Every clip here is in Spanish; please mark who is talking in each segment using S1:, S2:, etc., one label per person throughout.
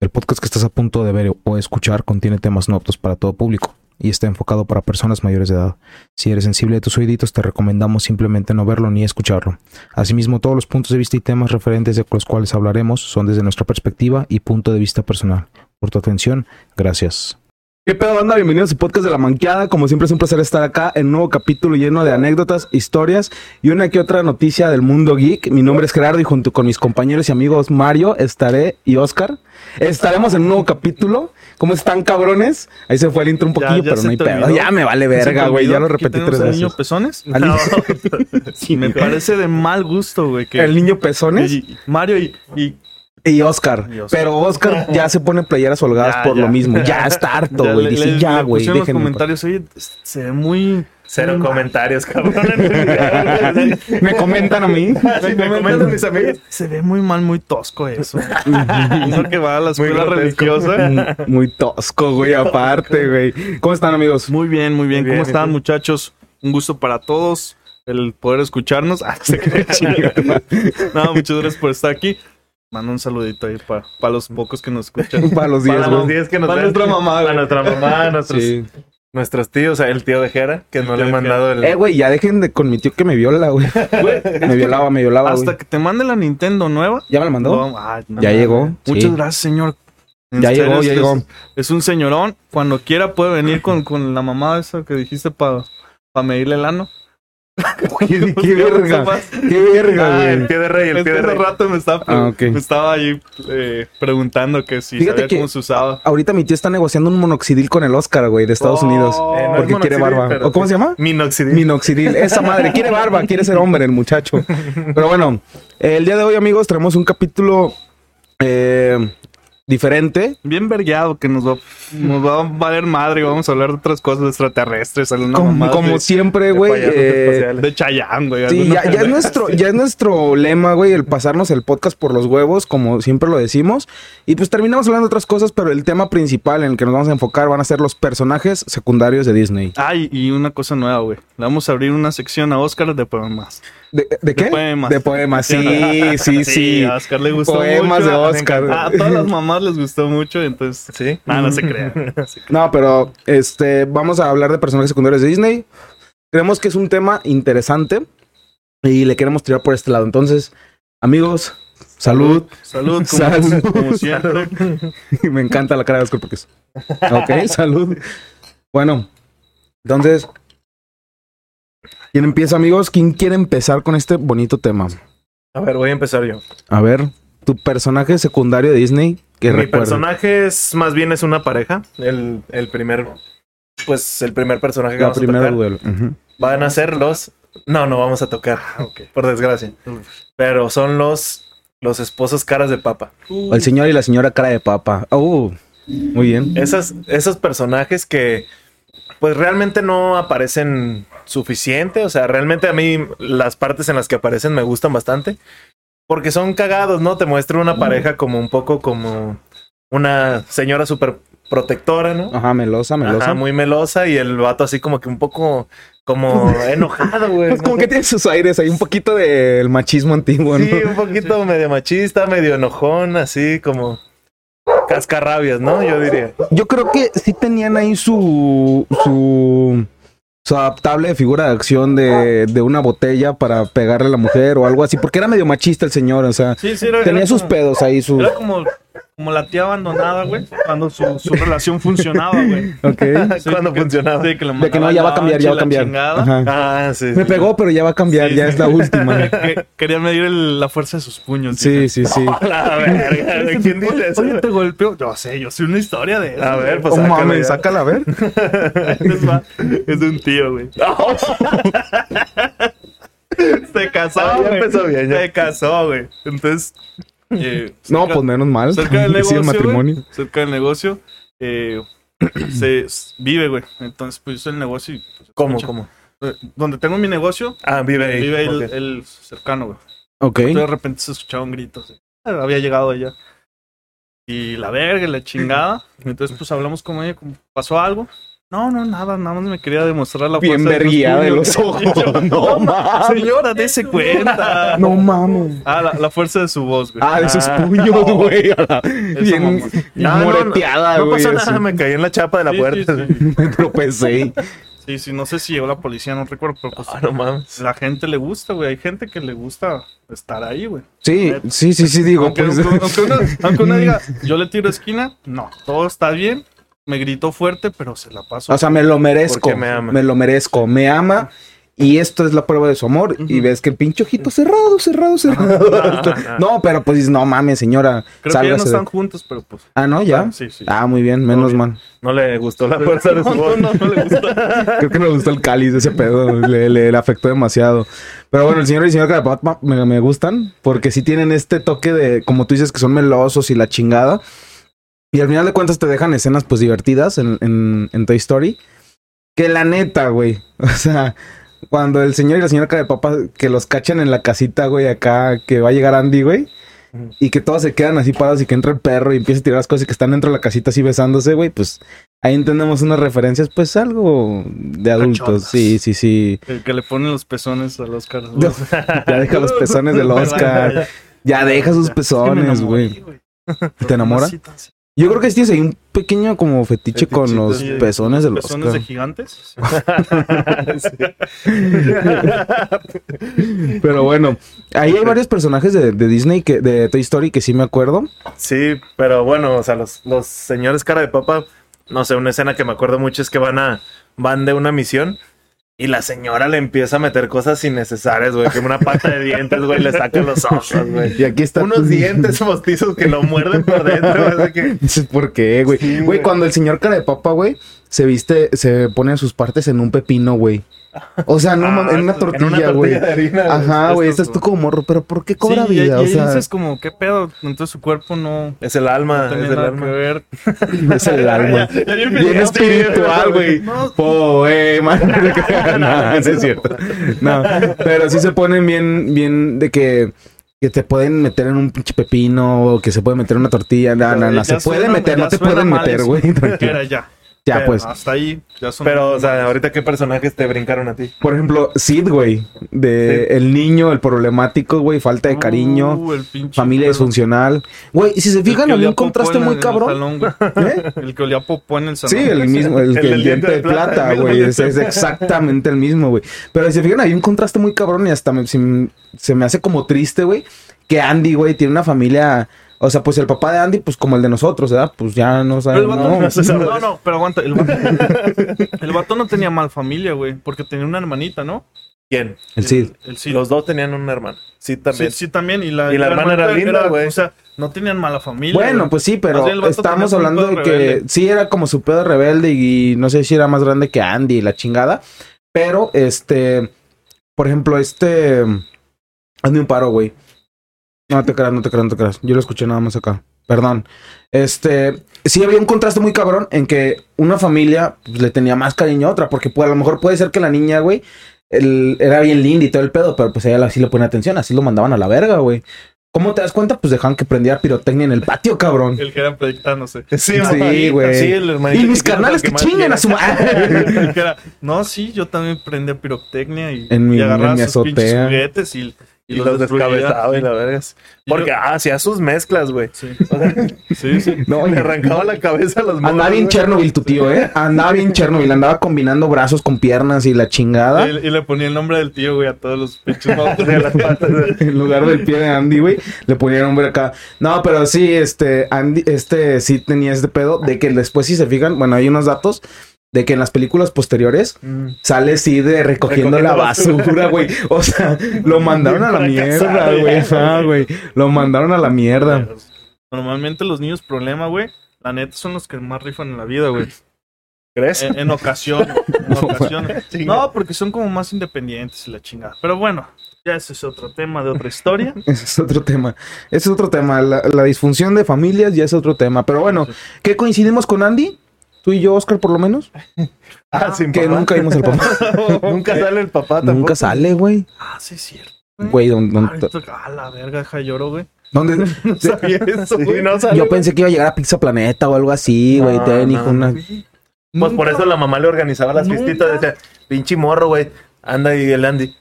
S1: El podcast que estás a punto de ver o escuchar contiene temas no aptos para todo público y está enfocado para personas mayores de edad. Si eres sensible de tus oíditos, te recomendamos simplemente no verlo ni escucharlo. Asimismo, todos los puntos de vista y temas referentes de los cuales hablaremos son desde nuestra perspectiva y punto de vista personal. Por tu atención, gracias.
S2: ¿Qué pedo, banda? Bienvenidos a su podcast de La Manqueada. Como siempre, es un placer estar acá en un nuevo capítulo lleno de anécdotas, historias y una que otra noticia del mundo geek. Mi nombre es Gerardo y junto con mis compañeros y amigos Mario, estaré y Oscar, estaremos en un nuevo capítulo. ¿Cómo están, cabrones? Ahí se fue el intro un
S3: Ya,
S2: poquillo,
S3: ya
S2: pero
S3: se
S2: no hay
S3: te
S2: pedo.
S3: olvidó.
S2: Ya me vale
S3: ¿Se
S2: verga,
S3: te
S2: güey. Ya
S3: olvidó
S2: lo
S3: que
S2: repetí
S3: tenemos
S2: tres
S3: al
S2: veces.
S3: niño pezones?
S2: Al-
S3: No. me parece de mal gusto, güey. Que
S2: El niño pezones
S3: y- Mario y, y-
S2: y Oscar.
S3: Y Oscar.
S2: Pero Oscar ya se pone playeras holgadas
S3: Ya,
S2: por
S3: ya.
S2: lo mismo. Ya está harto, güey.
S3: le-
S2: Dice,
S3: le-
S2: ya,
S3: le
S2: güey.
S3: pusieron en los
S2: déjenme en paz".
S3: comentarios, oye, se ve muy...
S4: Cero
S3: muy mal.
S4: comentarios, cabrón.
S2: Me comentan a mí.
S4: Si me comentan mis amigos.
S3: Se ve muy mal, muy tosco eso. Uno que va a la
S4: Muy
S3: escuela
S4: grotesco.
S3: religiosa.
S2: Muy tosco, güey, aparte, güey. ¿Cómo están, amigos?
S3: Muy bien, muy bien.
S4: Muy bien,
S3: ¿Cómo
S4: ¿y
S3: están,
S4: tú?
S3: muchachos? Un gusto para todos el poder escucharnos. Ah, se cree chido. no, muchas gracias por estar aquí. Mando un saludito ahí para los pocos que nos escuchan.
S2: Para los
S4: Para
S2: días,
S4: los
S2: güey.
S4: 10 que nos
S2: Para
S4: ven.
S2: nuestra mamá,
S4: Para
S2: güey.
S4: nuestra mamá, nuestros,
S2: Sí.
S4: nuestros tíos, el tío de Jera, que no
S3: tío
S4: le he
S3: de
S4: mandado el.
S2: Eh, güey, ya dejen de con mi tío que me viola, güey. Me violaba, me violaba,
S3: Hasta
S2: güey.
S3: que te mande la Nintendo nueva.
S2: ¿Ya me la mandó?
S3: no, ay, no.
S2: Ya llegó.
S3: Muchas
S2: sí.
S3: gracias, señor. En
S2: Ya
S3: serio,
S2: llegó,
S3: es-
S2: ya
S3: es-
S2: llegó.
S3: Es un señorón. Cuando quiera puede venir con, con la mamá esa que dijiste para medirle el ano.
S2: Qué, qué verga. Qué verga,
S4: ah, el
S2: güey.
S4: tío de rey, el
S3: Este
S4: tío de
S3: hace
S4: rey.
S3: rato me estaba,
S2: Ah, ok.
S3: me estaba ahí eh, preguntando que si
S2: Fíjate
S3: sabía
S2: que-
S3: cómo se usaba.
S2: Ahorita mi tío está negociando un monoxidil con el Oscar, güey, de Estados Unidos.
S3: Oh,
S4: Eh, no
S2: Porque
S4: es
S2: quiere
S4: monoxidil,
S2: barba.
S4: pero-
S2: ¿O cómo se llama?
S4: Minoxidil.
S2: Minoxidil, esa madre, quiere barba, quiere ser hombre el muchacho. Pero bueno, el día de hoy, amigos, tenemos un capítulo eh, diferente.
S3: Bien vergueado que nos va, nos va a valer madre y vamos a hablar de otras cosas de extraterrestres, alguna
S2: Como,
S3: mamada
S2: como
S3: de,
S2: siempre,
S4: de
S2: güey.
S4: payasos
S2: eh,
S4: espaciales.
S3: de Chayán, güey.
S2: sí,
S3: alguna
S2: ya, ya es
S3: pendeja.
S2: nuestro, ya es nuestro lema, güey, el pasarnos el podcast por los huevos, como siempre lo decimos. Y pues terminamos hablando de otras cosas, pero el tema principal en el que nos vamos a enfocar van a ser los personajes secundarios de Disney.
S3: Ay, y una cosa nueva, güey. Le vamos a abrir una sección a Oscar de poemas.
S2: ¿De, de qué?
S3: poemas.
S2: De poemas, sí, sí, sí.
S3: a Oscar le gustó
S2: Poemas
S3: mucho.
S2: de Oscar.
S3: A todas las mamás les gustó mucho, entonces...
S4: Sí.
S2: Ah,
S3: Nada, no se crean.
S2: No, pero este, vamos a hablar de personajes secundarios de Disney. Creemos que es un tema interesante y le queremos tirar por este lado. Entonces, amigos, salud.
S3: Salud, como,
S2: Salud.
S3: como siempre.
S2: Me encanta la cara de Oscar porque es. Ok, salud. Bueno, entonces, ¿quién empieza, amigos? ¿Quién quiere empezar con este bonito tema?
S4: A ver, voy a empezar yo.
S2: A ver, tu personaje secundario de Disney que
S4: Mi
S2: recuerda.
S4: personaje es más bien es una pareja. El, el primer. Pues el primer personaje que
S2: La
S4: vamos a
S2: primera
S4: tocar.
S2: duelo. Ujú.
S4: Van a ser los. No, no vamos a tocar.
S2: Ah,
S4: Por desgracia. Pero son los. Los esposos caras de papa.
S2: El señor y la señora cara de papa. Oh, muy bien.
S4: Esas, esos personajes que pues realmente no aparecen suficiente. O sea, realmente a mí las partes en las que aparecen me gustan bastante. Porque son cagados, ¿no? Te muestra
S2: Mm.
S4: una pareja como un poco como una señora súper protectora, ¿no?
S2: Ajá, melosa,
S4: Ajá,
S2: melosa.
S4: muy melosa y el vato así como que un poco como enojado, güey.
S2: Pues
S4: no
S2: como
S4: sé.
S2: que tiene sus aires, hay un poquito del machismo antiguo, ¿no?
S4: Sí, un poquito medio machista, medio enojón, así como cascarrabias, ¿no? Yo diría.
S2: Yo creo que sí tenían ahí su su, su adaptable figura de acción de, de una botella para pegarle a la mujer o algo así, porque era medio machista el señor, o sea,
S3: Sí, sí, era-
S2: tenía
S3: era
S2: sus
S3: como-
S2: pedos ahí, sus...
S3: Era como, como la tía abandonada, güey. Cuando su, su relación funcionaba, güey.
S2: Ok. De
S3: Sí,
S4: Cuando
S3: que-
S4: funcionaba.
S3: sí, que lo
S2: que no,
S3: mandaban
S2: ya va
S3: la
S2: a cambiar, ya va a
S3: lonche y
S2: cambiar.
S3: la chingada.
S2: Ajá.
S4: Ah, sí.
S2: Me
S4: sí.
S2: pegó, pero ya va a cambiar,
S3: Sí,
S2: ya
S3: sí.
S2: es la última.
S3: Que- quería medir el- la fuerza de sus puños.
S2: Sí, sí, sí.
S4: A la verga, güey, ¿Quién dice eso?
S3: Oye, te golpeó. Yo sé, yo sé una historia de eso.
S4: A ver, pues
S2: Oh,
S4: sácala
S2: mames,
S4: ya.
S2: sácala, a ver.
S3: Es, más, es de un tío, güey. Se
S4: Ah,
S3: casó,
S4: ya
S3: güey. Eh,
S4: empezó bien, ya.
S3: Se casó, güey. Entonces, eh,
S2: No,
S3: cerca-
S2: pues menos mal.
S3: cerca del
S2: Sí,
S3: negocio,
S2: el matrimonio.
S3: güey, cerca del negocio, eh, se s- vive, güey. Entonces, pues el negocio, y,
S4: ¿Cómo,
S3: Escucha.
S4: cómo?
S3: eh, donde tengo mi negocio,
S4: Ah, vive ahí.
S3: vive el,
S4: ok.
S3: el cercano, güey.
S2: Ok.
S3: Entonces, de repente se escuchaban gritos. eh, Había llegado allá. Y la verga, y la chingada. Entonces, pues hablamos con ella, como pasó algo. No, no, nada, nada más me quería demostrar la
S2: Bien
S3: fuerza de los
S2: verguiada de
S3: puños".
S2: los ojos. No mames.
S3: Señora, dése cuenta.
S2: No mames.
S3: Ah, la, la fuerza de su voz, güey.
S2: Ah, de sus puños, güey. a la- Bien
S3: mamá.
S4: Ah, No, no,
S2: moreteada,
S4: No
S2: güey.
S4: pasó nada,
S2: así.
S4: me caí en la chapa de la
S3: Sí,
S4: puerta.
S3: sí, sí.
S2: Me tropecé.
S3: Sí, sí, no sé si llegó la policía, no recuerdo, pero pues
S4: Ah, no mames.
S3: la gente le gusta, güey. Hay gente que le gusta estar ahí, güey.
S2: Sí, sí, sí, sí, digo,
S3: Aunque,
S2: pues.
S3: aunque- aunque uno, aunque uno diga, yo le tiro esquina, no, todo está bien. Me gritó fuerte, pero se la paso.
S2: O sea, me lo merezco.
S4: Porque me ama.
S2: Me lo merezco. Me ama. Y esto es la prueba de su amor. Y ves que el pinche ojito cerrado,
S3: Ah,
S2: cerrado, cerrado. No, pero pues dices, no mames, señora.
S3: Creo que ya no
S2: sálgase de-
S3: están juntos, pero pues.
S2: Ah, no, ya.
S3: Ah, sí, sí.
S2: Ah, muy bien, menos
S3: bien.
S2: mal.
S4: No le gustó la fuerza de su
S3: No, no,
S4: voz.
S3: no, no le gusta.
S2: Creo que nos gustó el cáliz de ese pedo. Le, le- le afectó demasiado. Pero bueno, el señor y el señor Carapapa me, me gustan porque sí tienen este toque de, como tú dices, que son melosos y la chingada. Y al final de cuentas te dejan escenas pues divertidas en, en, en Toy Story. Que la neta, güey. O sea, cuando el señor y la señora Carapapa que los cachan en la casita, güey, acá que va a llegar Andy, güey. Y que todos se quedan así parados y que entra el perro y empieza a tirar las cosas y que están dentro de la casita así besándose, güey, pues ahí entendemos unas referencias, pues algo de adultos.
S3: Cachondas.
S2: Sí, sí, sí.
S3: El que le ponen los pezones al Oscar.
S2: No, ya deja los pezones del Oscar. Ya deja sus pezones, güey. ¿Te enamora? Yo creo que sí tienes ahí un pequeño como fetiche con
S4: Fetichito,
S2: los
S3: sí.
S2: pezones del
S3: ¿Pezones de
S2: Oscar. Ah,
S3: gigantes?
S2: Pero bueno, ahí hay varios personajes de, de Disney, que, de Toy Story, que sí me acuerdo.
S4: Sí, pero bueno, o sea, los, los señores cara de papa, no sé, una escena que me acuerdo mucho es que van a, van de una misión y la señora le empieza a meter cosas innecesarias, güey, que una pata de dientes, güey, le saca los ojos, güey.
S2: Y aquí está.
S4: Unos dientes mostizos que lo muerden por dentro, güey, así que-
S2: Dices, ¿Por qué, güey?
S4: Sí,
S2: güey,
S4: güey.
S2: cuando el señor cara de papa, güey, se viste, se pone sus partes en un pepino, güey. O sea, no,
S3: Ah,
S2: mames, en una
S3: en una
S2: tortilla, güey.
S4: de harina, güey.
S2: Ajá, güey,
S3: Esto
S2: estás
S3: es
S2: tú como morro, pero ¿por qué cobra
S3: Sí, y-
S2: vida?
S3: Y,
S2: o sea,
S3: dices como, ¿qué pedo? Entonces su cuerpo no...
S4: Es el alma,
S2: Ah,
S3: No
S4: es
S3: tenía
S4: el
S3: nada que
S4: alma.
S3: ver.
S2: es el alma. Bien espiritual, güey.
S3: No.
S2: Poema. no, no es cierto. No, pero sí se ponen bien, bien de que, que te pueden meter en un pinche pepino o que se puede meter en una tortilla. No, no, no,
S3: Ya
S2: se puede
S3: suena-
S2: meter,
S3: ya
S2: no te
S3: suena
S2: pueden
S3: mal
S2: meter,
S3: eso.
S2: güey. tranquilo.
S3: Era ya.
S2: Ya,
S4: pero
S2: pues.
S3: Hasta ahí. Ya son
S4: Pero, o sea, ahorita qué personajes te brincaron a ti.
S2: Por ejemplo, Sid, güey, de el niño, el problemático, güey, falta de cariño,
S3: Uh, el pinche
S2: familia
S3: perro.
S2: disfuncional. Güey, si se
S3: El que
S2: fijan, había
S3: olía
S2: un
S3: popó
S2: contraste
S3: en el-
S2: muy
S3: en el
S2: cabrón.
S3: salón, güey.
S2: ¿Eh?
S3: El que olía popó en el salón.
S2: Sí, el mismo, el,
S4: El
S2: que-
S4: del
S2: el diente de plata,
S4: el
S2: güey.
S4: diente
S2: Es,
S4: de
S2: es exactamente el mismo, güey. Pero si se fijan, hay un contraste muy cabrón y hasta me- se, me- se me hace como triste, güey, que Andy, güey, tiene una familia. O sea, pues el papá de Andy, pues como el de nosotros, ¿verdad? Pues ya no
S3: Pero
S2: sabe.
S3: el vato
S2: No,
S3: no, no, no, pero aguanta. El vato, el vato no tenía mal familia, güey, porque tenía una hermanita, ¿no?
S4: ¿Quién?
S2: El Cid.
S3: El
S4: Sí.
S3: Cid.
S4: Los dos tenían un hermano. Sí,
S3: sí,
S4: también.
S3: sí, también. Y la,
S4: Y la hermana era linda, güey.
S3: O sea, no tenían mala familia.
S2: Bueno,
S3: güey.
S2: pues sí,
S3: Más
S2: pero
S3: bien el vato
S2: estamos
S3: tenía un
S2: hablando
S3: pedo
S2: de que
S3: rebelde.
S2: sí era como su pedo rebelde y no sé si era más grande que Andy y la chingada. Pero este, por ejemplo, este Andy un paro, güey. No te creas, no te creas, no te creas. Yo lo escuché nada más acá. Perdón. Este, sí había un contraste muy cabrón en que una familia pues, le tenía más cariño a otra, porque pues, a lo mejor puede ser que la niña, güey, el- era bien linda y todo el pedo, pero pues a ella sí le ponía atención, así lo mandaban a la verga, güey. ¿Cómo te das cuenta? Pues dejaban que prendiera pirotecnia en el patio, cabrón.
S3: El que era proyectándose.
S4: Sí,
S2: Sí, güey.
S4: Sí, el hermanito
S2: Y mis
S4: chiquito,
S2: carnales
S4: el
S2: que
S4: más
S2: chinguen a su madre.
S3: El que era, no, sí, yo también prendía pirotecnia y,
S2: En mi-
S3: y agarraba
S2: en mi
S3: sus pinches
S2: azotea.
S3: juguetes y,
S4: Y los
S3: destruía.
S4: descabezaba y la verga.
S3: Y
S4: Porque ah,
S3: yo-
S4: hacía sus mezclas, güey.
S3: Sí,
S4: O sea,
S3: sí, sí.
S2: No,
S4: le
S2: y-
S4: arrancaba la cabeza a los
S2: Andaba bien
S4: güey.
S2: Chernobyl tu tío, ¿eh? Andaba bien Chernobyl. Andaba combinando brazos con piernas y la chingada.
S3: Y, y le ponía el nombre del tío, güey, a todos los pinches vatos.
S4: De las patas.
S2: en lugar del pie de Andy, güey, le ponían un hombre acá. No, pero sí, este, Andy, este sí tenía este pedo de que después, si se fijan, bueno, hay unos datos de que en las películas posteriores
S4: Mm.
S2: sale sí de recogiendo,
S4: Recogiendo
S2: la
S4: basura.
S2: basura, güey. O sea, lo mandaron a la
S4: Fracasado,
S2: mierda,
S4: ya,
S2: güey. Ajá, güey. Lo mandaron a la mierda.
S3: Normalmente los niños problema, güey. La neta son los que más rifan en la vida, güey.
S4: ¿Crees?
S3: En, en ocasión. En ocasión. Eh, No, porque son como más independientes y la chingada. Pero bueno, ya ese es otro tema de otra historia.
S2: Ese es otro tema. Ese es otro tema. La, la disfunción de familias ya es otro tema. Pero bueno, ¿qué coincidimos con Andy? Tú y yo, Oscar, por lo menos.
S4: Ah, sin
S2: Que
S4: papá.
S2: nunca vimos al papá.
S4: Nunca sale el papá tampoco.
S2: Nunca sale, güey.
S3: Ah, sí, es cierto.
S2: Güey, don- don-
S3: Ah, la verga, deja lloro, güey.
S2: ¿dónde?
S4: No sabía eso, güey. No sale.
S2: Yo pensé que iba a llegar a Pizza Planeta o algo así, güey.
S4: No,
S2: Ten,
S4: no.
S2: hijo, una-
S3: Güey,
S4: Pues
S1: Nunca-
S4: por eso la mamá le organizaba las
S1: Nunca.
S4: fiestitas. Decía, pinche morro, güey. Anda y el Andy.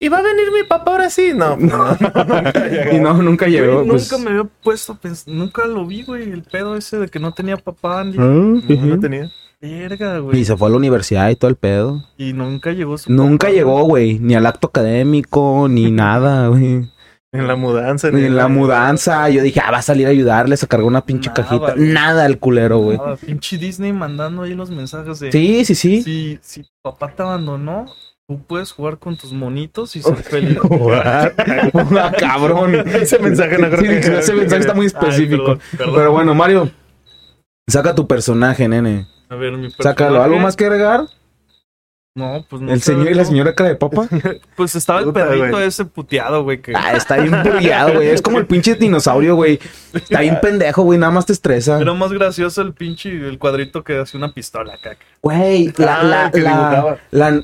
S4: ¿Y va a venir mi papá ahora sí? No. pues no,
S2: Y no, nunca
S3: Güey,
S2: llegó.
S3: nunca
S2: pues.
S3: me había puesto a pens- nunca lo vi, güey, el pedo ese de que no tenía papá ni
S2: Ah,
S4: no, no
S2: ujú.
S4: tenía.
S3: verga,
S1: Y
S3: güey.
S1: se fue a la universidad y todo el pedo.
S3: Y nunca llegó su
S2: Nunca
S3: papá.
S2: llegó, güey. Ni al acto académico, ni nada, güey.
S4: En la mudanza.
S2: Ni en la mudanza. Yo dije, ah, va a salir a ayudarles a cargar una pinche
S3: Nada,
S2: cajita.
S3: güey.
S2: Nada el culero, güey.
S3: Ah, pinche Disney mandando ahí los mensajes de
S2: Sí, sí, sí.
S3: si, si tu papá te abandonó, tú puedes jugar con tus monitos y ser feliz.
S2: Ah, cabrón.
S4: Ese mensaje no creo
S2: Sí,
S4: que-
S2: dije, Ese mensaje está muy
S3: Ay,
S2: específico.
S3: perdón, perdón.
S2: Pero bueno, Mario, saca tu personaje, nene.
S3: A ver, mi
S2: Sácalo.
S3: personaje-
S2: ¿Algo más que agregar?
S3: No, pues no
S2: El
S3: sé,
S2: señor y la
S3: ¿no?
S2: señora cara de papa.
S3: Pues estaba el
S4: Puta,
S3: perrito
S4: güey.
S3: ese puteado, güey, que
S2: Ah, está bien bugueado, güey. Es como el pinche dinosaurio, güey. Está bien pendejo, güey. Nada más te estresa.
S3: era más gracioso el pinche el cuadrito que hacía una pistola, caca.
S2: Güey, la,
S4: Ah,
S2: la,
S4: que
S2: la,
S4: dibujaba.
S2: la-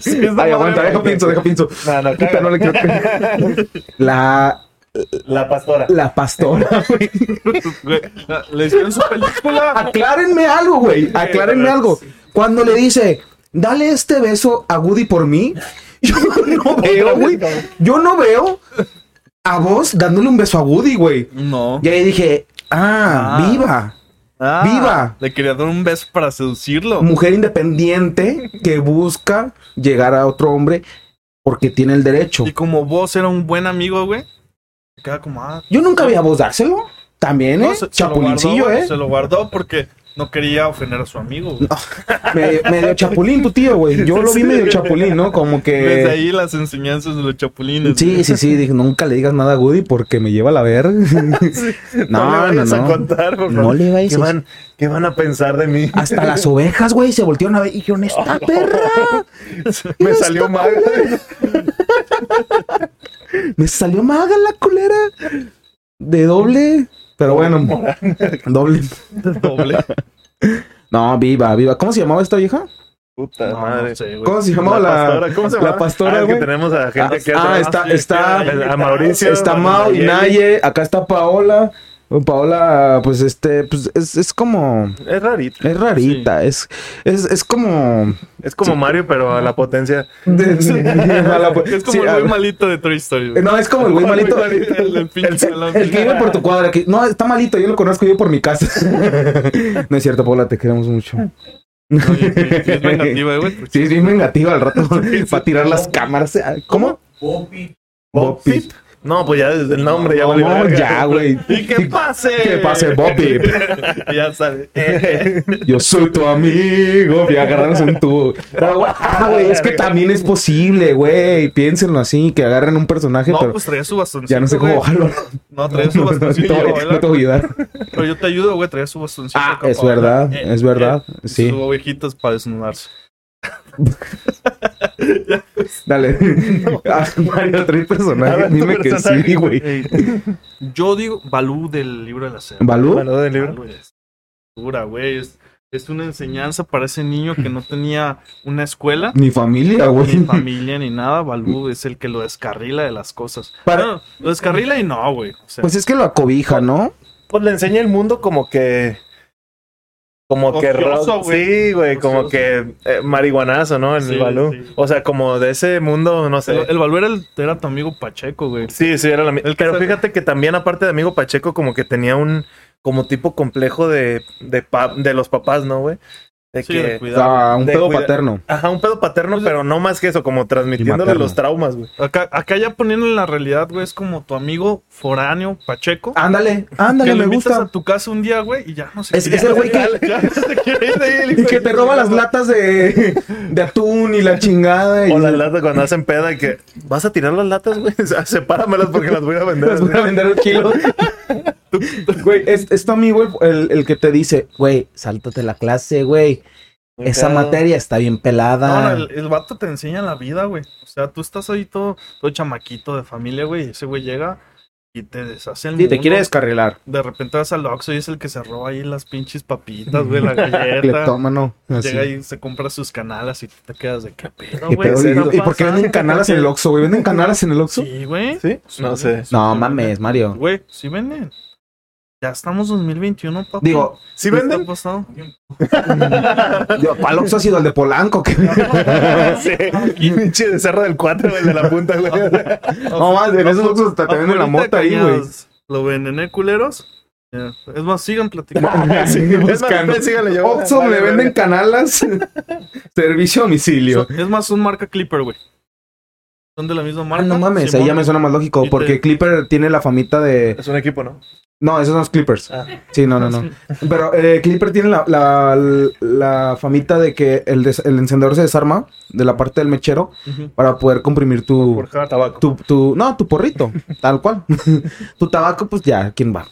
S3: Sí,
S2: Ay,
S3: esa madre,
S2: aguanta,
S3: güey.
S2: deja pinzo, deja pinzo.
S4: No, no,
S2: Puta,
S4: caga.
S2: no le quiero que- La,
S4: La pastora.
S2: la pastora. güey.
S3: Güey, Le hicieron su película.
S2: Aclárenme algo, güey. Aclárenme algo. Cuando le dice, dale este beso a Woody por mí, yo no veo, güey. Yo no veo a vos dándole un beso a Woody, güey.
S3: No.
S2: Y ahí dije, ah,
S3: Ah.
S2: viva.
S3: Ah,
S2: ¡Viva!
S3: Le quería dar un beso para seducirlo.
S2: Mujer independiente que busca llegar a otro hombre porque tiene el derecho.
S3: Y como vos era un buen amigo, güey, se queda como, ah,
S2: Yo nunca vi a vos dárselo. También, ¿eh?
S3: no, se- se lo
S2: Chapulincillo,
S3: guardó, güey,
S2: ¿eh?
S3: Se lo guardó porque no quería ofender a su amigo, güey.
S2: Medio, medio chapulín tu tío, güey. Yo lo vi medio chapulín, ¿no? Como
S3: Desde
S2: que...
S3: ahí las enseñanzas de los
S2: Eh.
S3: chapulines.
S2: Sí, sí, sí. Dije, nunca le digas nada a Woody porque me lleva a la ver. No,
S4: no, le
S2: no,
S4: vayas a
S2: no.
S4: contar, por
S2: No
S4: favor.
S2: le vayas
S4: ¿Qué
S2: a-
S4: van, ¿Qué van a pensar de mí?
S2: Hasta las ovejas, güey, se voltearon a ver y dijeron, esta perra,
S4: Me salió mal.
S2: me salió maga la culera. De doble. Pero bueno, doble.
S3: güey. Doble.
S2: No, viva, viva. ¿Cómo se llamaba esta vieja?
S4: Puta
S3: No,
S4: madre.
S3: no sé, güey.
S2: ¿Cómo se llamaba la,
S4: pastora? ¿Cómo se llama?
S2: La pastora,
S4: Ah, es que
S2: güey.
S4: tenemos a
S2: Ah,
S4: gente que
S2: ah,
S4: hace-
S2: está,
S3: sí,
S2: está,
S4: a Mauricio.
S2: está Mao y Naye, acá está Paola. Paola, pues este, pues es, es como,
S4: Es rarito.
S2: es rarita, es, es, es como...
S4: Es como Mario, pero a la potencia.
S3: Es como
S2: Sí,
S3: el
S2: a- Eh,
S3: muy malito de Toy Story, güey.
S2: No, es como el güey malito.
S3: El- el pinche-
S2: El que vive por tu cuadra. que- no, está malito, yo lo conozco yo por mi casa. no es cierto, Paola, te queremos mucho.
S3: Oye, güey, Es vengativa, güey. pues.
S2: Sí, es bien vengativa al rato. Va a tirar las cámaras. ¿Cómo? Bob Pitt.
S4: No, pues ya desde el nombre ya
S2: No,
S4: valió verga.
S2: ya, güey.
S3: Y que pase.
S2: Que pase Bob Pitt.
S3: ya Eh, sabes.
S2: Yo soy tu amigo. Y agarrarnos un tubo. Pero, güey, ah, güey, es que también es posible, güey. Piénsenlo así, que agarren un personaje,
S3: No,
S2: pero
S3: pues traía su bastoncito.
S2: ya no sé cómo
S3: güey.
S2: bajarlo.
S3: No, traía su
S2: No, no, no te
S3: bastoncito.
S2: voy-
S3: güey,
S2: no te voy a ayudar.
S3: Pero yo te ayudo, güey. Traía su bastoncito.
S2: Ah,
S3: acá eh,
S2: es
S3: para
S2: verdad,
S3: bailar.
S2: es verdad, sí.
S3: Sus ovejitas para desnudarse.
S2: Dale. Ah, Mario, tres
S4: A ver,
S2: personajes.
S4: tu
S2: Dime que
S4: personaje,
S2: sí, güey.
S3: Yo digo Balú del libro de la selva.
S2: ¿Balú?
S4: Malo del libro.
S3: Balú es Dura, güey. Es, es una enseñanza para ese niño que no tenía una escuela.
S2: Mi familia, güey.
S3: Ni familia ni nada, Balú es el que lo descarrila de las cosas.
S2: Para-
S3: Bueno, lo descarrila y no, güey. O sea,
S2: Pues es que lo acobija, ¿no?
S4: Pues le enseña el mundo como que. Como que
S3: Ocioso,
S4: ro-
S3: güey.
S4: Sí, güey, como
S3: Ocioso.
S4: que eh, marihuanazo, ¿no? El
S3: Sí,
S4: Balú.
S3: sí.
S4: O sea, como de ese mundo, no sé.
S3: el, el Balú era, el- era tu amigo Pacheco, güey.
S4: Sí, sí, era la mi-
S3: El que
S4: Pero
S3: se-
S4: fíjate que también, aparte de amigo Pacheco, como que tenía un como tipo complejo de, de, pa- de los papás, ¿no, güey? De
S3: Sí, de Pues
S4: que.
S3: cuidado.
S2: Ah, un
S4: de
S2: pedo
S4: cuida-
S2: paterno.
S4: Ajá, un pedo paterno, pero no más que eso, como transmitiéndole
S2: materno.
S4: los traumas, güey.
S3: Acá, acá ya poniendo en la realidad, güey, es como tu amigo foráneo Pacheco.
S2: Ándale,
S3: que
S2: ándale,
S3: lo
S2: me
S3: invitas
S2: gusta.
S3: a tu casa un día, güey, y ya no sé
S2: Es- es el güey que- Y que te roba las latas de, de atún y la chingada. Y
S4: O las latas cuando hacen peda y que vas a tirar las latas, güey. O sea, sepáramelas porque las voy a vender.
S2: Las voy a vender al kilo. Güey, es, es tu amigo el- el, el que te dice, güey, sáltate la clase, güey. Esa
S4: Claro.
S2: materia está bien
S3: No, no,
S2: pelada.
S3: el, el vato te enseña la vida, güey. O sea, tú estás ahí todo, todo chamaquito de familia, güey, y ese güey llega y te deshace el
S2: Sí, te
S3: mundo.
S2: quiere descarrilar.
S3: De repente vas al Oxxo y es el que se roba ahí las pinches papitas, güey, la galleta.
S2: Cleptómano. así.
S3: Llega y se compra sus canalas y tú te quedas de qué pedo,
S2: ¿Qué
S3: güey.
S2: pedo?
S3: ¿Qué
S2: ¿Y-
S3: está
S2: ¿Y por qué
S3: pasando?
S2: venden canalas en el Oxxo, güey? ¿Venden canalas en el Oxxo?
S3: Sí, güey.
S4: ¿Sí? No
S3: Sí, güey.
S4: sé.
S2: No,
S3: Sí,
S2: mames, Mario.
S3: Güey, sí venden. Ya estamos 2021, papá.
S2: Digo,
S4: ¿Sí venden?
S2: digo Palox ha sido el de Polanco. Que...
S4: Pinche de Cerro del 4, el de la punta, güey.
S2: No, más, en esos Oxxos está teniendo la mota ahí, güey.
S3: Lo venden, ¿eh, culeros. Ya. Es más, sigan platicando.
S4: Sí, es
S2: buscando.
S4: más, síganle, yo-
S2: Oxxo
S4: Vale,
S2: le venden
S4: verga.
S2: canalas. Servicio a domicilio.
S3: es más, son marca Clipper, güey. Son de la misma
S2: Ah,
S3: marca.
S2: no mames, ahí
S3: Simón.
S2: ya me suena más lógico.
S3: Y
S2: Porque
S3: te-
S2: Clipper tiene la famita de.
S4: Es un equipo, ¿no?
S2: No, esos son los Clippers.
S4: Ah.
S2: Sí, no, no, no. Pero eh, Clipper tiene la, la, la famita de que el, des- el encendedor se desarma de la parte del mechero
S3: Ujú.
S2: para poder comprimir tu,
S4: Forjar tabaco.
S2: tu, tu- no, tu porrito, tal cual. tu tabaco, pues ya, ¿quién va?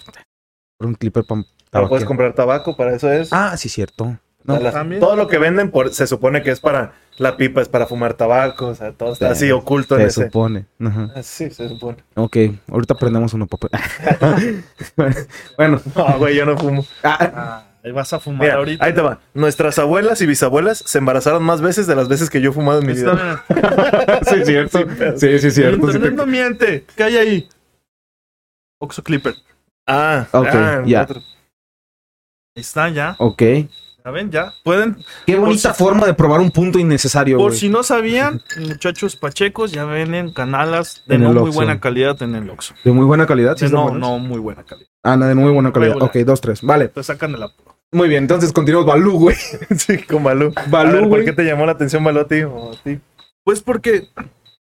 S2: Por un Clipper para
S4: Pero puedes comprar tabaco, para eso es.
S2: Ah, sí, cierto. No,
S4: O sea, las-
S3: también.
S4: todo lo que venden por, se supone que es para la pipa, es para fumar tabaco, o sea, todo está
S2: Sí.
S4: así oculto en
S2: se
S4: ese.
S2: supone. Ajá.
S4: Ah, Sí, se supone.
S2: Ok, ahorita prendemos uno, papel. bueno,
S4: No, güey, yo no fumo.
S2: ah,
S3: Ah, ahí vas a fumar
S4: Mira,
S3: ahorita.
S4: ahí te va. Nuestras abuelas y bisabuelas se embarazaron más veces de las veces que yo he fumado en mi vida.
S3: Está-
S2: sí, es cierto. Sí, sí, es
S3: El
S2: cierto. sí
S3: internet
S2: te-
S3: no miente. ¿Qué hay ahí? Oxo Clipper. Ahí
S4: Ah,
S2: Ok,
S4: ah,
S2: ya.
S4: otro.
S3: está, ya.
S2: Ok.
S3: Ya ven, ya. Pueden.
S2: Qué bonita
S3: Por
S2: forma de probar un punto innecesario,
S3: Por
S2: güey.
S3: si no sabían, muchachos pachecos ya venden canalas de
S2: En
S3: no
S2: el
S3: muy
S2: Oxxo.
S3: buena calidad en el Oxxo.
S2: De muy buena calidad, sí.
S3: De
S2: está
S3: no,
S2: bueno.
S3: no muy buena calidad.
S2: Ah, no, de muy buena calidad.
S3: Regular.
S2: Ok, dos, tres. Vale.
S3: Te sacan de la.
S2: Muy bien, entonces continuamos. Balú, güey.
S4: sí, con Balú. A ver,
S2: Balú,
S4: ¿Por
S2: güey.
S4: qué te llamó la atención Balú a ti? o a ti?
S3: Pues porque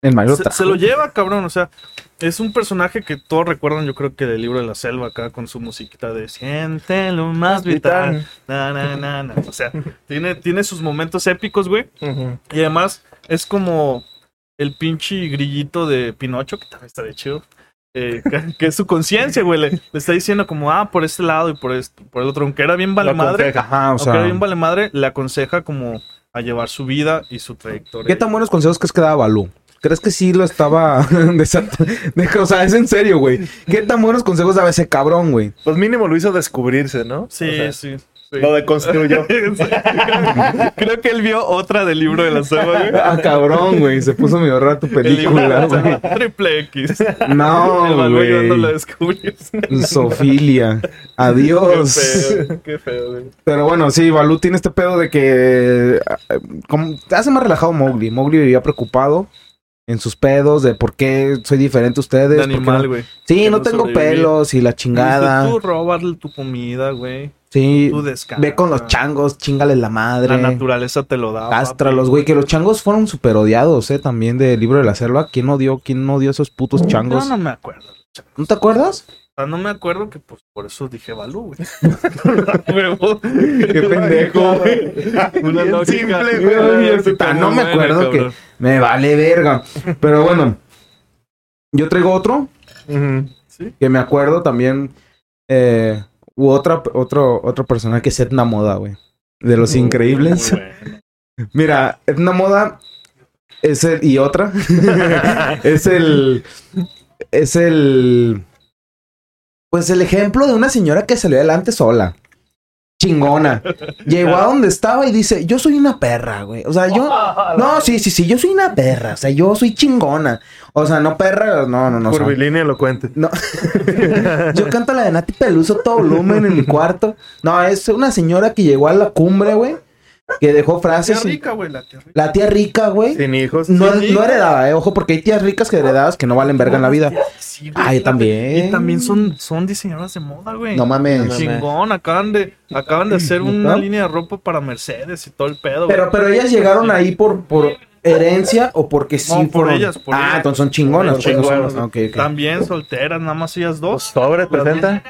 S2: En
S3: se, se lo lleva, cabrón. O sea, es un personaje que todos recuerdan, yo creo que del libro de la selva, acá con su musiquita de Siente lo más vital. Na, na, na, na. O sea, tiene, tiene sus momentos épicos, güey.
S4: Ujú.
S3: Y además es como el pinche grillito de Pinocho, que también está de chido. eh, que, que es su conciencia, güey. Le, le está diciendo como, ah, por este lado y por este, por el otro. Aunque era bien vale
S4: Lo
S3: madre.
S4: aconseja.
S2: Ajá, o
S3: Aunque era
S2: sea.
S3: bien vale madre, le aconseja como a llevar su vida y su trayectoria.
S2: ¿Qué tan buenos consejos crees que daba Balú? ¿Crees que sí lo estaba desat- de- O sea, es en serio, güey. ¿Qué tan buenos consejos daba ese cabrón, güey?
S4: Pues mínimo lo hizo descubrirse, ¿no?
S3: Sí,
S4: O sea,
S3: sí. sí.
S4: Lo deconstruyó.
S3: Creo que él vio otra del libro de la selva, güey.
S2: Ah, cabrón, güey. Se puso medio raro tu
S3: El libro
S2: película,
S3: de la
S2: güey.
S3: selva, triple X. el
S2: No,
S3: valor ayudando a la
S2: güey.
S3: descubrir.
S2: Sofilia. Adiós.
S3: Qué feo, qué feo, güey.
S2: Pero bueno, sí, Balú tiene este pedo de que eh, como, te hace más relajado Mowgli. Mowgli vivía preocupado en sus pedos de por qué soy diferente a ustedes.
S3: De
S2: por qué
S3: animal,
S2: no-
S3: güey.
S2: Sí,
S3: que
S2: no
S3: no
S2: tengo
S3: sobreviví.
S2: pelos y la chingada.
S3: Dices, Tú robarle tu comida, güey.
S2: sí,
S3: Tú descansa.
S2: ve con los changos, chingales la
S3: La
S2: madre.
S3: naturaleza te lo da.
S2: Cástralos,
S3: papi.
S2: güey, que los changos fueron súper odiados, eh, también del libro de la selva. ¿Quién odió? ¿Quién odió esos putos changos?
S3: Yo no me acuerdo.
S2: ¿No te acuerdas?
S3: O sea, no me acuerdo que pues por eso dije Balú, güey. Huevo.
S2: Qué pendejo, güey.
S3: Una
S4: Bien
S3: lógica.
S4: simple,
S3: Bien
S2: güey. Ah,
S3: lógica,
S2: No
S3: muy
S2: me
S3: buena,
S2: acuerdo
S3: cabrón.
S2: Me vale verga. Pero bueno, yo traigo otro
S4: Ujú.
S3: Sí.
S2: que me acuerdo también. Eh, u otra, otro, otra persona que es Edna Moda, güey. De los increíbles.
S3: Muy bueno.
S2: Mira, Edna Moda es el. Y otra. es el. Es el. Pues el ejemplo de una señora que salió adelante sola. Chingona. Llegó a donde estaba y dice: Yo soy una perra, güey. O sea, yo. No, sí, sí, sí, yo soy una perra. O sea, yo soy chingona. O sea, no perra, no, no, no. o sea,
S4: Curvilínea elocuente.
S2: no. yo canto la de Nati Peluso a todo volumen en mi cuarto. No, es una señora que llegó a la cumbre, güey. Que dejó
S3: Tía
S2: frases.
S3: rica, güey, la tía rica.
S2: La tía rica, güey.
S4: Sin hijos.
S2: No,
S3: Sí, sí.
S2: no heredada, eh, ojo, porque hay tías ricas que heredadas que no valen verga en la vida.
S3: Sí, güey,
S2: Ah, yo
S3: la-
S2: también.
S3: Y también son, son diseñadoras de moda, güey.
S2: No
S4: No
S2: mames.
S4: mames.
S3: Chingón, acaban de, acaban de hacer una
S2: Ajá.
S3: línea de ropa para Mercedes y todo el pedo, güey.
S2: Pero, pero ellas llegaron ahí por, por herencia o porque sí
S3: No, por
S2: fueron-
S3: ellas, por
S2: ah,
S3: ellas.
S2: entonces son chingonas.
S3: Por
S2: pues, no son-
S3: chingonas.
S2: ok, ok.
S3: También solteras, nada más ellas
S4: Pues,
S3: dos.
S4: Sobre, presenta.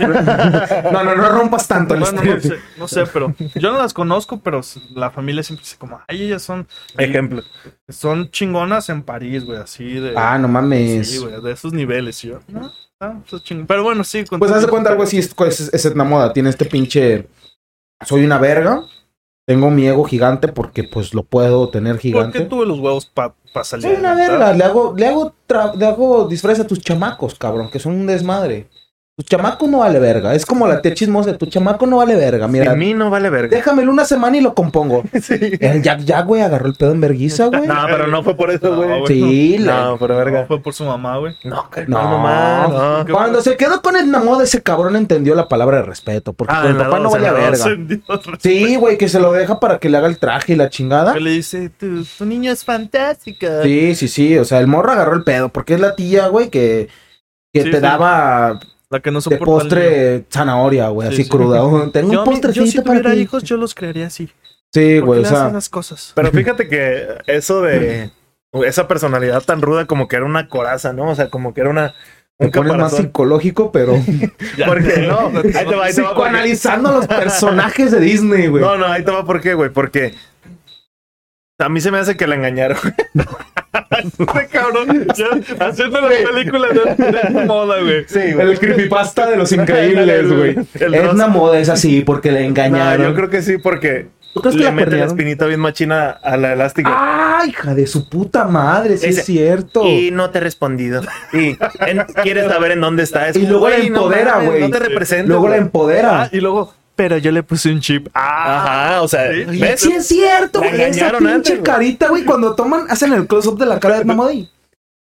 S2: No, no, no rompas tanto este el
S3: Bueno, no
S2: script.
S3: sé, no sé, pero yo no las conozco, pero s- la familia siempre dice como, ay, ellas son,
S4: Ejemplo.
S3: son chingonas en París, güey, así de...
S2: Ah, no mames.
S3: sí, güey, de esos niveles, y yo. No, no, pues chingón. Pero bueno, sí. con-
S2: Pues haz de cuenta algo así, es, pues, es, es Etna Moda. Tiene este pinche. Soy una verga. Tengo mi ego gigante porque pues lo puedo tener
S3: ¿Por qué
S2: gigante.
S3: tuve los huevos para salir?
S2: Soy una
S3: adelante?
S2: verga. Le hago, le hago, tra- le hago disfraz a tus chamacos, cabrón, que son un desmadre. Tú Tu chamaco no vale verga. Es como la tía chismosa. Tu chamaco no vale verga. Mira,
S4: En mí no vale verga.
S2: déjamelo una semana y lo compongo. El Jack Jack, güey, agarró el pedo en verguiza, güey.
S4: No, pero no fue por eso,
S3: No,
S4: güey.
S3: güey.
S2: sí, la-
S4: No, por verga.
S3: Fue por su mamá, güey.
S4: No, carnal,
S2: No.
S4: no, más, no.
S3: Qué
S2: Cuando se quedó con el Namoda, ese cabrón entendió la palabra de respeto. Porque
S4: Ah,
S2: con el
S4: en la
S2: papá no
S4: dos, en
S2: vale
S4: la dos,
S2: verga.
S3: Dios, Dios.
S2: Sí, güey, que se lo deja para que le haga el traje y la chingada.
S3: Que le dice, tu, tu niño es fantástico.
S2: Sí, sí, sí. O sea, el morro agarró el pedo. Porque es la tía, güey, que, que
S3: Sí,
S2: te
S3: sí.
S2: daba
S3: La que no
S2: de
S3: soporta al niño.
S2: postre zanahoria, güey,
S3: Sí,
S2: así
S3: sí.
S2: cruda. Oh, Tengo
S3: Yo,
S2: un
S3: a mí- yo si
S2: postrecito para
S3: tuviera
S2: ti.
S3: hijos, yo los crearía así.
S2: Sí,
S3: ¿Por
S2: güey,
S3: qué
S2: o
S3: le
S2: sea.
S3: hacen las cosas?
S4: Pero fíjate que eso de esa personalidad tan ruda como que era una coraza, ¿no? O sea, como que era una
S2: Me
S4: un
S2: pones más
S4: caparazón.
S2: psicológico, pero
S4: Porque no, ahí te va, ahí te va. porque-
S2: psicoanalizando a los personajes de Disney, güey.
S4: No, no, ahí te va por qué, güey, porque a mí se me hace que la engañaron.
S3: Este cabrón, ya haciendo la película de, de moda, güey.
S4: Sí,
S2: El creepypasta de los increíbles, güey.
S4: El
S2: Es
S4: rosa.
S2: una moda, es así, porque le
S4: No,
S2: engañaron.
S4: yo creo que sí, porque
S2: ¿Tú crees Pues que
S4: le
S2: la
S4: mete la
S2: perrearon?
S4: espinita bien machina a la elástica.
S2: ¡Ah, hija de su puta madre! Sí,
S4: Ese-
S2: es cierto.
S4: Y no te he respondido. Y en- quieres saber en dónde está. Es
S2: Y
S4: como,
S2: luego la
S4: güey, no
S2: empodera,
S4: mames,
S2: güey.
S4: No, te representa.
S2: Luego la
S4: güey.
S2: empodera.
S3: Ah, y luego, pero yo le puse un chip. Ah,
S4: Ajá, o sea, ¿ves?
S2: Sí, es cierto,
S4: La
S2: güey. Esa
S4: engañaron
S2: pinche
S4: antes, güey.
S2: carita, güey, cuando toman, hacen el close-up de la cara de mamá y.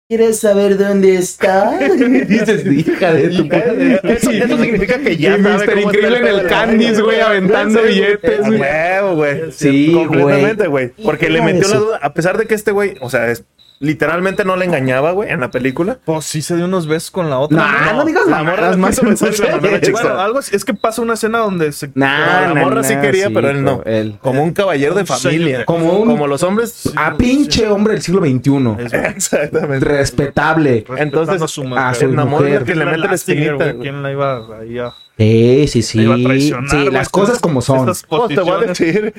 S2: ¿Quieres saber dónde está? Y dices, hija de tu puta.
S4: eh, Eso, eso significa que ya
S5: Y
S4: sabe
S5: Mr.
S4: cómo está
S5: Increíble en el
S4: pedo de la
S5: Candice,
S4: vida.
S5: güey, aventando
S4: Sí,
S5: billetes,
S4: a
S5: güey.
S4: huevo, güey.
S2: Sí,
S4: Completamente, güey. Porque le
S2: Hija de
S4: metió la
S2: su-
S4: duda. A pesar de que este güey, o sea, es- literalmente no le engañaba, güey, en la película.
S3: pues sí se dio unos besos con la otra.
S2: Nah, no digas
S4: la morra
S2: mamadas,
S4: le
S2: más
S4: quiso besar la mano a la
S2: no sé.
S4: chica.
S3: Bueno, algo así. Es que pasa una escena donde se.
S2: Nah,
S4: la
S2: nah,
S4: morra sí
S2: nah,
S4: quería, pero él no.
S2: pero él-
S4: Como un caballero de
S3: Un señor.
S4: familia.
S2: Como un-
S4: Como los hombres. ah,
S2: A pinche hombre del siglo XXI.
S3: Es verdad.
S4: Exactamente.
S2: Respetable.
S4: Entonces,
S3: a su
S2: a
S4: Se
S2: su
S3: mujer.
S4: enamora
S2: mujer.
S4: que le
S3: La
S4: mete la
S3: Elastigirl,
S4: espinita.
S3: güey,
S4: güey.
S3: ¿Quién la iba ahí a-
S2: Sí, sí,
S3: la
S2: sí.
S3: iba a traicionar?
S2: Sí,
S3: güey?
S2: las cosas como son.
S3: Estas
S4: Oh, te voy a
S3: posiciones.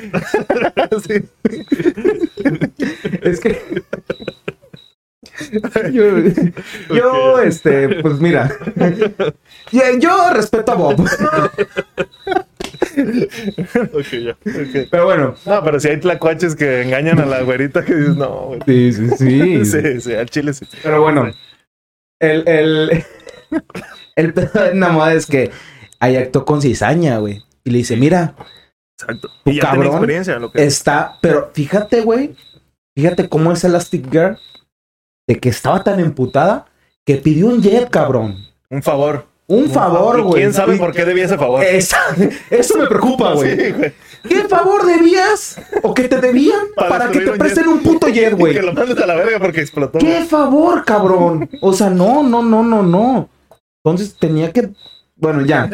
S4: decir. Sí.
S2: Es que. Yo, yo,
S3: Ok.
S2: este, pues mira. Yo, yo respeto a Bob.
S3: Ok, ya.
S4: Ok.
S2: Pero bueno.
S4: No, pero si hay tlacuaches que engañan a la güerita que dices, no, güey.
S2: Sí, sí, sí.
S4: Sí, sí, al chile sí.
S2: Pero bueno. El, el, el pedo de Namada es que ahí actuó con cizaña, güey. Y le dice, mira,
S4: Exacto.
S2: Tu
S4: Y ya tiene
S2: cabrón
S4: experiencia lo que
S2: está. Pero fíjate, güey. Fíjate cómo es Elastic Girl. De que estaba tan emputada que pidió un jet, cabrón.
S4: Un favor.
S2: Un
S4: ¿Y
S2: favor, güey.
S4: ¿Quién sabe
S2: Y-
S4: por qué debía ese favor?
S2: Esa- eso me preocupa, güey.
S4: Sí, güey.
S2: ¿Qué favor debías o que te debían
S4: Para
S2: para, que
S4: destruir
S2: te
S4: un
S2: presten un puto jet,
S4: Y Que
S2: güey?
S4: lo mandes a la verga porque explotó.
S2: ¿Qué favor, cabrón? O sea, no, no, no, no, no. Entonces tenía que. Bueno, ya.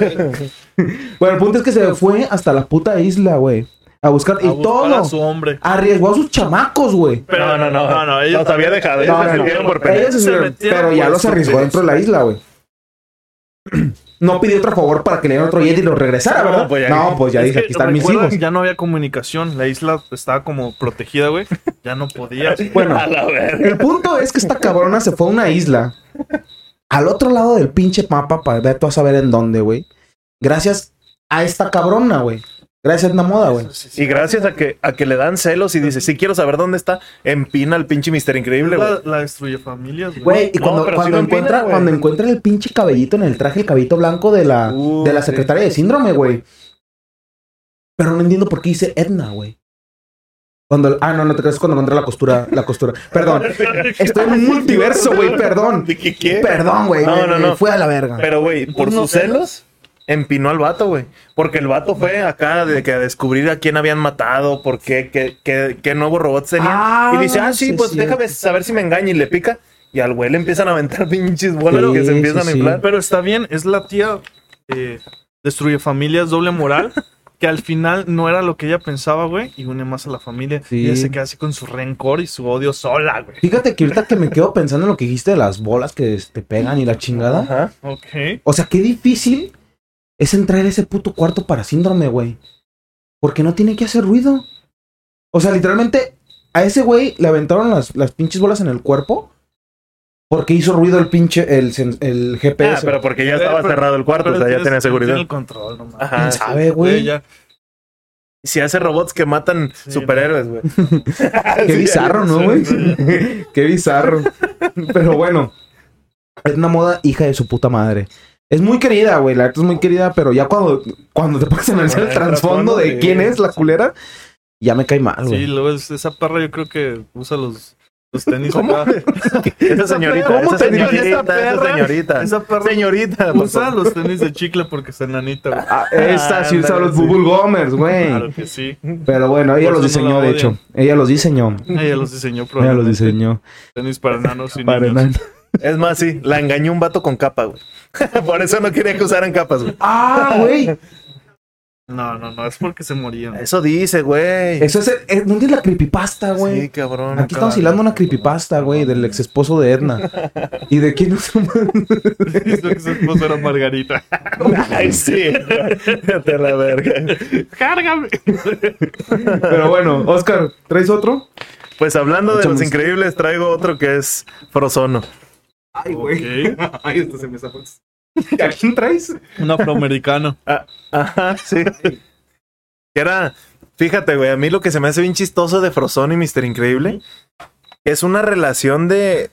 S2: Bueno, el punto es que se fue hasta la puta isla, güey. A buscar.
S3: A
S2: y
S3: buscar
S2: todo.
S3: a su hombre.
S2: Arriesgó a sus chamacos, güey.
S4: Pero, no, no, no.
S3: No, no, ellos
S4: Los había
S3: también-
S4: dejado.
S2: No,
S4: Ellos
S2: no,
S4: se
S2: no.
S4: metieron por
S2: Ellos
S4: pendejo.
S2: se
S3: Se
S2: metieron,
S3: metieron
S2: pero
S3: por
S2: ya los arriesgó dentro de la isla, güey. No pidió otro favor para que le dieran otro jet y lo regresara,
S4: No,
S2: ¿verdad?
S4: pues ya-
S2: no, pues ya
S3: Es
S2: dije,
S3: que
S2: aquí están mis
S3: recuerda
S2: hijos.
S3: que Ya no había comunicación. La isla estaba como protegida, güey. Ya no podía.
S2: Bueno,
S4: A la verga.
S2: el punto es que esta cabrona se fue a una isla al otro lado del pinche mapa para ver tú a saber en dónde, güey. Gracias a esta cabrona, güey. Gracias a moda, güey.
S4: Y gracias a que, a que le dan celos y dice, si quiero saber dónde está, empina al pinche Mister Increíble, güey.
S3: La, la destruye familias,
S2: Güey, y
S4: No,
S2: cuando,
S4: pero sí
S2: cuando
S4: lo empina,
S2: encuentra,
S4: güey.
S2: cuando encuentra el pinche cabellito en el traje, el cabellito blanco de la,
S4: Uh,
S2: de la
S4: sí.
S2: secretaria de síndrome, güey. Pero no entiendo por qué dice Edna, güey. Cuando, ah, no, no te crees cuando encuentra la costura, la costura. Perdón, estoy en un multiverso, güey, perdón.
S4: ¿De qué quiere?
S2: Perdón, güey.
S4: No,
S2: me-
S4: no,
S2: me
S4: no.
S2: Fue a la verga.
S4: Pero, güey, por sus celos, empinó al vato, güey. Porque el vato fue acá de que a descubrir a quién habían matado, por qué, qué, qué, qué nuevos robots tenían.
S2: Ah,
S4: y dice, ah, sí,
S2: sí,
S4: pues
S2: sí.
S4: déjame saber si me engaña y le pica. Y al güey le empiezan a aventar pinches bolas
S2: Sí,
S4: que se
S2: sí,
S4: empiezan
S2: sí.
S4: a inflar.
S3: Pero está bien, es la tía eh, destruye familias, doble moral, que al final no era lo que ella pensaba, güey, y une más a la familia.
S2: Sí.
S3: Y ella se queda así con su rencor y su odio sola, güey.
S2: Fíjate que ahorita que me quedo pensando en lo que dijiste de las bolas que te pegan y la chingada.
S4: Ajá.
S3: Ok.
S2: O sea, qué difícil es entrar a ese puto cuarto para síndrome, güey. Porque no tiene que hacer ruido. O sea, literalmente, a ese güey le aventaron las, las pinches bolas en el cuerpo. Porque hizo ruido el pinche, el, sen- el
S4: Ah,
S2: GPS.
S4: pero porque ya estaba
S3: Pero-
S4: cerrado el cuarto,
S3: Pero
S4: o sea, Pues ya
S3: tienes-
S4: tenía seguridad. Ah,
S3: tiene el control, no mames.
S4: Ajá.
S2: ¿Quién sabe,
S3: Güey,
S2: güey?
S3: ya.
S4: Si hace robots que matan
S3: Sí,
S4: superhéroes, güey.
S2: Qué bizarro, ¿no, güey? Qué bizarro. Pero bueno. Es una moda hija de su puta madre. Es muy querida, güey. La neta es muy querida, pero ya cuando, cuando te pones a analizar el
S4: Bueno, el
S2: trasfondo
S4: trasfondo
S2: de
S4: de-
S2: quién es la culera, ya me cae mal,
S3: Sí,
S2: güey.
S3: luego es- esa perra yo creo que usa los, los tenis
S4: ¿Cómo?
S3: acá.
S4: Esa señorita,
S2: perra, ¿cómo
S4: esa
S2: te diría
S4: señorita,
S3: esta
S4: esa
S3: perra?
S4: señorita.
S3: Esa perra
S4: Señorita. por
S3: Usa
S4: favor.
S3: los tenis de chicle porque está enanita, güey.
S2: Ah, esta sí usa
S4: Ándale,
S2: los
S4: sí.
S2: Bubble Gomers, güey.
S3: Claro que sí.
S2: Pero bueno, ella
S3: Por
S2: los
S3: eso no
S2: diseñó,
S3: la
S2: de
S3: odian.
S2: hecho. Ella los diseñó.
S3: Ella los
S2: Ella
S3: diseñó
S2: los
S3: probablemente.
S2: diseñó.
S3: Tenis para enanos y
S2: Para
S3: niños.
S2: nada.
S4: Es más, sí, la engañó un vato con capa, güey. Por eso no quería que usaran capas, güey.
S2: Ah, güey.
S3: No, no, no, es porque se morían.
S4: Eso dice, güey.
S2: Eso es. el- eh, ¿Dónde es la creepypasta, güey?
S4: Sí, cabrón.
S2: Aquí estamos hilando una creepypasta, güey, del ex esposo de Edna. ¿Y de quién es?
S3: Eso que su esposa era Margarita.
S4: Ay, sí. Te la verga.
S3: ¡Cárgame!
S2: Pero bueno, Oscar, ¿traes otro?
S4: Pues hablando de
S2: Échame
S4: los
S2: un-
S4: increíbles, traigo otro que es Frozono.
S2: Ay,
S3: güey.
S2: Ay, esto se me zafó. ¿A quién traes?
S3: Un afroamericano.
S4: Ajá, sí. Que era, fíjate, güey, a mí lo que se me hace bien chistoso de Frozono y Mister Increíble es una relación de.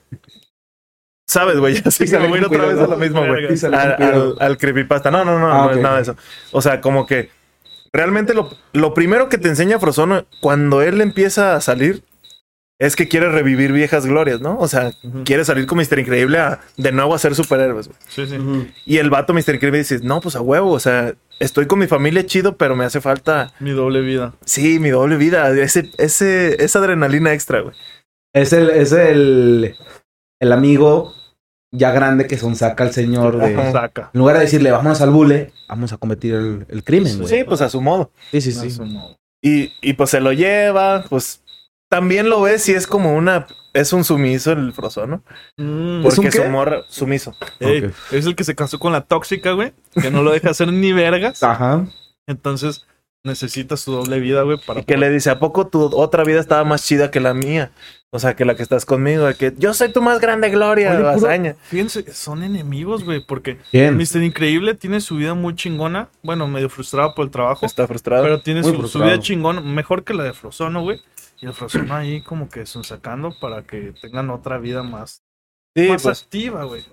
S4: Sabes, güey, ya sé que
S2: sale
S4: me voy a ir
S2: con
S4: otra vez a
S2: cuidado.
S4: lo mismo, güey.
S2: Sí, sale con
S4: Al,
S2: cuidado.
S4: al- al creepypasta. No, no, no,
S2: Ah,
S4: no
S2: ok.
S4: es nada de eso. O sea, como que realmente lo, lo primero que te enseña Frozono cuando él empieza a salir es que quiere revivir viejas glorias, ¿no? O sea, quiere salir con Mister Increíble a- de nuevo a ser superhéroes, güey.
S3: Sí, sí.
S4: Y el vato Mr. Increíble dice, no, pues a huevo, o sea, estoy con mi familia chido, pero me hace falta,
S3: Mi doble vida.
S4: sí, mi doble vida, ese, ese, esa adrenalina extra, güey.
S2: Es el, es el, el amigo ya grande que son saca al señor de.
S4: Ajá.
S3: Saca.
S2: En lugar de decirle, vámonos al bule, vamos a cometer el, el crimen, güey.
S4: Sí, pues a su modo.
S2: Sí, sí,
S3: No,
S2: sí.
S3: eso no.
S4: Y, y pues se lo lleva, pues también lo ves y es como una, es un sumiso el froso, ¿no?
S3: Mm.
S2: ¿Es un
S4: Porque
S2: qué?
S4: su morra, sumiso.
S3: Ey,
S2: Ok.
S3: Es el que se casó con la tóxica, güey. Que no lo deja hacer ni vergas.
S2: Ajá.
S3: Entonces necesita su doble vida, güey, para...
S4: Y que le dice, ¿a poco tu otra vida estaba más chida que la mía? O sea, que la que estás conmigo, de que yo soy tu más grande gloria,
S3: Oye, puro-
S4: hazaña.
S3: Fíjense, son enemigos, güey, porque
S2: Bien.
S3: Mr. Increíble tiene su vida muy chingona. Bueno, medio frustrado por el trabajo.
S4: Está frustrado.
S3: Pero tiene
S2: Muy
S3: su, su
S2: frustrado.
S3: vida chingona, mejor que la de Frozono, güey. Y el Frozono ahí como que son sacando para que tengan otra vida más,
S4: sí,
S3: más
S4: pues,
S3: activa, güey.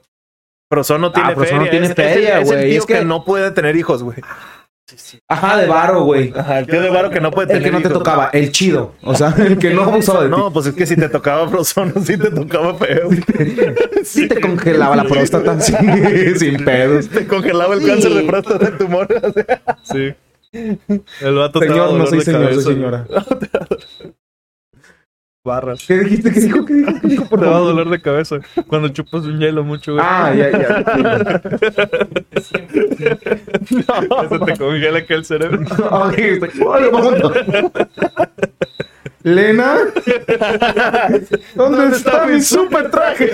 S4: Frozono tiene
S2: Frozono
S4: feria.
S2: Ah, tiene
S4: es-
S2: feria,
S4: es, el- es el
S2: güey,
S4: tío
S2: es que-
S4: que no puede tener hijos, güey.
S2: Ajá, de varo, güey.
S4: Ajá, el tío de varo que no puede
S2: El que
S4: tener
S2: no te
S4: hijos.
S2: tocaba, el chido. O sea, el que no abusaba de ti.
S4: No, pues es que si te tocaba Frozono, sí te tocaba feo.
S2: Sí te congelaba la próstata sí, sin pedos.
S4: Te congelaba el cáncer de próstata en tu morra. o sea.
S3: Sí. El vato te daba
S2: Señor, no
S3: dolor
S2: soy
S3: de
S2: señor, soy
S3: cabeza,
S2: señora.
S3: Barras.
S2: ¿Qué dijiste? ¿Qué dijo? ¿Qué dijo? ¿Qué dijo?
S3: Te
S2: Por
S3: da
S2: favor.
S3: dolor de cabeza cuando chupas un hielo mucho, güey.
S2: Ah, ya, ya.
S3: Que se te congela acá el cerebro.
S2: Ok, estoy- Oye, vamos. Lena, ¿dónde está mi super traje?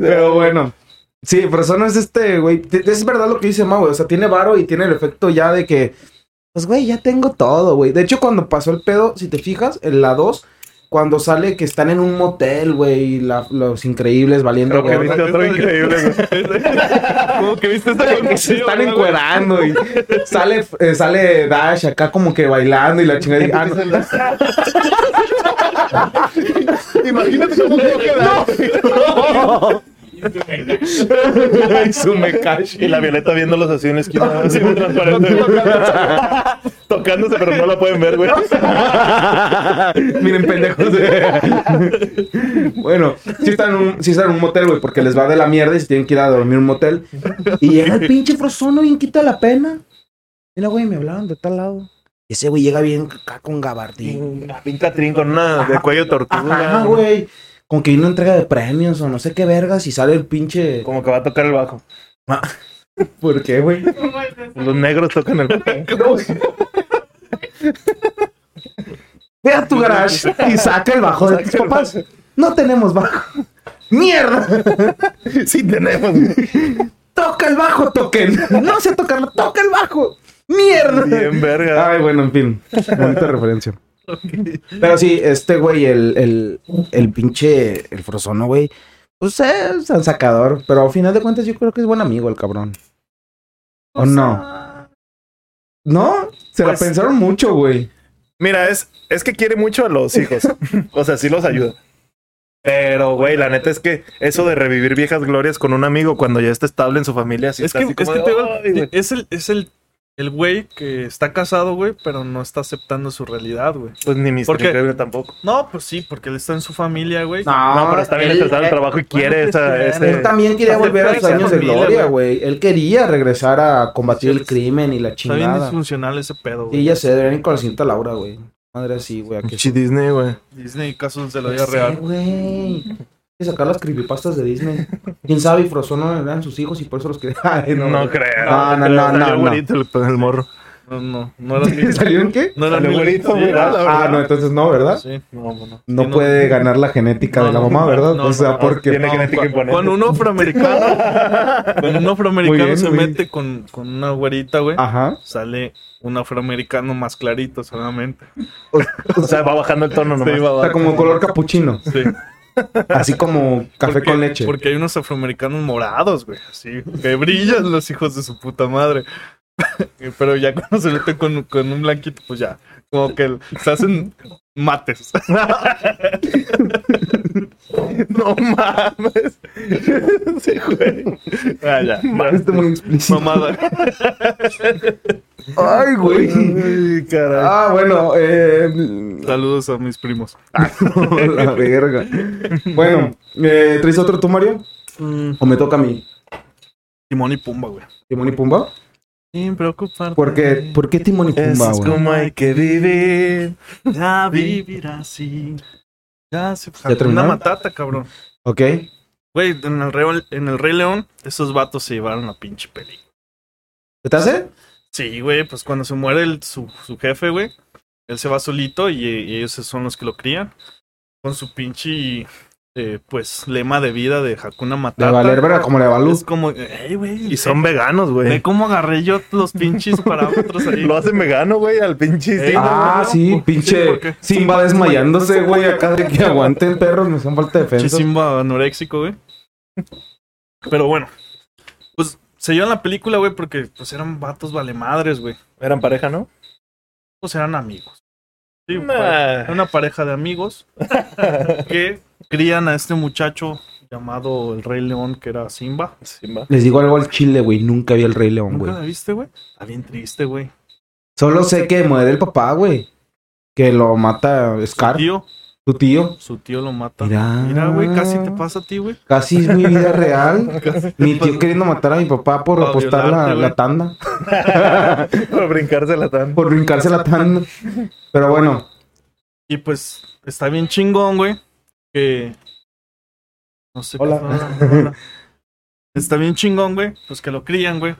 S2: Pero bueno, sí, pero eso no es este, güey. Te- Es verdad lo que dice Ma, güey. O sea, tiene varo y tiene el efecto ya de que, pues, güey, ya tengo todo, güey. De hecho, cuando pasó el pedo, si te fijas, en la 2, cuando sale que están en un motel, güey, y la- los increíbles valiendo,
S4: Creo que
S2: gorro.
S4: viste otro increíble, güey.
S3: Como que viste esta
S2: que se están
S3: güey, güey.
S2: encuerando y sale, eh, sale Dash acá como que bailando y la chingada. y- ah, no.
S4: Imagínate cómo no
S2: Ay, su me cache.
S4: Y la Violeta viéndolos así en la esquina, así muy transparente. güey. Tocándose, pero no la pueden ver, güey.
S2: Miren, pendejos. bueno, si están, en un, sí están en un motel, güey, porque les va de la mierda y se tienen que ir a dormir a un motel. Y llega el pinche frozono bien quita la pena. Mira, güey, me hablaron de tal lado. Y ese güey llega bien acá con gabardín.
S4: Una pinta trin con una de cuello tortuga.
S2: Ajá, güey. Con que hay una entrega de premios o no sé qué vergas y sale el pinche...
S4: Como que va a tocar el bajo.
S2: ¿Por qué, güey?
S4: Los negros tocan el bajo.
S2: Ve a tu garage y saca el bajo de tus papás. No tenemos bajo. ¡Mierda!
S4: Sí tenemos. güey.
S2: Toca el bajo, toquen. No sé tocarlo, toca el bajo. ¡Mierda!
S4: Bien verga.
S2: Ay, bueno, en fin. Bonita referencia. Pero sí, este güey, el, el, el pinche, el frozono, güey, pues es un sacador. Pero al final de cuentas, yo creo que es buen amigo el cabrón. ¿O no? No, se
S4: Pues-
S2: la pensaron mucho, güey.
S4: Mira, es, es que quiere mucho a los hijos. O sea, sí los ayuda. Pero, güey, la neta es que eso de revivir viejas glorias con un amigo cuando ya está estable en su familia, sí
S3: Es
S4: está
S3: que,
S4: así
S3: es
S4: como
S3: que
S4: de,
S3: te digo,
S4: "Ay, güey".
S3: es el, es el, el güey que está casado, güey, pero no está aceptando su realidad, güey.
S4: Pues ni Mr.
S3: ¿Por qué?
S4: Increíble tampoco.
S3: No, pues sí, porque él está en su familia, güey.
S2: Ah,
S4: No, pero está bien
S6: él-
S4: estresado el
S6: eh,
S4: trabajo y quiere
S3: bueno,
S4: esa,
S3: pues,
S4: ese-
S3: eh,
S6: Él también quería
S3: hacer
S6: volver a sus
S3: planes a
S6: años de
S3: familia,
S6: gloria,
S3: güey.
S6: güey. Él quería regresar a combatir
S3: Sí,
S6: el
S3: es-
S6: crimen y la
S3: Está bien
S6: chingada.
S3: disfuncional ese pedo, güey.
S6: Y ya sé, deberían ir con la cinta Laura, güey. Madre así, güey. a que-
S4: Pinche Disney, güey.
S3: Disney casos de la vida
S6: Ya sé,
S3: real.
S6: güey. Hay que sacar las creepypastas de Disney. Quién sabe, y Frozono eran sus hijos y por eso los que. Ay,
S4: No,
S6: no.
S4: creo.
S6: No, no, no,
S4: Salió
S6: no,
S4: güerito el, el morro.
S3: No, no, no era mil-
S2: ¿Salieron qué?
S3: No era
S4: Salió
S3: mil-
S4: güerito,
S3: sí,
S4: güey,
S3: era-
S4: la
S2: Ah,
S4: verdad.
S2: no, entonces no, ¿verdad?
S3: sí, no, no, no.
S2: No
S3: Sí,
S2: puede ganar la genética
S3: No,
S2: de la
S3: no,
S2: mamá,
S3: no,
S2: ¿verdad?
S3: no,
S2: o sea,
S3: no,
S2: porque
S4: Tiene
S3: No,
S4: genética
S3: cu-
S4: imponente.
S3: Cuando un afroamericano, cuando un afroamericano
S2: Muy bien,
S3: se
S2: muy bien. Ah.
S3: mete con, con una güerita, güey,
S2: Ajá.
S3: sale un afroamericano más clarito solamente.
S4: O sea, va bajando el tono nomás.
S2: O sea, como color capuchino,
S3: Sí.
S2: así como café
S3: Porque-
S2: con leche.
S3: Porque hay unos afroamericanos morados, güey, así, que brillan los hijos de su puta madre. Pero ya cuando se meten con, con un blanquito, pues ya, como que se hacen mates.
S4: No mames. Sí, güey.
S3: Ah, ya,
S2: Esto es muy explícito.
S3: mamada.
S2: Ay, güey.
S4: Ay, caray.
S2: Ah, bueno, eh,
S3: Saludos a mis primos.
S2: la verga. Bueno, eh, ¿traes otro tú, Mario?
S3: Mm.
S2: ¿O me toca a mí?
S3: Timón y Pumba, güey.
S2: ¿Timón y Pumba?
S3: Sin preocuparte.
S2: ¿Por qué, ¿Por qué Timón y
S4: Eso
S2: Pumba,
S4: es
S2: güey?
S4: como hay que vivir.
S3: Ya vivir así. Ya se
S2: ¿Ya
S3: Una
S2: terminaron?
S3: matata, cabrón.
S2: Ok.
S3: Güey, en el, Rey, en el Rey León, esos vatos se llevaron la pinche peli.
S2: ¿Qué te hace?
S3: Sí, güey, pues cuando se muere el- su, su jefe, güey, él se va solito y, y ellos son los que lo crían. Con su pinche, eh, pues, lema de vida de Hakuna
S2: De
S3: Matata.
S2: valer verga como la de Balú.
S3: Es como, "Ey, güey.
S4: Y son veganos,
S3: Ve
S4: güey.
S3: cómo agarré yo los pinches parámetros ahí.
S4: Lo hacen vegano, güey, al pinche.
S3: Ey,
S4: Disney.
S2: Ah,
S3: no,
S2: sí,
S3: no, sí,
S2: pinche
S3: ¿por qué?
S2: Simba desmayándose, güey, acá de que aguanten perros, me hacen falta
S3: Pinche
S2: defensa.
S3: Simba anoréxico, güey. Pero bueno, pues se llevan la película, güey, porque pues eran vatos vale madres, güey.
S4: Eran pareja, ¿no?
S3: Pues eran amigos. Sí, pare-
S4: Nah.
S3: Una pareja de amigos que crían a este muchacho llamado el Rey León, que era Simba.
S4: Sí, va.
S2: Les digo algo al chile, güey, nunca vi el Rey León,
S3: ¿Nunca
S2: güey.
S3: la viste, güey? Está bien triste, güey.
S2: Solo sé que muere el papá, güey. Que lo mata Scar,
S3: Tío,
S2: tu Ah, tío.
S3: su tío lo mata.
S2: Mira.
S3: Mira, güey, casi te pasa a ti, güey.
S2: Casi es mi vida real. mi tío queriendo matar a mi papá por
S3: Para
S2: apostar la,
S3: violarte, güey.
S2: la tanda.
S4: Por brincársela tan.
S2: Por brincarse la tanda. Pero bueno,
S3: Y pues está bien chingón, güey. Que. No sé qué
S2: Hola.
S3: fue, hola. Está bien chingón, güey. Pues que lo crían, güey.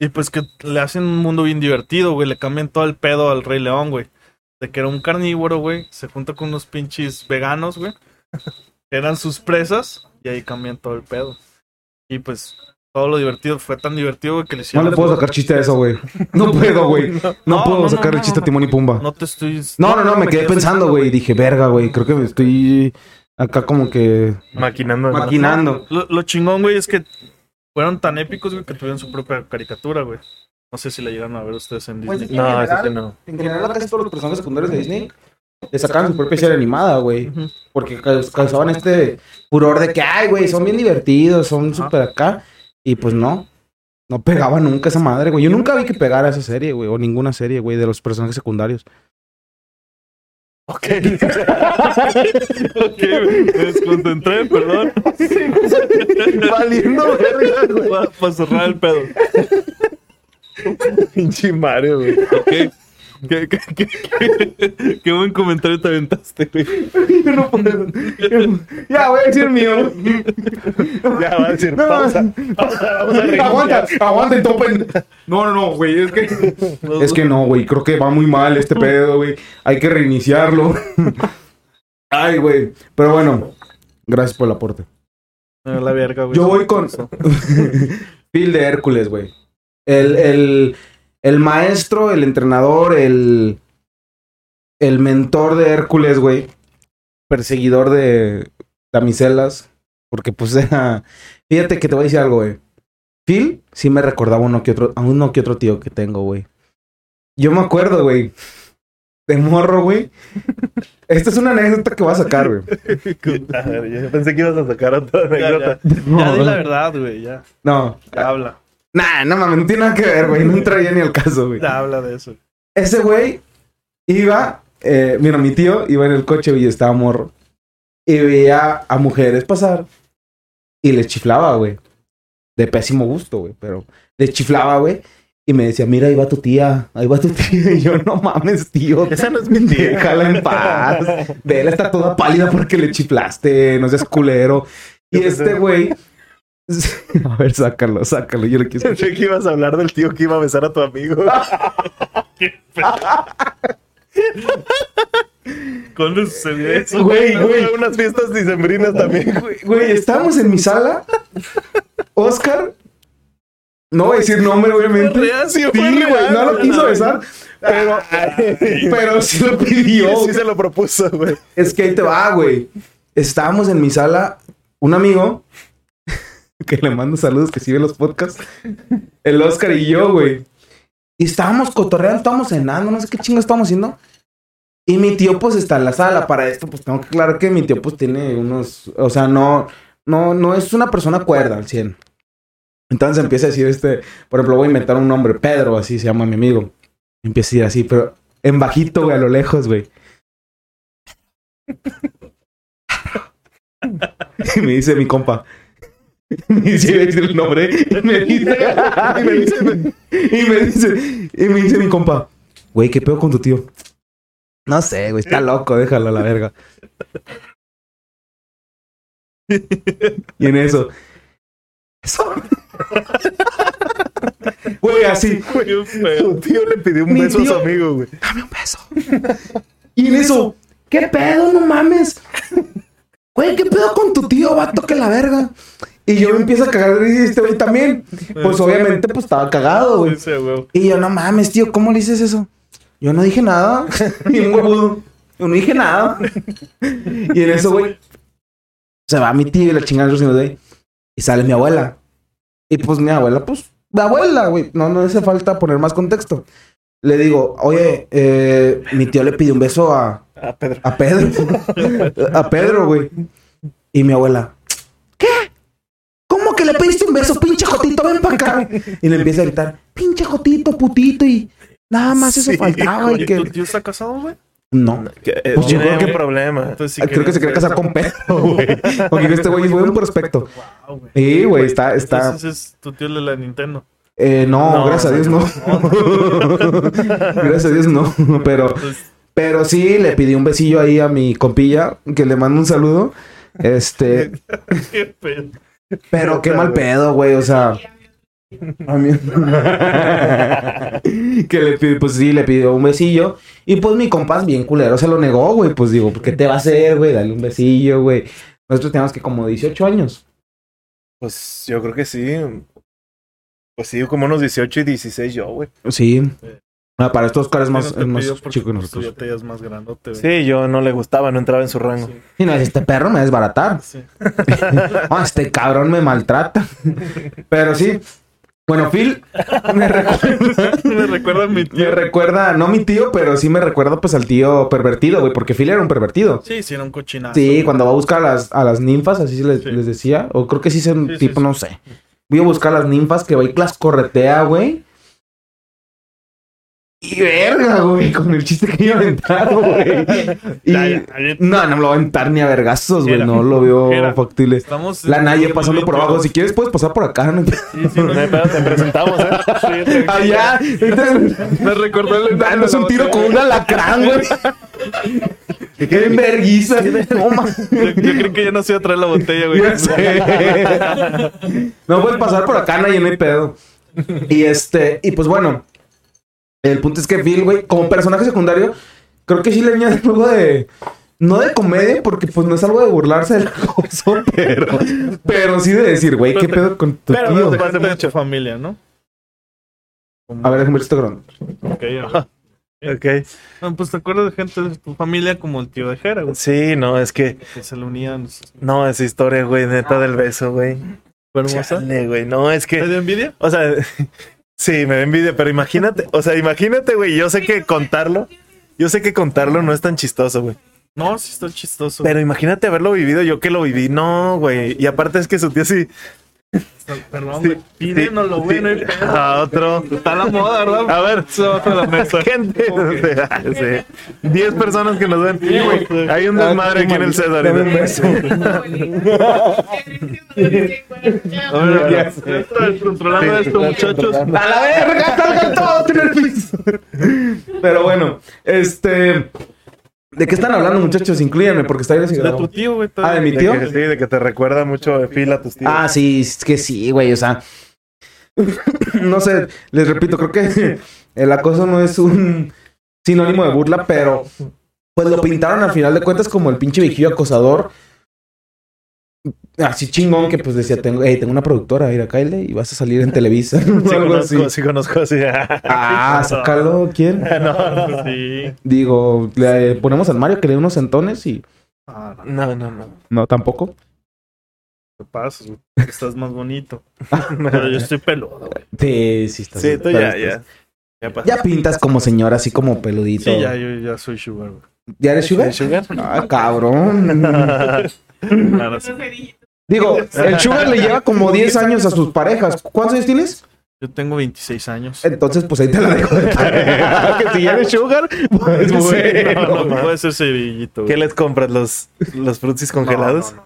S3: Y pues que le hacen un mundo bien divertido, güey. Le cambian todo el pedo al Rey León, güey. De que era un carnívoro, güey. Se junta con unos pinches veganos, güey. Eran sus presas. Y ahí cambian todo el pedo. Y pues todo lo divertido. Fue tan divertido, güey, que le
S2: no
S3: hicieron.
S2: le puedo sacar chiste a eso, güey. No puedo, güey. No
S3: No, no,
S2: puedo
S3: no,
S2: sacarle
S3: no,
S2: chiste a
S3: no.
S2: Timón y Pumba.
S3: No te estoy.
S2: No, no, no, me quedé pensando, güey. Dije, verga, güey. Creo que me estoy acá como que
S4: Maquinando.
S2: maquinando.
S3: Lo, lo chingón, güey, es que fueron tan épicos, güey, que tuvieron su propia caricatura, güey. No sé si la llegaron a ver ustedes en
S6: Pues,
S3: Disney.
S6: en
S4: No, eso
S6: general,
S4: sí no.
S6: En general, a casi todos los personajes secundarios de Disney.
S2: Le sacaron su propia serie animada, güey.
S3: Ujú.
S2: Porque caus- causaban este furor de que, ay, güey, son bien divertidos, son súper acá. Y pues no. No pegaba nunca esa madre, güey. Yo nunca vi que pegara esa serie, güey. O ninguna serie, güey, de los personajes secundarios.
S4: Ok.
S3: Ok, güey, me desconcentré, perdón.
S4: Valiendo verga, güey.
S3: Para, cerrar el pedo.
S4: Pinche Mario, güey.
S3: Ok. Qué, qué- qué- qué- qué buen comentario te aventaste, güey.
S2: Ya, voy a decir el mío.
S4: Ya va a decir,
S2: No.
S4: pausa. Pausa, vamos a reír.
S2: aguanta y topen. No, no, no, güey. Es que. Es que no, güey. Creo que va muy mal este pedo, güey. Hay que reiniciarlo. Ay, güey. Pero bueno, gracias por el aporte.
S3: No, la verga, güey.
S2: Yo voy con. Phil de Hércules, güey. El, el, el maestro, el entrenador, el. El mentor de Hércules, güey. Perseguidor de damiselas. Porque, pues, era. Fíjate que te voy a decir algo, güey. Phil sí me recordaba uno que otro, a uno que otro tío que tengo, güey. Yo me acuerdo, güey. de morro, güey. Esta es una anécdota que voy a sacar, güey.
S4: A ver, yo pensé que ibas a sacar otra
S3: Ya, ya.
S4: anécdota.
S3: Ya di la verdad, güey, ya.
S2: No.
S3: Ya habla.
S2: Nah, no mames, no tiene nada que ver, güey. No entraría ni al caso, güey.
S3: Ya habla de eso.
S2: Ese güey iba, eh, mira, mi tío iba en el coche y estaba morro. Y veía a mujeres pasar. Y les chiflaba, güey. De pésimo gusto, güey. Pero les chiflaba, güey. Y me decía, mira, ahí va tu tía, ahí va tu tía. Y yo, no mames, tío.
S4: Esa no es mi tía.
S2: Déjala en paz. Vela está toda pálida porque le chiflaste. No seas culero. Y
S4: Yo pensé-
S2: este güey. A ver, sácalo, sácalo. Yo le quise.
S4: Pensé que ibas a hablar del tío que iba a besar a tu amigo.
S2: Ah,
S3: ¿Cuándo sucedió eso?
S2: Güey, güey.
S4: Fue a unas fiestas dicembrinas también.
S2: Güey, Güey, estábamos en mi sala. Oscar. No voy a decir nombre, obviamente.
S3: real, sí,
S2: Sí,
S3: fue
S2: güey.
S3: real,
S2: No lo
S3: no,
S2: quiso
S3: no.
S2: besar. Pero, pero sí lo
S4: Y
S2: pidió.
S4: sí se lo propuso, güey.
S2: Es que ahí te va, güey. Estábamos en mi sala, un amigo que le mando saludos, que sí ve los podcasts, el Oscar y yo, güey. Y estábamos cotorreando, estábamos cenando, no sé qué chingo estábamos haciendo. Y mi tío, pues, está en la sala. Para esto, pues, tengo que aclarar que mi tío, pues, tiene unos... O sea, no... No, no es una persona cuerda al 100. Entonces empieza a decir este... Por ejemplo, voy a inventar un nombre. Pedro, así se llama mi amigo. Empieza a decir así, pero... En bajito, güey, a lo lejos, güey. Y me dice mi compa. Me dice, iba a decir el nombre. Y me dice, y me dice, y me dice, y me dice mi compa, güey, ¿qué pedo con tu tío? No sé, güey, está loco, déjalo a la verga. Y en eso. Eso. Güey, así.
S3: Qué feo.
S4: Tu tío le pidió un
S2: Mi
S4: beso a
S2: tío-
S4: su amigo, güey.
S2: Dame un beso. Y en eso. ¿Qué pedo? No mames. Güey, ¿qué pedo con tu tío, vato? Que la verga. Y yo me empiezo a cagar y este güey también. Pues obviamente, pues estaba cagado, güey.
S3: Dice, güey.
S2: Y yo, no mames, tío, ¿cómo le dices eso? Yo no dije nada. Y un huevudo. Yo no dije nada. Y en eso, güey, se va mi tío y la chingada de ahí. Y sale mi abuela. Y pues mi abuela, pues, mi abuela, güey. No, no hace falta poner más contexto. Le digo, oye, eh, mi tío le pidió un beso a,
S4: A Pedro.
S2: a Pedro. a Pedro, güey. Y mi abuela. ¿Qué? ¿Cómo que le pediste un beso, pinche Jotito? Ven para acá. Y le empieza a gritar, pinche Jotito, putito. Y nada más eso
S4: Sí,
S2: faltaba. Y
S3: Oye, ¿tu
S2: que...
S3: tío está casado, güey?
S2: No.
S4: Pues
S2: yo
S4: yo
S2: creo
S4: creo
S2: que-
S4: que problema.
S3: Entonces, si
S2: Creo que se quiere
S3: querías-
S2: casar con Pedro, güey. Porque este güey es buen prospecto.
S3: Ah, güey.
S2: Sí, güey, está, está.
S3: Entonces es tu tío el de la Nintendo.
S2: Eh, no,
S4: No,
S2: gracias a Dios no. gracias a Dios no. Pero,
S3: Entonces,
S2: pero sí le pedí un besillo ahí a mi compilla, que le mando un saludo. Este,
S3: qué pedo.
S2: pero qué mal pedo, güey. O sea. a mí- que le pidió, pues sí, le pidió un besillo. Y pues mi compás bien culero se lo negó, güey. Pues digo, ¿qué te va a hacer, güey? Dale un besillo, güey. Nosotros teníamos que como 18 años.
S4: Pues yo creo que sí. Pues sí, como unos 18 y 16 yo, güey.
S2: Sí. Ah, para estos caras
S3: Más,
S2: más,
S3: te
S2: es más
S3: pidió porque
S2: chico que
S3: pues, tú
S2: nosotros.
S3: ya te veías más grandote, güey.
S4: Sí, yo no le gustaba, no entraba en su rango.
S3: Sí,
S2: Y no, este perro me va a desbaratar.
S3: sí.
S2: Ah, este cabrón me maltrata. Pero sí. Bueno, Phil me recuerda,
S3: Me recuerda a mi
S2: me
S3: tío.
S2: recuerda, no mi tío, pero sí me recuerda pues al tío pervertido, güey, porque Phil era un pervertido.
S3: Sí, sí, era un cochinazo.
S2: Sí, cuando va a buscar a las, a las ninfas, así se les,
S3: Sí.
S2: les decía, o creo que sí es un
S3: Sí, sí,
S2: tipo,
S3: sí.
S2: no sé. Voy a buscar a las ninfas que va y las corretea, güey. Y verga, güey, con el chiste que iba a aventar, güey. Y...
S3: Ya, ya, ya.
S2: No, no me lo va a aventar ni a vergazos, güey.
S3: Era.
S2: No lo veo
S3: Era.
S2: factible.
S3: Estamos
S2: La Naye pasando por abajo. Si quieres, puedes pasar por acá. ¿no? Ah,
S3: Sí, sí, no,
S4: No hay pedo, te presentamos, ¿eh?
S2: Allá.
S3: me recordó el
S2: Danos Ah, un tiro con un alacrán, güey. Qué vergüenza. No, ma-
S3: Yo, yo creí que ya no se iba a traer la botella, güey.
S2: Ya sé. No puedes pasar por acá, Naye, no hay pedo. Y este, y pues bueno. El punto es que Phil, güey, como personaje secundario, creo que sí le añade algo de. No de comedia, porque pues no es algo de burlarse del acoso, pero, pero sí de decir, güey, ¿qué pedo con tu
S4: Pero
S2: tío?
S4: no te-
S3: Parte de tu familia, ¿no?
S2: A ver, déjame ver esto grande.
S3: Ok, ya.
S4: Ok.
S3: No, pues te acuerdas de gente de tu familia como el tío de Jera, güey.
S4: Sí, no, es que.
S3: Que se le unían.
S4: No, esa historia, güey, neta del beso, güey.
S3: ¿Fue hermosa?
S4: Chale, güey. No, es
S3: ¿Te
S4: que.
S3: dio envidia?
S4: O sea, sí, me da envidia, pero imagínate. O sea, imagínate, güey. Yo sé que contarlo. Yo sé que contarlo no es tan chistoso, güey.
S3: No, sí está chistoso.
S4: Pero imagínate haberlo vivido yo que lo viví. No, güey. Y aparte es que su tío sí.
S3: Está- Perdón, güey. Pídenoslo,
S4: sí,
S3: güey. no hay
S4: sí.
S3: pedo.
S4: A otro.
S3: Está la moda, ¿verdad?
S4: A ver,
S3: a la mesa.
S4: gente. sí. Diez personas que nos ven.
S3: Sí, güey.
S4: Hay un desmadre aquí en el César. ¿eh?
S3: A ver, a ver, está descontrolando esto, muchachos.
S2: ¡A la verga! ¡Salgan todos! tirar el piso! Pero bueno, este. ¿De qué están hablando, muchachos? Incluyanme, porque está bien.
S3: De tu tío, güey.
S2: Ah, de mi
S4: De
S2: tío.
S4: que, sí, de que te recuerda mucho de fila a tus tíos.
S2: Ah, sí, es que sí, güey, o sea. no sé, les repito, creo que el acoso no es un sinónimo de burla, pero. Pues lo pintaron al final de cuentas como el pinche viejillo acosador. Así chingón que pues decía, tengo, "Ey, tengo una productora, ir a Kyle y vas a salir en Televisa.
S4: Sí,
S2: o algo así.
S4: conozco, sí, conozco, sí.
S2: Ah, sácalo, ¿quién?
S3: No, Ah, pues sí.
S2: Digo, le ponemos al Mario que le dé unos centones y.
S3: Ah, no,
S4: No, no, no.
S2: No, tampoco.
S3: te pasas, güey. Estás más bonito. Pero yo estoy peludo, güey.
S2: Sí, sí, estás-
S4: Sí, tú ya,
S2: estás-
S4: ya. Ya pasó.
S2: Ya pintas como señora, así como peludito.
S3: Sí, ya, yo ya soy sugar, güey.
S2: ¿Ya eres sugar? Ah, cabrón.
S3: Ahora sí.
S2: Digo, el sugar le lleva como 10 años a sus parejas. ¿Cuántos años tienes?
S3: Yo tengo 26 años.
S2: Entonces, pues ahí te la dejo de tarea. Ah, Que si ya eres sugar, pues
S4: Sí,
S2: bueno.
S3: No, no, puede ser cerillito,
S4: ¿Qué
S3: güey.
S4: les compras? ¿Los, los frutis congelados?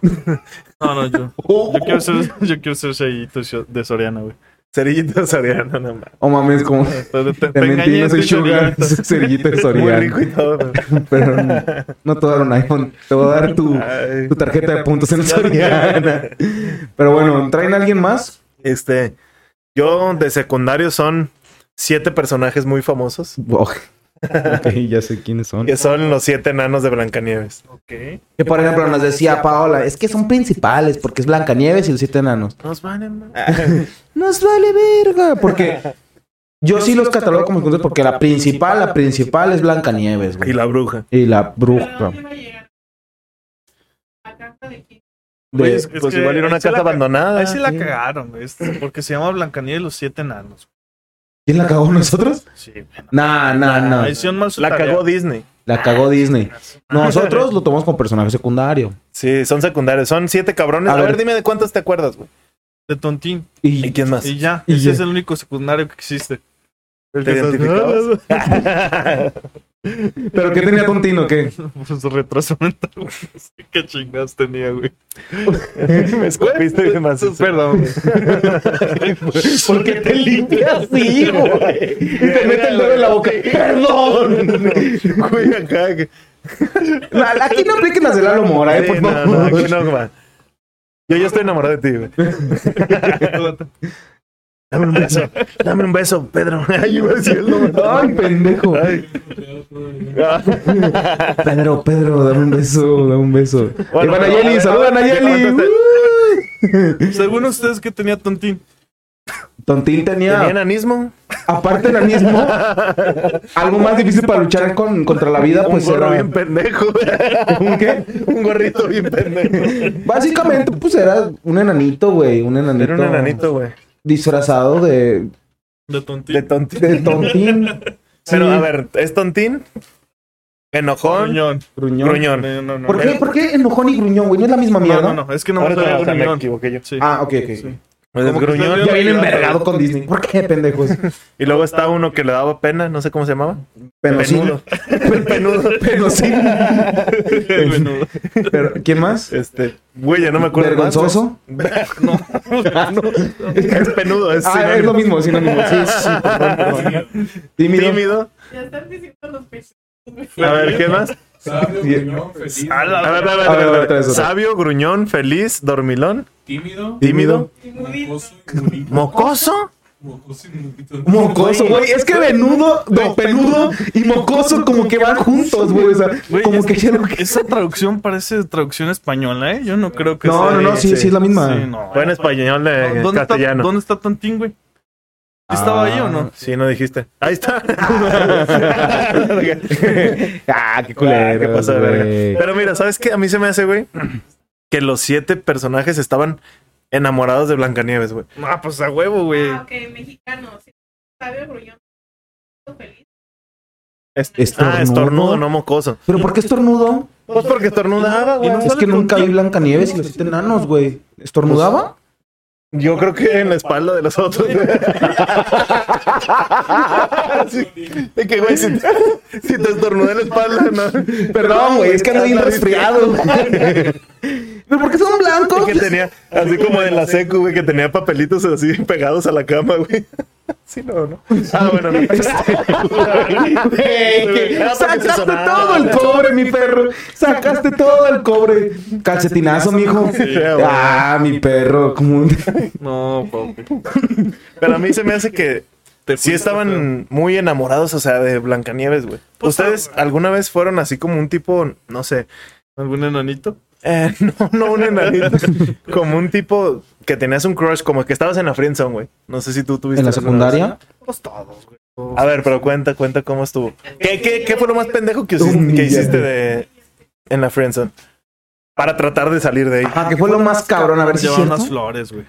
S3: No, no, yo.
S2: Oh.
S3: Yo quiero ser, yo quiero ser cerillito de Soriana, güey.
S4: Cerillitos Soriano, no mames.
S2: Oh, mames, como...
S3: Te, te- te
S2: Te mentí,
S3: engañé,
S2: no soy
S3: soy
S2: sugar,
S3: cerillito.
S2: soy cerillito de
S4: Muy
S2: Soriano.
S4: rico y todo. pero-
S2: Pero no, no te voy a dar un iPhone, te voy a dar tu,
S4: Ay.
S2: tu tarjeta de puntos en Soriana. Pero bueno, ¿traen a alguien más?
S4: Este, yo de secundario son siete personajes muy famosos,
S2: Ok, ya sé quiénes son.
S4: que son los siete enanos de Blancanieves.
S3: Ok.
S2: Que por ejemplo nos decía Paola, es que son principales porque es Blancanieves y los siete enanos.
S3: Nos van en...
S2: Nos vale verga, porque yo sí los catalogo como juntos porque la principal, la principal es Blancanieves,
S4: Y
S2: güey.
S4: la bruja.
S2: Y la bruja.
S4: Pues,
S2: De-
S3: es
S4: pues
S3: que
S4: igual era una
S3: ahí se
S4: casa
S3: la ca-
S4: abandonada.
S3: Ahí sí la
S2: Ah, sí.
S3: cagaron, güey. es- Porque se llama Blancanieves y los siete enanos.
S2: ¿Quién la cagó nosotros?
S3: Sí, bueno.
S2: Nah, nah, nah.
S3: Ahí sí un mal su
S4: La
S3: tarea.
S4: cagó Disney.
S2: La cagó Disney. Nosotros lo tomamos como personaje secundario.
S4: Sí, son secundarios. Son siete cabrones.
S2: A
S4: A, ver,
S2: ver.
S4: dime de cuántos te acuerdas, güey.
S3: De tontín.
S4: ¿Y
S2: Y
S4: quién más?
S3: Y ya.
S2: Y
S3: Ese
S2: ya.
S3: es el único secundario que existe. El
S4: ¿Te
S3: que estás-
S4: identificabas?
S2: ¿Pero qué tenía tontino? ¿Qué?
S3: Por su retraso mental, Pues, güey. No sé qué chingados tenía, güey.
S4: Me escupiste y demás.
S3: Perdón, güey.
S2: ¿Por qué te limpias así, güey? Y te mete el dedo en la boca. ¡Perdón!
S4: Güey, acá. que-
S2: No, Aquí no apliquen las de Lalo Mora, eh,
S4: Sí,
S2: por
S4: pues, no,
S2: favor.
S4: no, aquí no, va. Yo ya estoy enamorado de ti, güey. Dame un beso. Dame un beso, Pedro. Ay, iba a decir el nombre.
S2: Ay, pendejo.
S4: Ay. Ah.
S2: Pedro, Pedro, dame un beso, dame un beso.
S4: Bueno,
S2: Bueno, Nayeli,
S4: pero-
S2: saluda a Nayeli.
S4: Aguántate.
S2: Uy.
S3: Según ustedes, ¿qué tenía tontín?
S2: Tontín
S4: ¿Tenía
S2: tenía,
S4: enanismo?
S2: aparte del anismo, algo más difícil para luchar con, contra la vida,
S4: Un
S2: pues
S4: gorro
S2: era.
S4: bien pendejo.
S2: ¿Un qué?
S4: Un gorrito bien pendejo.
S2: Básicamente, pues era un enanito, güey. Un enanito.
S4: Era un enanito, güey.
S2: Disfrazado de,
S3: De tontín.
S4: De tontín.
S2: de tontín.
S4: Pero
S2: Sí.
S4: a ver, ¿es tontín? Enojón.
S3: Gruñón.
S2: Gruñón.
S4: Gruñón.
S3: No, no, no.
S2: ¿Por qué,
S3: Pero-
S2: ¿Por qué enojón y gruñón, güey? No es la misma mierda.
S3: No, no, no. Es que no me
S4: Ahora te
S3: sabía
S4: vas a- me
S3: gruñón.
S4: equivoqué yo.
S3: Sí.
S2: Ah, ok, ok. ok.
S3: Sí.
S4: Pues es
S3: Como que
S4: gruñón.
S3: estoy
S2: Ya viene envergado con Disney. ¿Por qué, pendejos?
S4: Y luego está uno que le daba pena, no sé cómo se llamaba.
S2: Penosín.
S4: Penudo.
S2: Penosín.
S3: El menudo.
S2: Pero, ¿Quién más?
S4: Este, güey, ya no me acuerdo.
S2: ¿Vergonzoso?
S3: No.
S4: Es penudo, es
S2: ah, es
S4: sinónimo.
S2: lo mismo, es sinónimo. Sí, sí, sí, perdón, perdón. Tímido.
S4: tímido. A ver, ¿qué más?
S3: A la
S4: A ver, a ver, a ver, a ver. Sabio, gruñón, feliz, dormilón,
S7: Tímido,
S4: tímido,
S7: mocoso y mudito.
S4: mocoso.
S7: Mocoso y mudito.
S2: Mocoso, güey. Es que venudo, no, peludo y mocoso como que van juntos, güey. O sea,
S3: Güey,
S2: como
S3: es-
S2: que hay algo que...
S3: Esa traducción parece traducción española, ¿eh? Yo no creo que
S2: No,
S3: sea.
S2: no, no, sí,
S4: sí.
S2: sí es la misma.
S3: Sí, no.
S4: Buen español de
S3: ¿Dónde está,
S4: Eh, castellano. Ah,
S3: ¿Dónde está Tontín, güey? ¿Estaba ahí o no?
S4: Sí, no dijiste. Ahí está.
S2: ah, qué
S4: Ah,
S2: culero.
S4: ¿Qué pasa de verga? Ah,
S2: güey.
S4: Pero mira, ¿sabes qué? A mí se me hace, güey, que los siete personajes estaban enamorados de Blancanieves, güey.
S3: Ah, pues a huevo, güey.
S8: Ah, ok, mexicano. sí. Sabio Grullón. Feliz.
S4: Est-
S1: Estornudo.
S4: Ah, estornudo, no mocoso.
S6: ¿Pero por qué estornudo?
S4: Pues porque estornudaba, güey.
S6: Es que nunca vi Blancanieves y los siete enanos, güey. ¿Estornudaba?
S4: Yo creo que en la espalda de los otros. güey. Sí, de que, güey, si te, si te estornudé en la espalda, no.
S2: Perdón, güey, es que ando bien
S4: Andaba
S2: resfriado.
S6: ¿Pero por qué son blancos?
S4: Que tenía, así como en la secu, güey, que tenía papelitos así pegados a la cama, güey. Sí, no, ¿no? Ah, bueno, no.
S2: Sacaste todo el cobre, mi perro. Sacaste todo el cobre. Calcetinazo, mijo.
S4: Sí, güey.
S2: Ah, mi perro. Como un...
S3: No, papi.
S4: Pero a mí se me hace que
S3: Te
S4: sí
S3: fuiste,
S4: estaban muy enamorados, o sea, de Blancanieves, güey.
S3: Pues,
S4: ¿Ustedes alguna vez fueron así como un tipo, no sé,
S3: pero- ¿Algún enanito?
S4: Eh, no, no un enanito. como un tipo que tenías un crush, como que estabas en la friendzone, güey. No sé si tú tuviste.
S6: ¿En la
S4: alguna vez.
S6: secundaria?
S3: Pues todos, güey. todos.
S4: A ver, pero cuenta, cuenta cómo estuvo. ¿Qué, qué, qué fue lo más pendejo que, hiciste- que hiciste de, en la friendzone? Para tratar de salir de ahí.
S6: Ah, que fue lo más cabrón, a ver si es
S3: Llevaba
S6: cierto.
S3: unas flores, güey.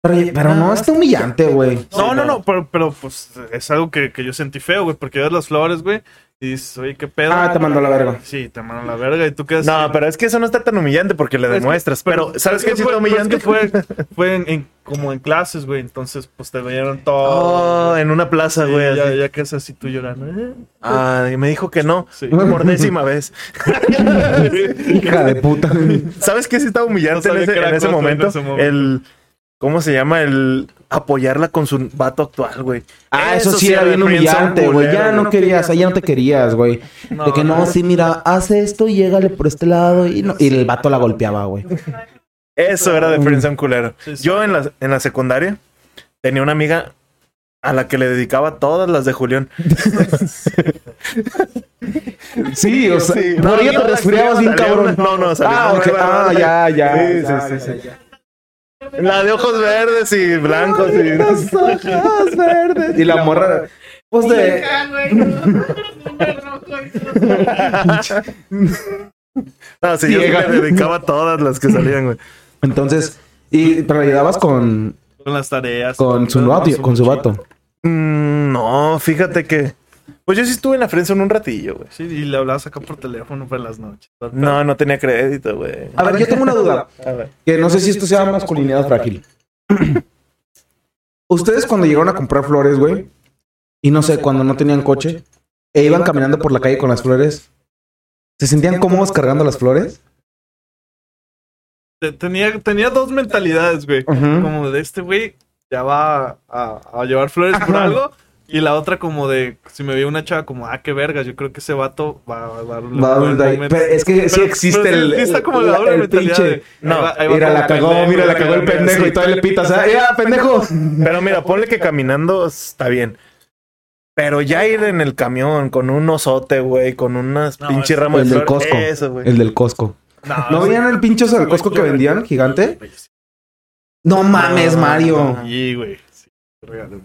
S6: Pero, pero no, está humillante, güey.
S3: No, no, no, pero, pero pues es algo que, que yo sentí feo, güey, porque ves las flores, güey, y dices, oye, qué pedo.
S6: Ah, te mandó a la verga.
S3: Sí, te mandó a la verga y tú quedas.
S4: No, pero es que eso no está tan humillante porque le
S3: pues Es que-
S4: demuestras. pero, ¿sabes
S3: es
S4: qué?
S3: que
S4: Sí
S3: fue-
S4: está humillante.
S3: pero es que fue, fue en, en- como en clases, güey, entonces pues te veían todo.
S4: Oh, en una plaza,
S3: Sí,
S4: güey.
S3: ya,
S4: así.
S3: ya que es así tú llorando. ¿eh?
S4: Ah, y me dijo que no.
S3: Sí.
S4: Por décima vez.
S2: Hija de puta.
S4: ¿Sabes qué sí estaba humillante
S3: No
S4: en,
S3: sabe
S4: ese,
S3: qué era
S4: en ese
S3: cosa en
S4: momento?
S3: ese momento.
S4: El. ¿Cómo se llama? El apoyarla con su vato actual, güey.
S6: Ah, eso, sí era bien
S4: friendzone
S6: humillante, güey.
S4: culero,
S6: Ya no querías, ahí ya no te querías, güey. De que no, sí, mira, hace esto y llégale por este lado. Y, no- y el vato la golpeaba, güey.
S4: Eso era de friendzone culero.
S3: Sí, sí.
S4: Yo en la, en la secundaria tenía una amiga a la que le dedicaba todas las de Julián.
S2: Sí, o sea,
S4: Sí, no,
S2: por ella
S4: no,
S2: te resfriabas bien,
S4: salió
S2: cabrón.
S4: una- No, no, salió
S2: Ah,
S4: una
S2: ok.
S4: nueva,
S2: Ah,
S4: ¿verdad?
S2: ya, ya.
S4: Sí,
S2: ya,
S4: sí,
S2: ya, ya.
S4: La de ojos verdes y blancos. y-
S2: Las hojas verdes. Y la morra.
S6: Pues de.
S4: No, sí, yo sí
S2: Ciega.
S4: le dedicaba todas las que salían, güey.
S2: Entonces, y, pero ayudabas con,
S3: Con las tareas.
S2: con su
S3: no,
S2: novio, con su vato.
S4: Mm, no, fíjate que. Pues yo sí estuve en la friendzone un ratillo, güey.
S3: Sí, y le hablabas acá por teléfono por las noches.
S4: No, no tenía crédito, güey.
S2: A ver, yo tengo una duda.
S4: A ver.
S2: Que no sé si esto sea masculinidad frágil.
S6: Ustedes cuando llegaron a comprar flores, güey,
S2: Y no sé, cuando no tenían coche e iban caminando por la calle con las flores, ¿se sentían cómodos cargando las flores?
S3: Te- Tenía, tenía dos mentalidades, güey.
S2: Ujú.
S3: Como de este güey ya va a, a llevar flores por
S2: Ajá.
S3: algo. Y la otra como de, si me veía una chava como, ah, qué vergas, yo creo que ese vato va a dar un
S2: Va a
S3: buen
S2: dar ahí.
S3: momento".
S2: Pero es que sí
S3: Pero-
S2: existe
S3: pero sí-
S2: el,
S3: sí está como
S2: el-
S3: la doble
S2: el
S3: mentalidad
S2: pinche.
S3: de, ahí va- ahí va
S2: Mira,
S3: como
S2: la cagó,
S3: pendejo,
S2: mira, la cagó el
S3: mira,
S2: pendejo
S3: sí.
S2: y todavía le pitas. ¿eh? ¡Ya, pendejo!
S4: Pero mira, ponle que caminando está bien. Pero ya ir en el camión con un osote, güey, con unas
S3: No,
S4: pinche
S3: es-
S4: ramas
S2: el
S4: de
S2: del
S4: flores.
S2: Costco.
S4: Eso, güey.
S2: El del Costco.
S6: Ah,
S2: ¿No
S3: sí.
S2: veían el pinche oso del Costco que vendían, gigante?
S6: No mames, Mario.
S3: Sí, güey. Sí, regalo.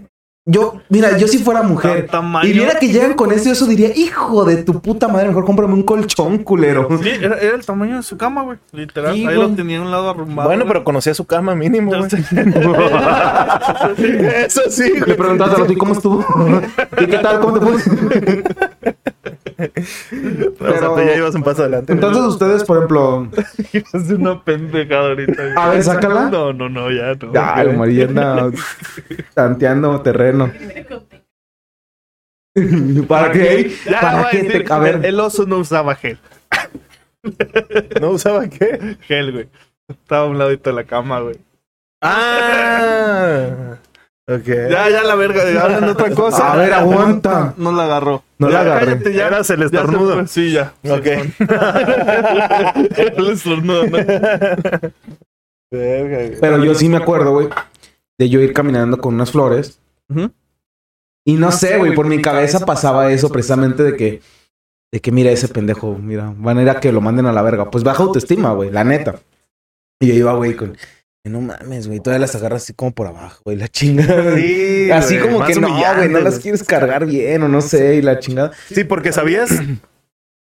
S6: Yo, mira, yo si fuera mujer
S3: Tan- tamaño.
S6: y viera que llegan con ese oso, diría, hijo de tu puta madre, mejor cómprame un colchón, culero.
S3: Sí, era, era el tamaño de su cama, güey. Literal.
S6: Sí,
S3: ahí
S6: güey.
S3: lo tenía a un lado arrumbado.
S4: Bueno,
S3: güey.
S4: pero conocía su cama mínimo, güey. Eso sí,
S2: Le
S4: güey.
S2: preguntaste a ti cómo estuvo. ¿Y qué tal? ¿Cómo te fue?
S4: O sea, tú ya ibas un paso adelante.
S2: Entonces, ustedes, por ejemplo.
S3: Es una pendejada ahorita. güey.
S2: A ver, sácala.
S3: No, no, no, ya no.
S2: Ya, el María anda tanteando terreno. ¿Para qué?
S3: Ya,
S2: ¿Para
S3: voy a
S2: qué?
S3: decir,
S2: te- a ver,
S3: El oso no usaba gel.
S4: ¿No usaba qué?
S3: Gel, güey. Estaba a un ladito de la cama, güey.
S2: ¿Eh?
S4: Ah. Ok.
S3: Ya, ya, la verga. ya, Hablan de otra cosa.
S2: a ver, aguanta.
S3: No la agarró.
S2: No la
S3: Ya,
S2: agarré.
S3: Cállate, ya.
S4: Eras el
S3: ya se
S4: estornudo.
S3: fue. Sí, ya.
S4: Ok.
S3: El estornudo, ¿no?
S4: Verga, güey.
S2: Pero yo sí me acuerdo, güey, de yo ir caminando con unas flores.
S3: Ujú.
S2: Y no sé, güey, por mi cabeza pasaba eso precisamente de que, de que mira ese pendejo, mira, van a ir a que lo manden a la verga. Pues baja autoestima, güey, la neta. Y yo iba, güey, con, "Eh, no mames, güey, todavía las agarras así como por abajo, güey, la chingada.
S4: Sí,
S2: así
S4: güey,
S2: como
S4: más
S2: que no,
S4: humillante,
S2: güey, no las quieres cargar bien o no sé, y la chingada.
S4: Sí, porque sabías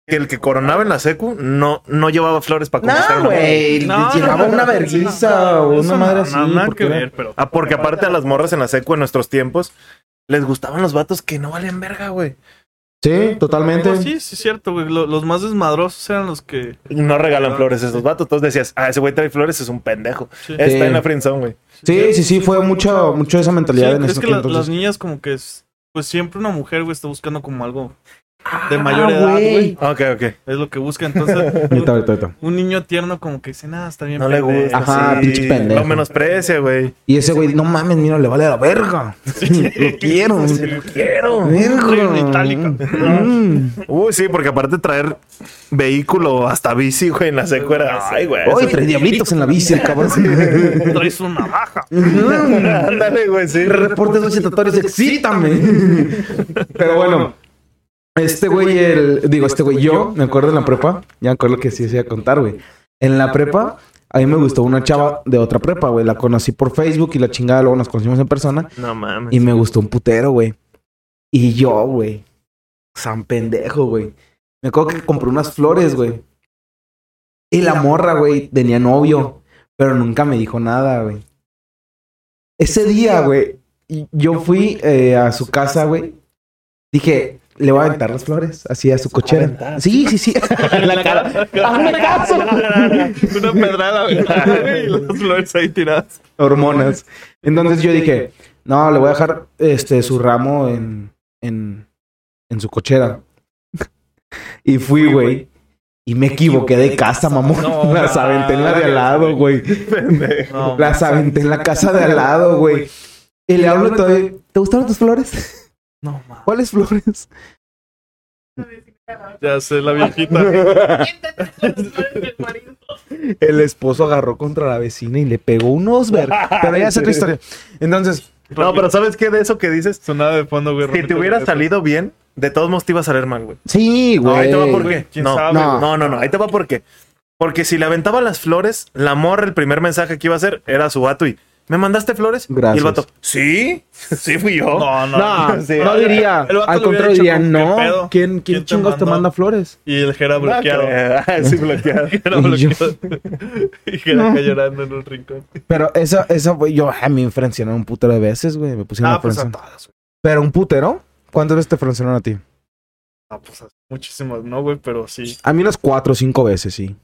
S4: que el que coronaba en la secu no, no llevaba flores para conquistar
S6: No,
S4: una morra.
S6: güey,
S3: No, no,
S6: llevaba
S3: no, no,
S6: una
S3: no,
S6: vergüenza
S3: no,
S6: o
S3: eso
S6: una madre
S3: no,
S6: así.
S3: no, nada
S6: porque
S3: que
S6: era-
S3: ver, pero.
S4: Ah, porque aparte a las morras en la secu en nuestros tiempos les gustaban los vatos que no valen verga, güey.
S2: Sí, totalmente.
S3: Digo, sí, sí, es cierto, güey. Lo- los más desmadrosos eran los que.
S4: No regalan
S3: Ah,
S4: flores esos vatos. Todos decías, ah, ese güey trae flores, es un pendejo.
S3: Sí.
S4: Está
S2: Sí.
S4: en la friendzone, güey.
S2: Sí, sí, sí, fue mucho, mucho esa
S3: Sí,
S2: mentalidad en
S3: es
S2: ese
S3: que la-
S2: entonces.
S3: las niñas, como que es. Pues siempre una mujer, güey, está buscando como algo de mayor edad,
S2: güey.
S3: güey.
S4: Ok, ok.
S3: Es lo que busca. Entonces,
S6: Ahorita,
S3: un,
S6: ahorita, ahorita.
S3: un niño tierno, como que dice, nada, está bien.
S4: No le
S3: pendejo".
S4: gusta.
S2: Ajá,
S4: sí.
S2: pinche pendejo.
S4: Lo menosprecia, güey.
S2: Y ese güey, no mames, mira, le vale la verga. Lo quiero.
S4: Quiero.
S2: Verga.
S3: Una itálica.
S2: Mm.
S4: Uy, sí, porque aparte traer vehículo hasta bici, güey, en la secuela. Ay, güey.
S2: Hoy
S4: eso-
S2: tres diablitos en la bici, el cabrón. Mm,
S3: Traes una navaja.
S4: Ándale, güey, sí.
S2: Reportes recitatorios, excítame.
S6: Pero bueno, este güey, el, digo, este güey, yo me acuerdo en la prepa, ya me acuerdo que sí se iba a contar, güey.
S2: En la prepa, a mí me gustó una chava de otra prepa, güey. La conocí por Facebook y la chingada, luego nos conocimos en persona.
S4: No mames.
S2: Y me gustó un putero, güey. Y yo, güey. San pendejo, güey. Me acuerdo que compré unas flores, güey. Y la morra, güey, tenía novio. Pero nunca me dijo nada, güey. Ese día, güey, y- yo fui eh, a su casa, güey. Dije, le voy a aventar las flores, así a su cochera. Sí, sí, sí. En la cara. ¡Hazme caso!
S3: Una pedrada, güey. Y las flores ahí tiradas.
S2: hormonas. Entonces yo dije, no, le voy a dejar este su ramo en, en, en su cochera. Y fui, güey. Y me equivoqué de casa, mamón.
S3: No,
S2: Las aventé en la de al lado, güey.
S3: No,
S2: Las aventé en la casa de al lado, güey. Y le hablo todavía. ¿Te gustaron tus flores?
S3: no, ma.
S2: ¿Cuáles flores?
S3: Ya sé, la viejita.
S2: El esposo agarró contra la vecina y le pegó unos ver. Pero ya es otra historia. Entonces,
S4: No, pero ¿sabes qué de eso que dices?
S3: Sonaba de fondo, güey.
S4: Si te hubiera salido bien, de todos modos te iba a salir mal, güey.
S2: sí,
S4: No,
S2: güey.
S4: ahí te va por qué.
S3: ¿Quién
S4: no,
S3: sabe,
S2: no.
S4: no, no, no, ahí te va por qué. Porque si le aventaba las flores, la morra, el primer mensaje que iba a hacer era a su vato y ¿me mandaste flores? Y
S2: Gracias.
S4: el vato, sí, sí fui yo.
S3: No, no.
S2: No,
S4: Sí.
S2: no diría.
S3: El vato
S2: Al
S3: le hubiera
S2: contrario,
S3: dicho,
S2: diría,
S3: ¿qué
S2: no.
S3: pedo?
S2: ¿Quién, quién,
S3: ¿Quién te
S2: chingos te
S3: mandó?
S2: manda flores?
S3: Y el Jera
S4: No
S3: bloqueado.
S4: creo. Ah, sí, bloqueado.
S3: Jera bloqueado. Y Jera acá llorando en un rincón.
S2: Pero esa, esa, güey, yo, a mí me frencionaron un putero de veces, güey. Me pusieron
S3: Ah,
S2: a
S3: pues a
S2: frencionar.
S3: todas, güey.
S2: Pero un putero, ¿cuántas veces te frencionaron a ti?
S3: Ah, pues a muchísimas, no, güey, pero sí.
S2: A mí unas cuatro o cinco veces, sí.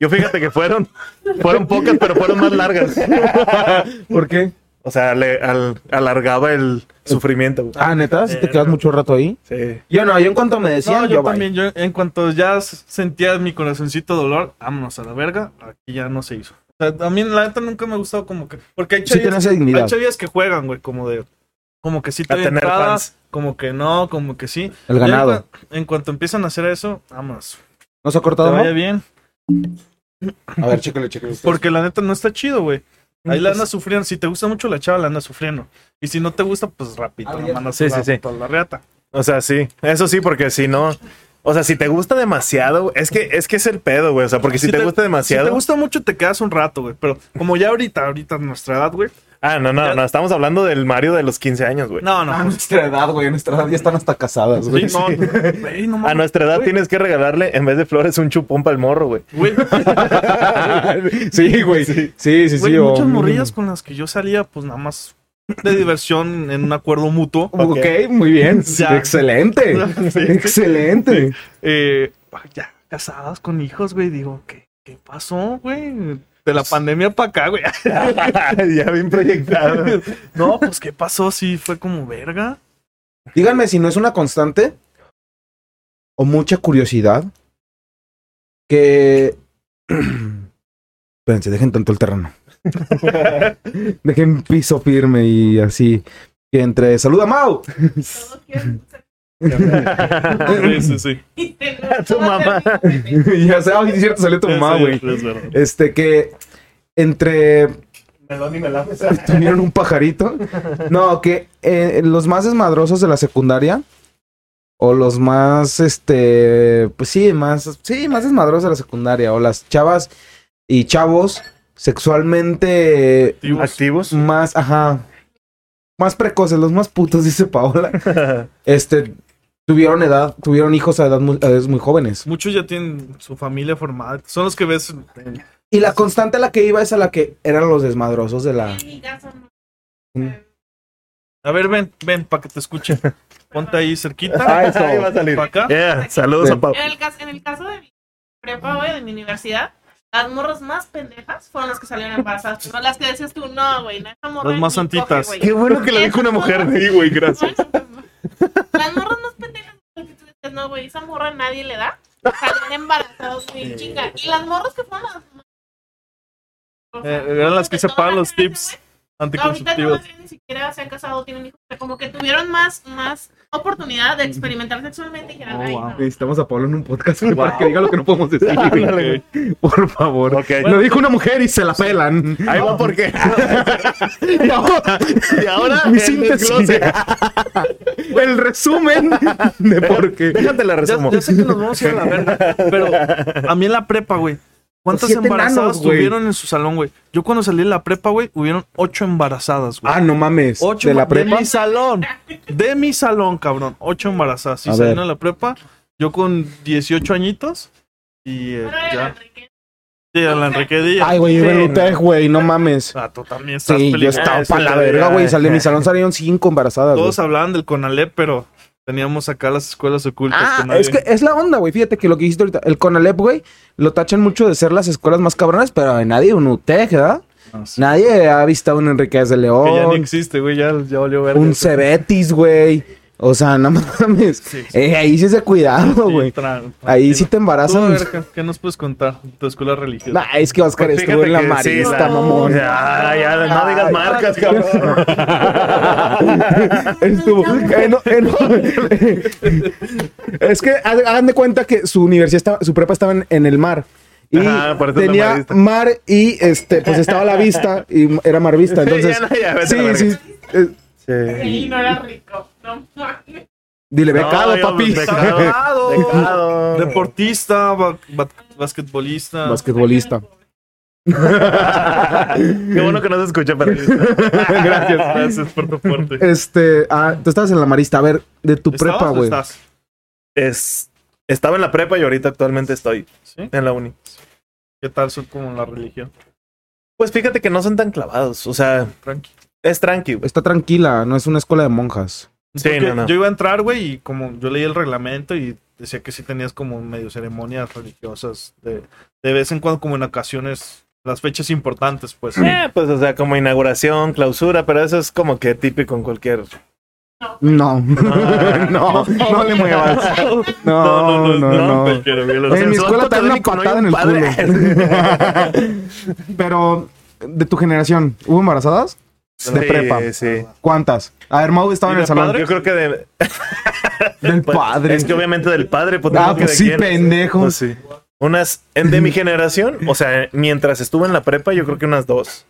S4: Yo fíjate que fueron, fueron pocas, pero fueron más largas.
S2: ¿Por qué?
S4: O sea, le al- alargaba el sufrimiento. güey.
S2: Ah, neta, si te quedas mucho rato ahí.
S4: Sí.
S2: Yo no, yo en cuanto me decían,
S3: No,
S2: yo,
S3: yo
S2: bye.
S3: también, yo en cuanto ya s- sentía mi corazoncito dolor, vámonos a la verga, aquí ya no se hizo. O sea, a mí la neta nunca me ha gustado como que... Porque hay
S2: Sí
S3: chavillas
S2: tenía esa
S3: Hay
S2: dignidad.
S3: chavillas que juegan, güey, como de. Como que sí te
S4: A tener
S3: entrada,
S4: fans.
S3: como que no, como que sí.
S2: El
S3: Ya
S2: ganado.
S3: En, cua- en cuanto empiezan a hacer eso, vamos.
S2: ¿No se ha
S3: Te
S2: cortado
S3: vaya
S2: más?
S3: bien.
S2: A ver, chécale, chécale.
S3: Porque la neta no está chido, güey.
S4: Mm,
S3: Ahí
S4: pues
S3: la andas sufriendo. Si te gusta mucho la chava, la andas sufriendo. Y si no te gusta, pues rapidito, la mandas
S4: Sí,
S3: a
S4: sí,
S3: la-
S4: sí.
S3: a la reata.
S4: O sea, sí, eso sí, porque si no, o sea, si te gusta demasiado, güey, es que es que es el pedo, güey. O sea, porque si, te, gusta demasiado,
S3: Si te gusta mucho, te quedas un rato, güey. Pero como ya ahorita, ahorita nuestra edad, güey.
S4: ah, no, no,
S3: Ya-
S4: no, estamos hablando del Mario de los 15 años, güey.
S3: No, no. pues,
S2: Ah, nuestra edad, güey. Nuestra edad ya están hasta casadas,
S3: sí, no, güey, no
S4: A
S3: mames,
S4: nuestra edad
S3: güey.
S4: tienes que regalarle en vez de flores un chupón para el morro, güey.
S3: Güey,
S2: sí, güey. Sí, sí, sí.
S3: güey,
S2: o
S3: muchas
S2: mínimo.
S3: morrillas con las que yo salía, pues nada más de diversión en un acuerdo mutuo.
S2: Ok, muy bien.
S3: Ya.
S2: Excelente.
S3: Sí.
S2: Excelente.
S3: eh, ya casadas con hijos, güey. Digo, ¿qué, qué pasó, güey? De
S4: Pues
S3: la pandemia para acá, güey.
S4: ya bien proyectado.
S3: No, pues, ¿qué pasó? Sí, fue como verga.
S2: Díganme si no es una constante o mucha curiosidad que... Espérense, dejen tanto el terreno. dejen piso firme y así. Que entre... ¡Saluda, Mau!
S3: Sí, sí, sí.
S4: tu mamá.
S2: ya sé, ay, es cierto, salió tu mamá, güey. Este, que entre...
S4: Melón y melón.
S2: Tuvieron un pajarito. No, que eh, los más desmadrosos de la secundaria o los más, este, pues sí, más, sí, más desmadrosos de la secundaria o las chavas y chavos sexualmente
S4: Activos.
S2: más, ajá, más precoces, los más putos, dice Paola. Este, tuvieron edad, tuvieron hijos a edad muy, a edades muy jóvenes.
S3: Muchos ya tienen su familia formada. Son los que ves. en-
S2: Y la constante a la que iba es a la que eran los desmadrosos de la...
S3: A ver, ven, ven, para que te escuche. Ponte ahí cerquita.
S2: Ah, eso.
S4: Ahí va a salir.
S3: ¿Pa' acá?
S4: Yeah, Saludos
S2: Sí.
S4: a Pau.
S8: En el, caso, en el caso de mi prepa, güey, de mi universidad, las morras más pendejas fueron las que salieron embarazadas. No las que decías tú, no, güey, no esa morra
S3: Las más
S8: ni coge,
S3: santitas.
S8: güey.
S4: Qué bueno que lo dijo una mujer de ahí, güey, gracias.
S8: Las morras más pendejas las que tú dices, no, güey, esa morra nadie le da. Salieron embarazadas, güey, chinga. Y las morras que fueron las. O sea,
S3: Eh, eran las que se
S8: de
S3: pagan
S8: toda
S3: los
S8: la clase,
S3: tips
S8: güey. Ahorita
S3: anticonceptivos.
S8: todavía ni siquiera se han casado o tienen hijos. pero Como que tuvieron más, más oportunidad de experimentar sexualmente y dijeron,
S3: Oh,
S8: ay, no.
S2: Necesitamos a Pablo en un podcast güey, para que diga lo que no podemos decir.
S4: Ándale,
S2: güey. Por favor.
S4: Ok.
S2: Lo dijo una mujer y se la pelan.
S4: Ahí va porque.
S2: Y ahora,
S4: Y ahora.
S2: mi
S4: el
S2: síntesis.
S4: desglose.
S2: el resumen de por qué.
S4: Déjate la
S3: Ya,
S4: resumo.
S3: ya sé que nos vamos a ir a la verga, pero a mí en la prepa, güey. ¿Cuántas
S2: Siete
S3: embarazadas
S2: enanos, güey.
S3: tuvieron en su salón, güey? Yo cuando salí de la prepa, güey, hubieron ocho embarazadas, güey.
S2: Ah, no mames.
S3: Ocho
S2: de la
S3: emba-
S2: prepa.
S3: mi salón. De mi salón, cabrón. Ocho embarazadas. Y
S2: A
S3: salieron
S2: ver.
S3: a la prepa. Yo con 18 añitos. Y eh,
S8: Pero era la
S3: ya.
S8: riqueza.
S3: Sí, a la Enrique Díaz.
S2: Ay, güey,
S4: Sí,
S2: Belutech, güey, no mames.
S3: Ah, tú también estás
S2: Sí, yo
S3: peligroso.
S2: estaba
S4: es
S2: para la
S4: una
S2: verga,
S4: verga.
S2: güey. Salí de mi salón, salieron cinco embarazadas. güey.
S3: Todos hablaban del Conalep, pero teníamos acá las escuelas ocultas.
S2: Ah,
S3: nadie-
S2: es que es la onda, güey. Fíjate que lo que dijiste ahorita, el Conalep, güey, lo tachan mucho de ser las escuelas más cabronas, pero de nadie un UTEC, ¿verdad?
S3: No, sí.
S2: Nadie ha visto Oh, un Enriquez de
S3: Que ya ni
S2: León,
S3: existe, güey. Ya, ya valió verga.
S2: un
S3: eso.
S2: Cebetis, güey. O sea, no mames.
S3: Sí, sí.
S2: Eh, ahí sí es de cuidado,
S3: Sí,
S2: güey.
S3: tra-
S2: Ahí sí te
S3: tranquilo. Tú, a
S2: embarazan.
S3: ver, ¿qué- ¿qué nos puedes contar de tu escuela religiosa?
S2: Nah, es que Oscar
S4: Pues
S2: estuvo
S4: fíjate
S2: en la
S4: que sí,
S2: marista,
S4: la-
S2: mamón.
S4: Ya, ya, no digas
S2: Ay.
S4: marcas, cabrón.
S2: Estuvo. eh, no, eh, no. es que ha- hagan de cuenta que su universidad, estaba- su prepa estaba en, en el mar. Y
S4: Ajá, por eso es la
S2: tenía
S4: marista.
S2: mar y este, pues estaba a la vista y era mar vista. Entonces,
S4: Ya, no, ya, vete a la
S2: sí,
S4: verga.
S2: sí. eh,
S4: Sí.
S8: Sí, no era rico. No mames.
S2: dile, becado,
S4: No, yo,
S2: papi.
S4: Becado. Becado.
S3: Deportista, ba- ba- basquetbolista.
S2: Basquetbolista.
S4: Qué bueno que no se escucha, pero.
S3: Gracias. Gracias Ah, por tu aporte.
S2: Este, ah, tú estabas en la marista. A ver, de tu
S3: ¿Estabas
S2: prepa,
S3: o
S2: güey.
S3: estás?
S4: Es, estaba en la prepa y ahorita actualmente estoy
S3: ¿Sí?
S4: en la uni.
S3: ¿Qué tal son como la religión?
S4: Pues fíjate que no son tan clavados. O sea,
S3: Tranqui.
S4: es tranqui, güey.
S2: Está tranquila, no es una escuela de monjas.
S4: Sí,
S3: Porque
S4: no, no.
S3: Yo iba a entrar, güey, y como yo leí el reglamento y decía que sí tenías como medio ceremonias religiosas de, de vez en cuando, como en ocasiones, las fechas importantes, pues.
S4: Eh, pues, o sea, como inauguración, clausura, pero eso es como que típico en cualquier.
S2: No, no, no le muevas. Ah. No, no, no.
S4: pues,
S3: te quiero, güey, lo
S2: En mi
S4: en su
S2: escuela
S4: acto
S2: te dan una
S4: académico no hay
S2: patada
S4: un
S2: en el
S4: padre.
S2: culo. Pero, de tu generación, ¿hubo embarazadas? De
S4: Sí,
S2: prepa.
S4: sí.
S2: ¿Cuántas? A ver, Mau estaba
S3: ¿Y
S2: en el
S3: de
S2: salón.
S3: padre?
S4: Yo creo que de.
S2: Del
S4: pues,
S2: padre.
S4: Es que obviamente del padre. Pues,
S2: Ah,
S4: no, que
S2: pues
S4: de
S2: sí,
S4: quién.
S2: pendejo.
S4: Pues sí. Unas. en- de mi generación, o sea, mientras estuve en la prepa, yo creo que unas dos.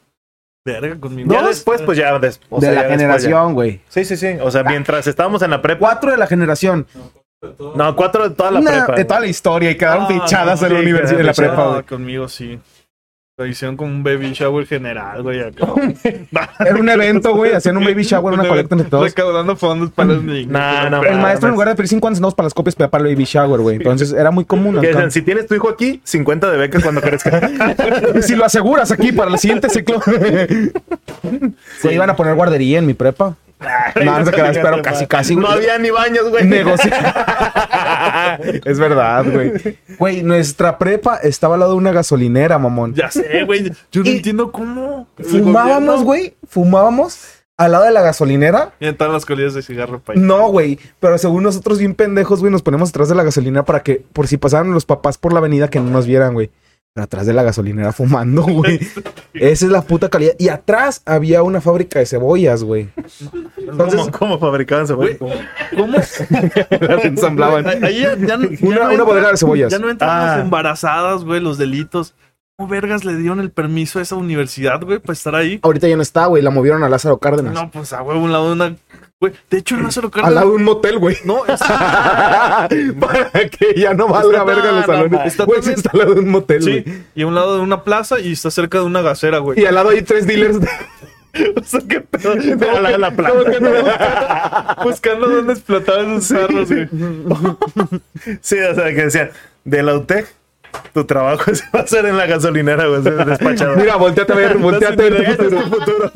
S3: Verga conmigo.
S4: Ya después, pues ya. des- o sea,
S2: de la
S4: ya después ya.
S2: generación, güey.
S4: Sí, sí, sí. O sea, mientras estábamos en la prepa.
S2: Cuatro de la generación.
S4: No, cuatro de toda la
S2: Una
S4: prepa.
S2: de toda la historia y quedaron
S3: Ah,
S2: fichadas
S4: no,
S2: en la
S4: sí,
S2: universidad en la
S4: quedaron
S2: prepa,
S3: Ah,
S2: güey.
S3: conmigo sí. Lo hicieron como un baby shower general, güey. acá.
S2: Era un evento, güey. Hacían un baby shower, una
S3: Un
S2: colecta entre todos. Mm.
S3: Recaudando fondos para los niños.
S4: Nah, no,
S2: El maestro, en
S4: mames.
S2: lugar de pedir cinco centavos para las copias, pedía para el baby shower, güey. Entonces, era muy común.
S4: Que
S2: acá.
S4: dicen, si tienes tu hijo aquí, 50 de beca cuando crezca.
S2: si lo aseguras aquí para el siguiente ciclo. Se iban a poner guardería en mi prepa. No, no se creas, pero casi, casi,
S4: No
S2: güey.
S4: había ni baños, güey.
S2: Negociar. es verdad, güey. Güey, nuestra prepa estaba al lado de una gasolinera, mamón.
S3: Ya sé, güey. Yo no
S2: Y-
S3: entiendo cómo. el
S2: Fumábamos,
S3: gobierno-
S2: güey. Fumábamos al lado de la gasolinera.
S3: Y en todas las colillas de cigarro, pa' ahí.
S2: No, güey. Pero según nosotros, bien pendejos, güey, nos ponemos atrás de la gasolinera para que, por si pasaran los papás por la avenida, que no nos vieran, güey. Pero atrás de la gasolinera fumando, güey. Esa es la puta calidad. Y atrás había una fábrica de cebollas, güey. Entonces,
S4: ¿Cómo, cómo fabricaban cebolla?
S3: ¿Cómo?
S2: las ensamblaban.
S3: Ahí- ahí ya- ya no- ya
S2: Una-
S3: no
S2: una
S3: entra-
S2: bodega de cebollas.
S3: Ya no entran
S4: Ah.
S3: las embarazadas, güey, los delitos. ¿Cómo vergas le dieron el permiso a esa universidad, güey, para estar ahí?
S2: Ahorita ya no está, güey. La movieron a Lázaro Cárdenas.
S3: No, pues a huevo, un lado de una. Güey, de hecho, no se lo
S2: Al lado de un motel, güey.
S3: No, es-
S2: Para que ya no valga
S3: Está
S2: verga los
S3: tan-
S2: salones.
S3: está
S2: Güey,
S3: tan-
S2: sí está al lado de un motel,
S3: sí.
S2: güey.
S3: Y a un lado de una plaza y está cerca de una gacera, güey.
S2: Y al lado hay tres dealers. de-
S4: O sea, qué pedo. Como la, la
S3: Como
S4: planta.
S3: que andaba buscando- Buscando dónde explotaban esos carros, güey.
S4: Sí, o sea, que decían, de la UTEC tu trabajo se va a hacer en la gasolinera, güey, ser despachador.
S6: Mira, volteate a ver, volteate a ver.
S4: Ese es tu futuro.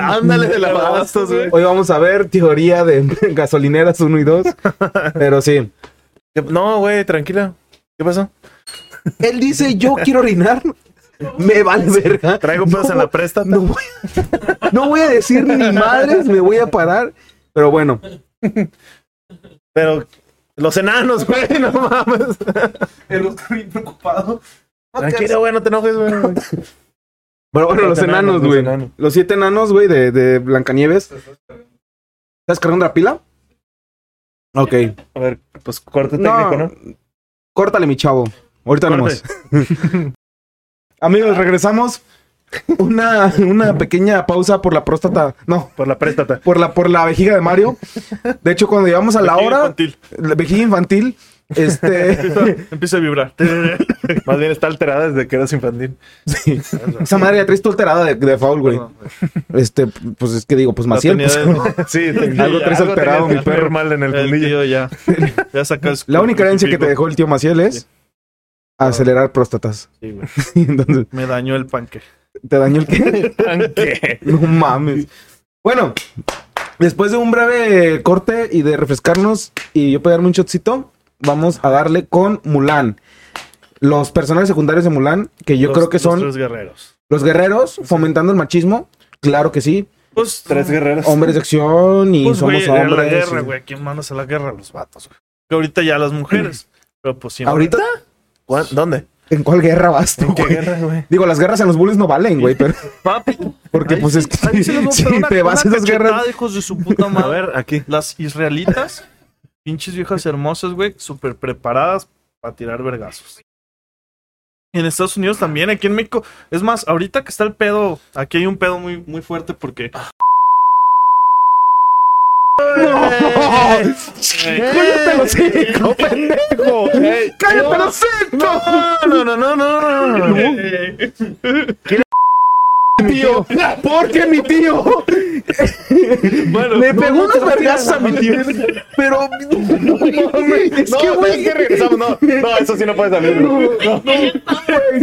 S4: Ándale de la bastos, este güey.
S6: Hoy vamos a ver teoría de gasolineras 1 y 2. Pero sí.
S4: No, güey, tranquila. ¿Qué pasó?
S2: Él dice, yo quiero orinar. Me vale verga.
S4: Traigo pedos en la presta.
S2: No voy, a, no voy a decir ni madres, me voy a parar.
S6: Pero bueno,
S4: Pero los enanos, güey, no mames.
S9: El otro bien preocupado.
S4: Tranquila, güey, no te enojes, güey.
S6: bueno, bueno, los enanos,
S4: los
S6: güey.
S4: enanos.
S6: Los siete enanos, güey, de, de Blancanieves. ¿Estás cargando la pila? Ok.
S4: A ver, pues corte técnico,
S6: No,
S4: ¿no?
S6: córtale, mi chavo. Ahorita vemos. Amigos, regresamos. Una, una pequeña pausa por la próstata. No,
S4: Por la préstata.
S6: por la, por la vejiga de Mario. De hecho, cuando llegamos a la
S3: Vejiga
S6: hora,
S3: infantil.
S6: la vejiga infantil, este,
S3: Empieza a vibrar.
S4: Más bien está alterada desde que eras infantil.
S6: esa madre ya traes tú alterada de, de foul, güey.
S3: Perdón,
S6: Este, pues es que digo, pues Maciel,
S3: tenía
S6: pues,
S3: de-
S6: ¿cómo?
S4: Sí,
S6: Algo traes alterado, mi perro.
S4: mal en el
S3: El
S4: fundillo.
S3: tío ya. Ya saca su-
S6: la única herencia que te dejó el tío Maciel es
S3: Sí.
S6: acelerar próstatas.
S3: Sí, güey.
S6: Entonces,
S3: Me dañó el panque.
S6: te dañó el que.
S4: Tanque.
S6: No mames. Bueno, después de un breve corte y de refrescarnos y yo pegarme un shotcito, vamos a darle con Mulan. Los personajes secundarios de Mulan, que yo
S3: Los-
S6: creo que
S3: los
S6: son
S3: tres guerreros.
S6: los guerreros fomentando el machismo, claro que sí.
S3: Pues,
S4: Tres guerreros.
S6: Hombres de acción y
S3: pues,
S6: somos
S3: güey, a
S6: hombres.
S3: la guerra,
S6: y-
S3: güey. ¿Quién mandas a la guerra? Los vatos, güey. Que ahorita ya las mujeres. Pero pues siempre.
S6: ¿Ahorita?
S4: ¿Cuán- ¿Dónde?
S6: ¿En cuál guerra vas tú,
S4: ¿Qué
S6: güey?
S4: guerra, güey?
S6: Digo, las guerras en los bullies no valen, güey, pero
S3: Papi.
S6: porque
S3: ahí
S6: pues
S3: sí-
S6: es que
S3: ahí sí les voy a
S6: si
S3: pegar una-
S6: te vas a
S3: una
S6: esas guerras,
S3: cachetada, hijos de su puta
S4: A
S3: madre.
S4: ver, aquí.
S3: Las israelitas, pinches viejas hermosas, güey, súper preparadas para tirar vergazos. En Estados Unidos también, aquí en México. Es más, ahorita que está el pedo, aquí hay un pedo muy, muy fuerte porque. ¡No!
S6: ¡Cállate los cinco, pendejo! ¡Cállate los cinco!
S4: No, no, no, no, no, no, no.
S6: tío! Porque mi tío
S3: Bueno,
S6: le pegó unos vergazos a mi tío. Pero es
S4: No,
S6: que,
S4: ¿sabes
S6: güey,
S4: qué? regresamos. No, no, eso sí no puede salir. güey. No,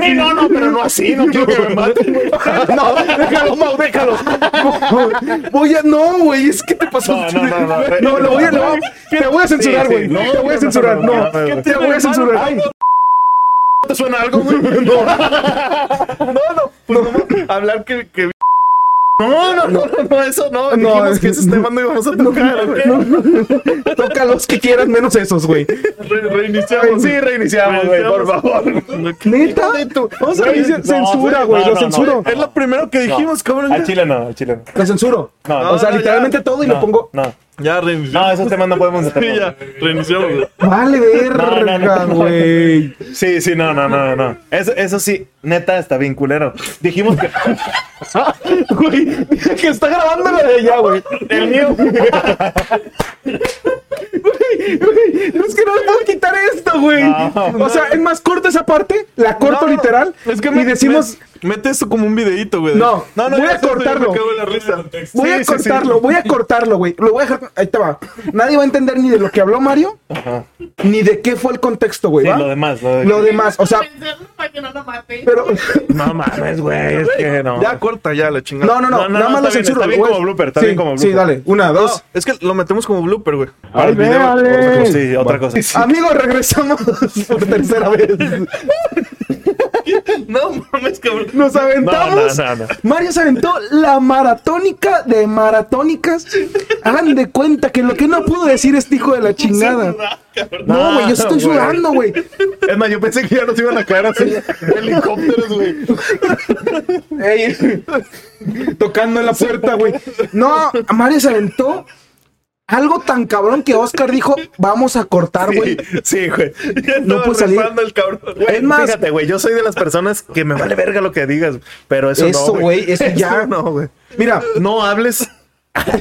S4: Sí, no, no, pero no así. No quiero que me maten. güey.
S6: no, déjalo, Mau, déjalo. No, Voy a, no, güey, es que te pasó.
S4: No, no, no, no.
S6: No, lo voy a, no, te voy a censurar,
S4: sí,
S6: güey.
S4: no,
S6: te voy a
S4: no,
S6: censurar,
S4: no, no,
S6: no.
S4: no, no,
S6: Te voy a censurar.
S4: ¿Te suena algo, güey? No,
S3: hablar que. que...
S4: no, no, no, no, eso no.
S6: No,
S4: Dijimos que ese tema no íbamos a tocar, güey.
S6: Toca los que quieras, menos esos, güey.
S3: Re- reiniciamos.
S4: Sí, reiniciamos, güey, por favor.
S6: Neta. Vamos a
S4: Güey,
S6: decir
S4: no,
S6: censura,
S4: sí,
S6: güey.
S4: no,
S6: Lo
S4: no,
S6: censuro.
S4: no.
S3: Es lo primero que dijimos, cabrón.
S4: Al chile no, al chile no.
S6: Lo censuro.
S4: No, no,
S6: O sea,
S3: no,
S6: literalmente todo y lo
S4: no,
S6: pongo.
S4: No,
S3: Ya reiniciamos.
S4: no, esos temas Ah, no podemos
S3: Sí, ya
S4: hacer.
S3: reiniciamos. güey.
S6: Vale,
S4: No, no,
S6: verga,
S4: no, no.
S6: güey.
S4: Sí, sí, no, no, no, no. Eso, eso sí, neta, está bien culero. Dijimos que.
S6: Güey, dije que está grabando la de allá, güey.
S4: El mío.
S6: Güey, Es que no le puedo quitar esto, güey.
S4: No.
S6: o sea, es más corta esa parte, la corto
S3: No,
S6: literal
S3: Es que
S6: y decimos,
S3: Mete eso como un videíto, güey.
S6: No,
S3: ya
S6: voy a
S3: sé, güey,
S6: cortarlo.
S3: Me cago en la risa.
S6: voy
S4: sí,
S6: a
S4: sí,
S6: cortarlo,
S4: sí.
S6: voy a cortarlo, güey. Lo voy a dejar, ahí te va. Nadie va a entender ni de lo que habló Mario, ni de qué fue el contexto, güey.
S4: Sí,
S6: ¿va?
S4: lo demás, lo
S6: Lo demás, o sea,
S8: Convencerlo para que no lo mate.
S6: pero...
S4: No mames, güey, es que no.
S3: Ya corta, ya la chingada.
S6: No, no, no,
S4: No, no,
S6: nada
S4: no,
S6: más
S4: está bien,
S6: lo censuro.
S4: está bien
S6: güey.
S4: como blooper, está
S6: sí,
S4: bien como
S6: Sí,
S4: blooper.
S6: dale, una,
S3: No,
S6: dos.
S3: es que lo metemos como blooper, güey.
S4: Para el video,
S6: véale.
S4: otra cosa, Sí, otra cosa.
S6: Amigos, regresamos por tercera vez.
S3: No mames, cabrón.
S6: Nos
S4: No, no,
S6: aventamos.
S4: no, no.
S6: Mario se aventó la maratónica de maratónicas. Hagan de cuenta que lo que no pudo decir este hijo de la chingada. No, güey, yo sí estoy
S4: güey.
S6: sudando, güey.
S4: Es más, yo pensé que ya nos iban a caer así helicópteros, güey.
S6: Ey, tocando en la puerta, güey. No, Mario se aventó algo tan cabrón que Oscar dijo, vamos a cortar, güey.
S4: Sí, güey.
S6: No puede salir.
S3: Rezando el cabrón.
S4: Güey,
S6: Es más-
S4: fíjate, güey, yo soy de las personas que me vale verga lo que digas, pero eso,
S6: Eso,
S4: no,
S6: güey, eso ya.
S4: no, güey.
S6: Mira,
S4: No hables.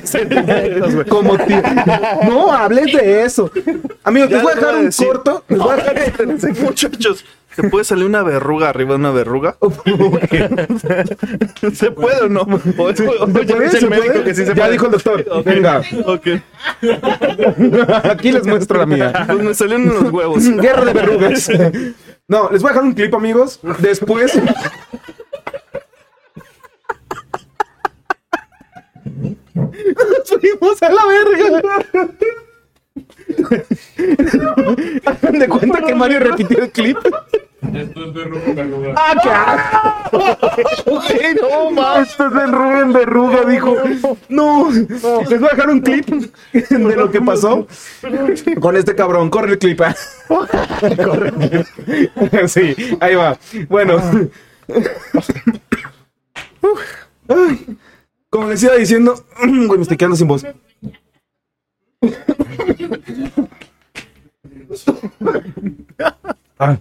S4: sentimientos, güey.
S6: como tío. No hables de eso. Amigos, les voy a
S3: les voy
S6: dejar
S3: a
S6: un
S3: decir.
S6: corto. Les voy a dejar
S3: Muchachos, ¿se puede salir una verruga arriba de una verruga? ¿Se puede o no? Eh. O- o- o-
S6: ¿Se
S4: Ya
S6: puede?
S4: dice el
S6: ¿Se
S4: médico
S6: puede?
S4: que sí se
S6: ya
S4: puede.
S6: dijo el doctor. Venga,
S3: Ok,
S6: aquí les muestro la mía.
S3: pues me salieron unos huevos.
S6: Guerra de verrugas.
S2: No, les voy a dejar un clip, amigos. Después. Subimos a la verga. Hagan de cuenta que Mario repitió el clip.
S10: Esto es de Rubén Berruga.
S2: Eh, no, mames. Esto es el Rubén Berruga, dijo. No, les voy a dejar un clip de lo que pasó con este cabrón. Corre el clip. ah. Sí, ahí va. Bueno. Uf, ay, Como les iba diciendo, güey, me estoy quedando sin voz. Ah.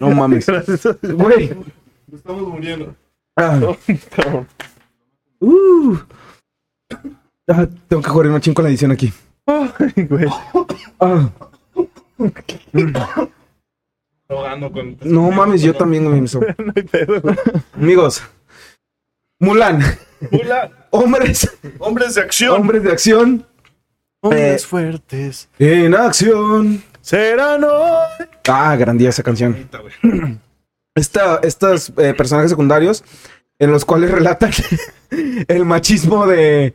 S2: No mames. Güey.
S10: Estamos muriendo.
S2: Ah. Uh. Ah, tengo que jugar un chingo con la edición aquí. Ah.
S10: Ahogando con.
S2: No mames, yo también güey, me hizo. Amigos, Mulan,
S10: Hola,
S2: hombres,
S10: hombres de acción.
S2: hombres de acción,
S3: Hombres fuertes.
S2: en acción.
S4: Serán hoy.
S2: Ah, grandía esa canción. Esta, estos eh, personajes secundarios en los cuales relatan el machismo de,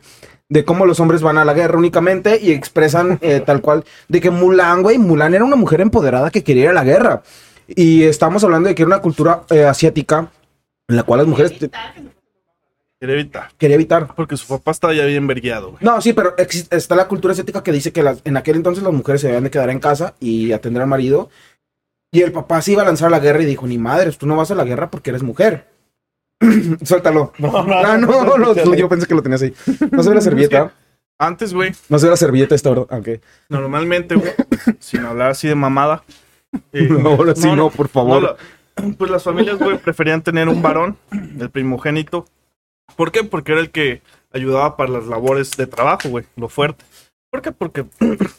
S2: de cómo los hombres van a la guerra únicamente y expresan eh, tal cual de que Mulan, güey, Mulan era una mujer empoderada que quería ir a la guerra. Y estamos hablando de que era una cultura eh, asiática en la cual las mujeres te-
S8: Evitar que se-
S3: Quiere evitar.
S2: quería evitar.
S3: Porque su papá está ya bien vergueado, güey.
S2: No, sí, pero exi- está la cultura asiática que dice que las- en aquel entonces las mujeres se debían de quedar en casa y atender al marido. Y el papá se iba a lanzar a la guerra y dijo, ni madres, tú no vas a la guerra porque eres mujer. Suéltalo.
S4: No, no,
S2: Ah, no, no, tú- yo pensé que lo tenías ahí. No se ve la servilleta.
S3: Antes, güey,
S2: No se ve la servilleta esta, ¿verdad? Ah, ok.
S3: normalmente, güey, sin hablar así de mamada. eh,
S2: No, ahora sí, no, por favor.
S3: la- pues las familias, güey, preferían tener un varón, el primogénito. ¿Por qué? Porque era el que ayudaba para las labores de trabajo, güey, lo fuerte. ¿Por qué? Porque,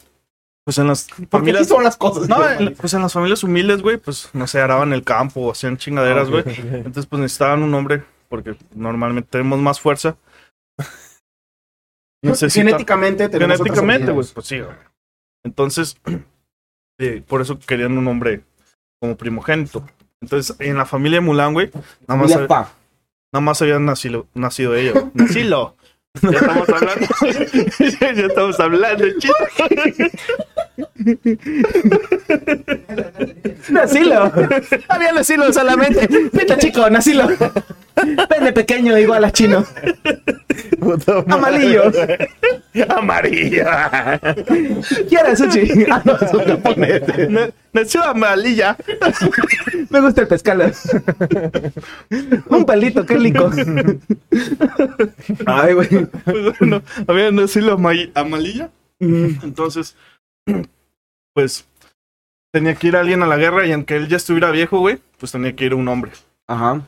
S3: pues en las familias...
S2: son las cosas.
S3: No, en- pues en las familias humildes, güey, pues no sé, araban el campo o hacían chingaderas, güey. Entonces, pues necesitaban un hombre, porque normalmente tenemos más fuerza. Necesita-
S2: Genéticamente tenemos otras
S3: genéticamente, güey,
S2: habilidades.
S3: pues sí. güey. Entonces, eh, por eso querían un hombre como primogénito. Entonces, en la familia de Mulan, güey, nada más,
S2: Familia
S3: hab-
S2: Pa.
S3: nada más habían nacido, nacido ella. güey. ¡Nacilo! Ya estamos hablando. ya estamos hablando, chido.
S6: Nacilo. Había nacilo solamente. Vete chico, nacilo. Vende pequeño igual a chino. Amarillo.
S4: Amarilla.
S6: Quiero sushi. Ah, no, son japoneses.
S3: Na- Nació amarilla.
S6: Me gusta el pescado. Un palito, qué rico.
S2: Ay, güey.
S3: pues bueno, habían nacido amai- Amalilla.
S2: Mm.
S3: Entonces, pues tenía que ir alguien a la guerra y aunque él ya estuviera viejo, güey, pues tenía que ir un hombre.
S2: Ajá.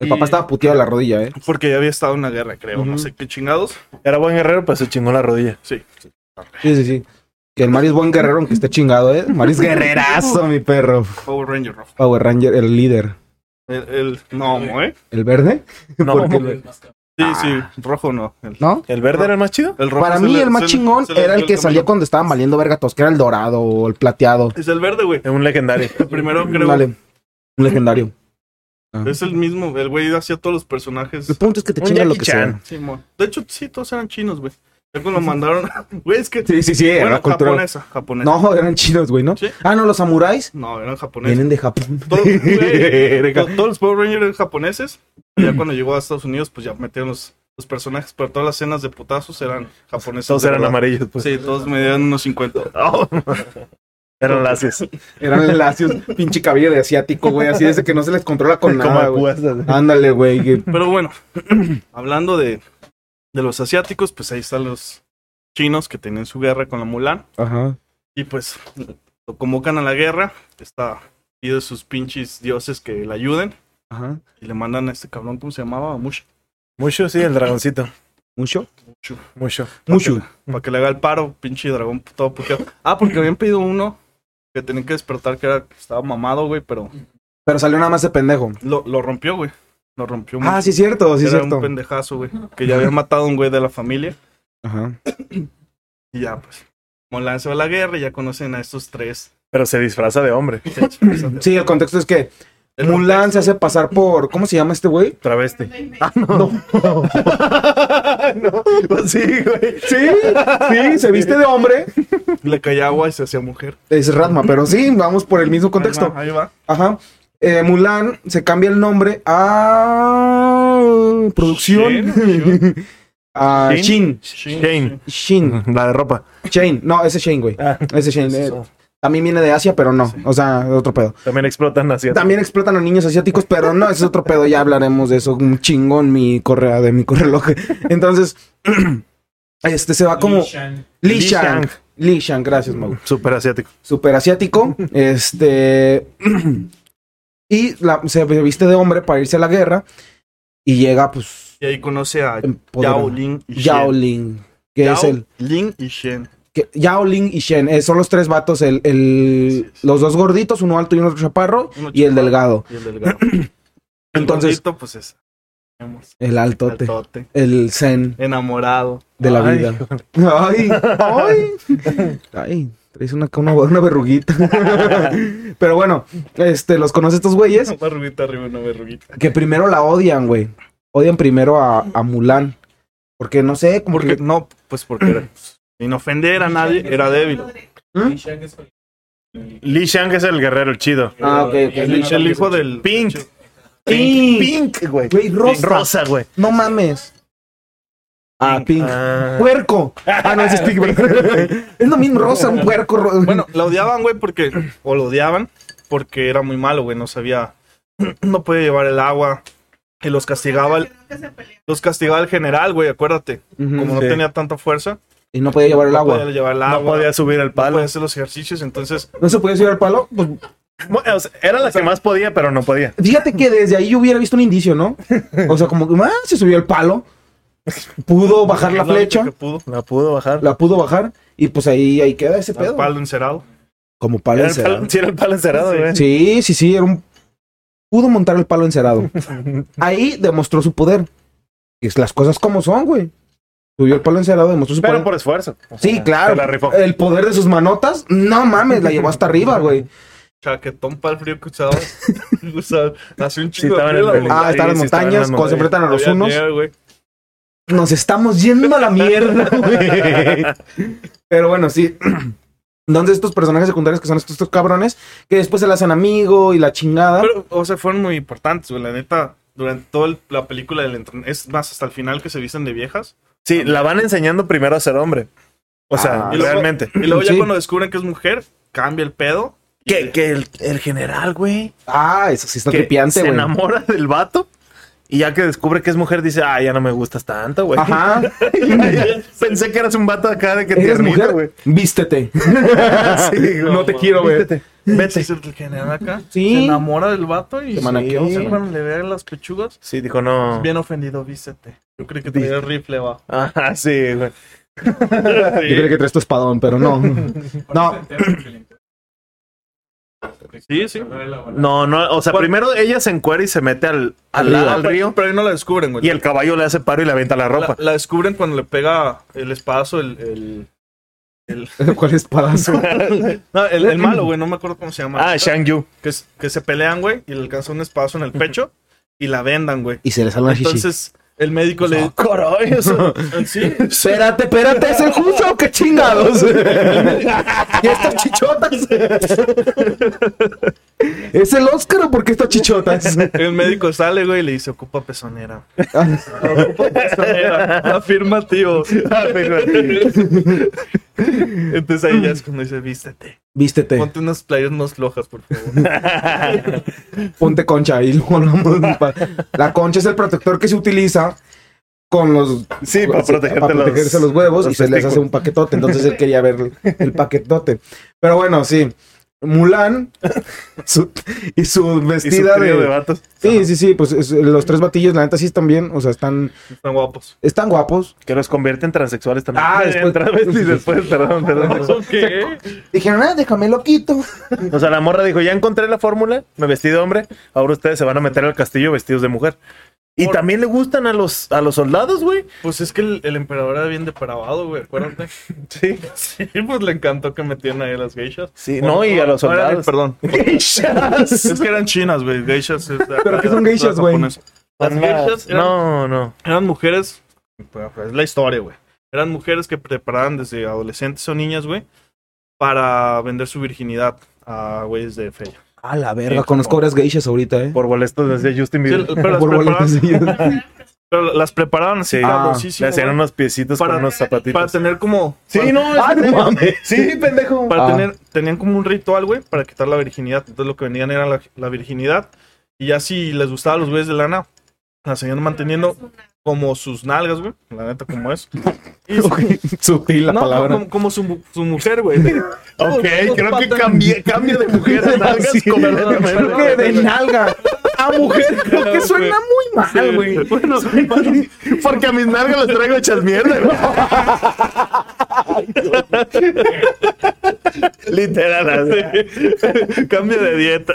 S2: El
S3: Y-
S2: papá estaba puteado de la rodilla, ¿eh?
S3: Porque ya había estado en la guerra, creo. No sé qué chingados.
S4: Era buen guerrero, pues se chingó la rodilla.
S3: Sí.
S2: Sí, sí, sí. Que el Mario es buen guerrero, aunque esté chingado, ¿eh? Mario es guerrerazo, mi perro.
S3: Power Ranger rojo.
S2: Power Ranger, el líder.
S3: El, el- no, ¿eh?
S2: ¿El verde?
S4: No,
S2: Porque-
S3: Sí, sí, rojo no. El,
S2: ¿No?
S4: ¿El verde era el más chido?
S3: el rojo
S2: Ah. Para
S3: se
S2: mí,
S3: le-
S2: el más
S3: se le-
S2: chingón
S3: se le
S2: era
S3: dio
S2: el que salía
S3: camello.
S2: cuando estaban valiendo verga todos, que era el dorado o el plateado.
S3: Es el verde, güey.
S4: Es un legendario.
S3: El
S2: Mm,
S3: primero, creo.
S2: Dale. Un legendario.
S3: Es el mismo. El güey hacía todos los personajes.
S2: El punto es que te
S4: Un
S2: chinga lo
S4: Jackie
S2: que
S4: Chan.
S2: sea.
S3: Sí, mo- De hecho, sí, todos eran chinos, güey. Ya cuando mandaron. Güey, es que.
S2: Sí, sí, sí, era
S3: bueno,
S2: cultura.
S3: japonesa, japonesa.
S2: No, eran chinos, güey, ¿no?
S3: Sí.
S2: Ah, no, los samuráis
S3: No, eran japoneses.
S2: vienen de Japón.
S3: Todos, güey,
S2: Verga.
S3: to- todos los Power Rangers eran japoneses. Y
S2: Mm.
S3: ya cuando llegó a Estados Unidos, pues ya metieron los, los personajes. Pero todas las escenas de putazos eran japoneses.
S4: Todos
S3: de
S4: eran
S3: verdad.
S4: amarillos, pues.
S3: Sí, todos me dieron unos 50.
S4: Eran lacios.
S2: Eran lacios, pinche cabello de asiático, güey, así desde que no se les controla con
S4: Como
S2: nada, Ah, güey.
S4: púas, así.
S2: Ándale, güey. que-
S3: Pero bueno, hablando de, de los asiáticos, pues ahí están los chinos que tienen su guerra con la Mulan.
S2: Ajá.
S3: Y pues lo convocan a la guerra. Está pide a sus pinches dioses que le ayuden.
S2: Ajá.
S3: Y le mandan a este cabrón, ¿cómo se llamaba? Mush.
S4: Mucho, sí, el dragoncito.
S2: Mucho.
S4: Mucho.
S2: Mucho.
S3: Para que le haga el paro, pinche dragón todo puteado. Ah, porque habían pedido uno que tenían que despertar, que era, que estaba mamado, güey, pero
S2: Pero salió nada más de pendejo.
S3: lo, lo rompió, güey. Lo rompió mucho.
S2: Ah, sí, cierto, sí,
S3: era
S2: cierto.
S3: un pendejazo, güey. Que ya había matado a un güey de la familia.
S2: Ajá.
S3: Y ya, pues. como lanzó la guerra y ya conocen a estos tres.
S4: Pero se disfraza de hombre.
S2: Sí, el contexto es que Mulan se hace pasar por. ¿Cómo se llama este güey?
S4: Travesti. Ah, no. pues Sí, güey.
S2: Sí, sí, se viste de hombre.
S3: Le caía agua y se hacía mujer.
S2: Es Ratma, pero sí, vamos por el mismo contexto.
S3: Ahí va.
S2: Ajá. Eh, Mulan se cambia el nombre a. Producción. A Shin.
S4: Shane.
S2: Shin.
S4: La de ropa.
S2: Shane. No, ese es Shane, güey.
S4: Ah,
S2: Ese es Shane. Eh, también viene de Asia, pero no. O sea, otro pedo.
S4: También explotan hacia.
S2: También explotan a niños asiáticos, pero no, ese es otro pedo. Ya hablaremos de eso. Un chingón mi correa de mi reloj. Entonces, este se va como. Li
S4: Li
S2: Shang.
S4: Shang.
S2: Li Shang, gracias, Mau.
S4: Super asiático.
S2: Super asiático. este. y la- se viste de hombre para irse a la guerra. Y llega, pues,
S3: Y ahí conoce a
S2: empoderado.
S3: Yao Ling y Shen.
S2: Yao Ling. Que es
S3: Yao
S2: el.
S3: Ling y Shen.
S2: que- Yao Ling y Shen. eh, son los tres vatos. El, el- los dos gorditos, uno alto y uno chaparro.
S3: Uno
S2: y el
S3: chaparro.
S2: delgado.
S3: Y el delgado.
S2: Entonces-
S3: El gordito, pues es. tenemos
S2: El altote.
S3: altote,
S2: El zen
S3: Enamorado.
S2: de la
S4: Ay,
S2: vida. Ay, ay. Ay, traes una, una, una verruguita. Pero bueno, este, los conoce estos güeyes
S3: Una verruguita arriba, una verruguita.
S2: que primero la odian, güey. Odian primero a, a Mulan. Porque no sé, como
S3: Porque
S2: que-
S3: no, pues porque era. Sin ofender a nadie, era débil.
S4: Li Shang es el guerrero, el chido.
S2: Ah, ok, ok.
S3: El, el hijo del.
S4: Pink.
S2: Pink.
S4: Pink, güey.
S2: Güey, rosa.
S4: Rosa, güey.
S2: No mames. Ah, Pink.
S4: Ah.
S2: Puerco. Ah, no, ese es Pink. ¿verdad? es lo mismo, rosa, un puerco. ro-
S3: Bueno, la odiaban, güey, porque. O lo odiaban porque era muy malo, güey. No sabía. No podía llevar el agua. Y los castigaba el,
S8: Creo que se pelearon.
S3: los castigaba el general, güey, acuérdate.
S2: Ujú.
S3: Como no
S4: Sí.
S3: tenía tanta fuerza,
S2: Y no podía llevar el
S3: no podía
S2: agua.
S3: llevar el
S4: No
S3: agua.
S4: podía subir el
S3: no podía
S4: palo.
S3: hacer los ejercicios, entonces
S2: ¿No se podía llevar el palo? Pues
S4: Bueno, o sea, era la que más podía, pero no podía.
S2: Fíjate que desde ahí yo hubiera visto un indicio, ¿no? O sea, como que ah, se subió el palo, pudo bajar la
S3: es lo único
S2: flecha,
S3: que pudo,
S4: No pudo bajar.
S2: la pudo bajar y pues ahí, ahí queda ese
S3: al
S2: pedo.
S3: palo encerado.
S2: Como palo
S4: Era el palo,
S2: encerado.
S4: sí, era el palo encerado,
S3: Sí.
S4: güey.
S2: Sí, sí, sí, era un... Pudo montar el palo encerado. Ahí demostró su poder. Y es las cosas como son, güey. Subió el palo encerado, demostró su
S4: Pero
S2: poder.
S4: por esfuerzo. O
S2: Sí,
S4: sea,
S2: claro.
S4: se la rifó.
S2: El poder de sus manotas, no mames, la llevó hasta arriba, güey.
S3: Chaquetón para el frío que usaba. usaba hacía un
S4: Sí,
S3: chico de
S4: estaban en
S3: frío,
S4: el-
S3: güey.
S2: Ah,
S4: Sí,
S2: están las
S4: sí, estaban
S2: montañas,
S4: en las
S2: cuando se
S4: montañas.
S2: enfrentan a los
S3: Había
S2: unos.
S3: nieve, güey.
S2: Nos estamos yendo a la mierda, güey. Pero bueno, sí. Entonces estos personajes secundarios que son estos, estos cabrones, que después se la hacen amigo y la chingada.
S4: Ah.
S3: Pero, o sea, fueron muy importantes, güey. La neta, durante toda el- la película del entren- es más, hasta el final que se visten de viejas.
S4: Sí, la van enseñando primero a ser hombre. O
S2: Ah.
S4: sea,
S3: Y luego-
S4: realmente.
S3: Y luego ya
S2: Sí.
S3: cuando descubren que es mujer, cambia el pedo. y-
S4: Que, que el, el general, güey,
S2: ah, eso sí está
S4: que
S2: tripiante,
S4: se
S2: güey.
S4: enamora del vato y ya que descubre que es mujer dice, ah, ya no me gustas tanto, güey.
S2: Ajá.
S4: Pensé que eras un vato acá de que
S2: Eres
S4: tiernito,
S2: mujer,
S4: güey.
S2: Vístete.
S4: Sí,
S2: no te
S4: mames.
S2: quiero ver.
S4: Vístete. Vete.
S3: Es el general acá.
S2: Sí.
S3: Se enamora del vato y
S2: Se manaqueó.
S3: sí, cuando le vean las pechugas.
S4: Sí, dijo, no.
S3: Bien ofendido, vístete. Yo creo que tenía el rifle abajo.
S4: Ajá, sí, güey.
S2: Yo creo que traes tu espadón, pero no. No,
S3: Sí, sí.
S4: No, no, o sea,
S3: Bueno.
S4: primero ella se encuera y se mete al, al,
S3: Ah,
S4: al
S3: pero-
S4: río
S3: Pero ahí no la descubren, güey.
S4: y el caballo le hace paro y le avienta la
S3: la,
S4: ropa.
S3: la descubren cuando le pega el espadazo, el. el, el-
S2: ¿cuál espadazo?
S3: no, el, el malo, güey. No me acuerdo cómo se llama.
S4: Ah, Shang Yu.
S3: que, s- que se pelean, güey, y le alcanza un espadazo en el pecho y la vendan, güey.
S2: Y se le sale una chichi.
S3: Entonces, el médico le.
S4: Caray, Pues, eso.
S3: Sí,
S2: Espérate, espérate, ¿es el juicio o qué chingados? ¿Y estas chichotas? ¿Es el Oscar o por qué estas chichotas?
S3: el médico sale, güey, y le dice: Ocupa pezonera. Ocupa pezonera. Afirmativo. Entonces ahí ya es cuando dice: Vístete.
S2: Vístete,
S3: Ponte unas playas más flojas, por favor.
S2: ponte concha y luego hablamos pa- La concha es el protector que se utiliza con los
S4: sí, para protegerte,
S2: para protegerse los, huevos y se les hace
S4: testículos.
S2: un paquetote. Entonces él quería ver el paquetote. Pero bueno, sí. Mulan su- y su
S4: Y su
S2: vestida
S4: trío
S2: de,
S4: de vatos.
S2: Sí, sí, sí, pues es- los tres batillos, la neta sí están bien, o sea, están,
S3: Están guapos.
S2: están guapos.
S4: Que los convierte en transexuales también.
S2: Ah, después-
S4: En travestis después, perdón, perdón.
S2: Dijeron, ah, déjame lo quito.
S4: O sea, la morra dijo, ya encontré la fórmula, me vestí de hombre, ahora ustedes se van a meter al castillo vestidos de mujer. Y
S3: Por-
S4: también le gustan a los, a los soldados, güey.
S3: Pues es que el, el emperador era bien depravado, güey, acuérdate.
S4: Sí.
S3: Sí, pues le encantó que metieran ahí a las geishas.
S4: Sí, no, y a los
S3: No, eran-
S4: soldados.
S3: perdón. Es que eran chinas, güey. Geishas. ¿Pero
S6: qué son geishas, güey?
S3: Las geishas eran,
S4: No, no.
S3: eran mujeres. Pues, Es la historia, güey. Eran mujeres que preparaban desde adolescentes o niñas, güey, para vender su virginidad a güeyes de feria.
S6: A la
S2: Verga, conozco varias geishas ahorita, eh.
S4: Por boletos decía Justin
S3: Sí,
S4: Bieber.
S3: pero, las
S6: Por
S3: preparaban,
S6: boletos, sí.
S3: pero las preparaban así,
S4: Sí. Ah,
S6: Ah,
S3: cabrosísimo,
S4: Le hacían
S3: Ah, güey,
S4: unos piecitos
S3: Para-
S4: con unos
S3: para
S4: zapatitos.
S3: tener como
S4: Sí, no,
S6: Ah,
S4: ese-
S6: no mames.
S4: Sí, pendejo.
S3: Para
S6: Ah.
S3: tener, tenían como un ritual, güey, para quitar la virginidad. Entonces lo que vendían era la, la virginidad. Y ya si les gustaba a los güeyes de lana, la seguían manteniendo como sus nalgas, güey. La neta, como es. Y su-
S6: Sutil la
S3: no,
S6: palabra.
S3: Como, como su, mu- su mujer, güey.
S4: Ok, creo que cambié, cambio de mujer a nalgas con
S6: Creo que de nalga a mujer creo que suena muy mal, güey.
S4: Bueno, porque a mis nalgas las traigo hechas mierda, güey. Literal, así. Cambio de dieta.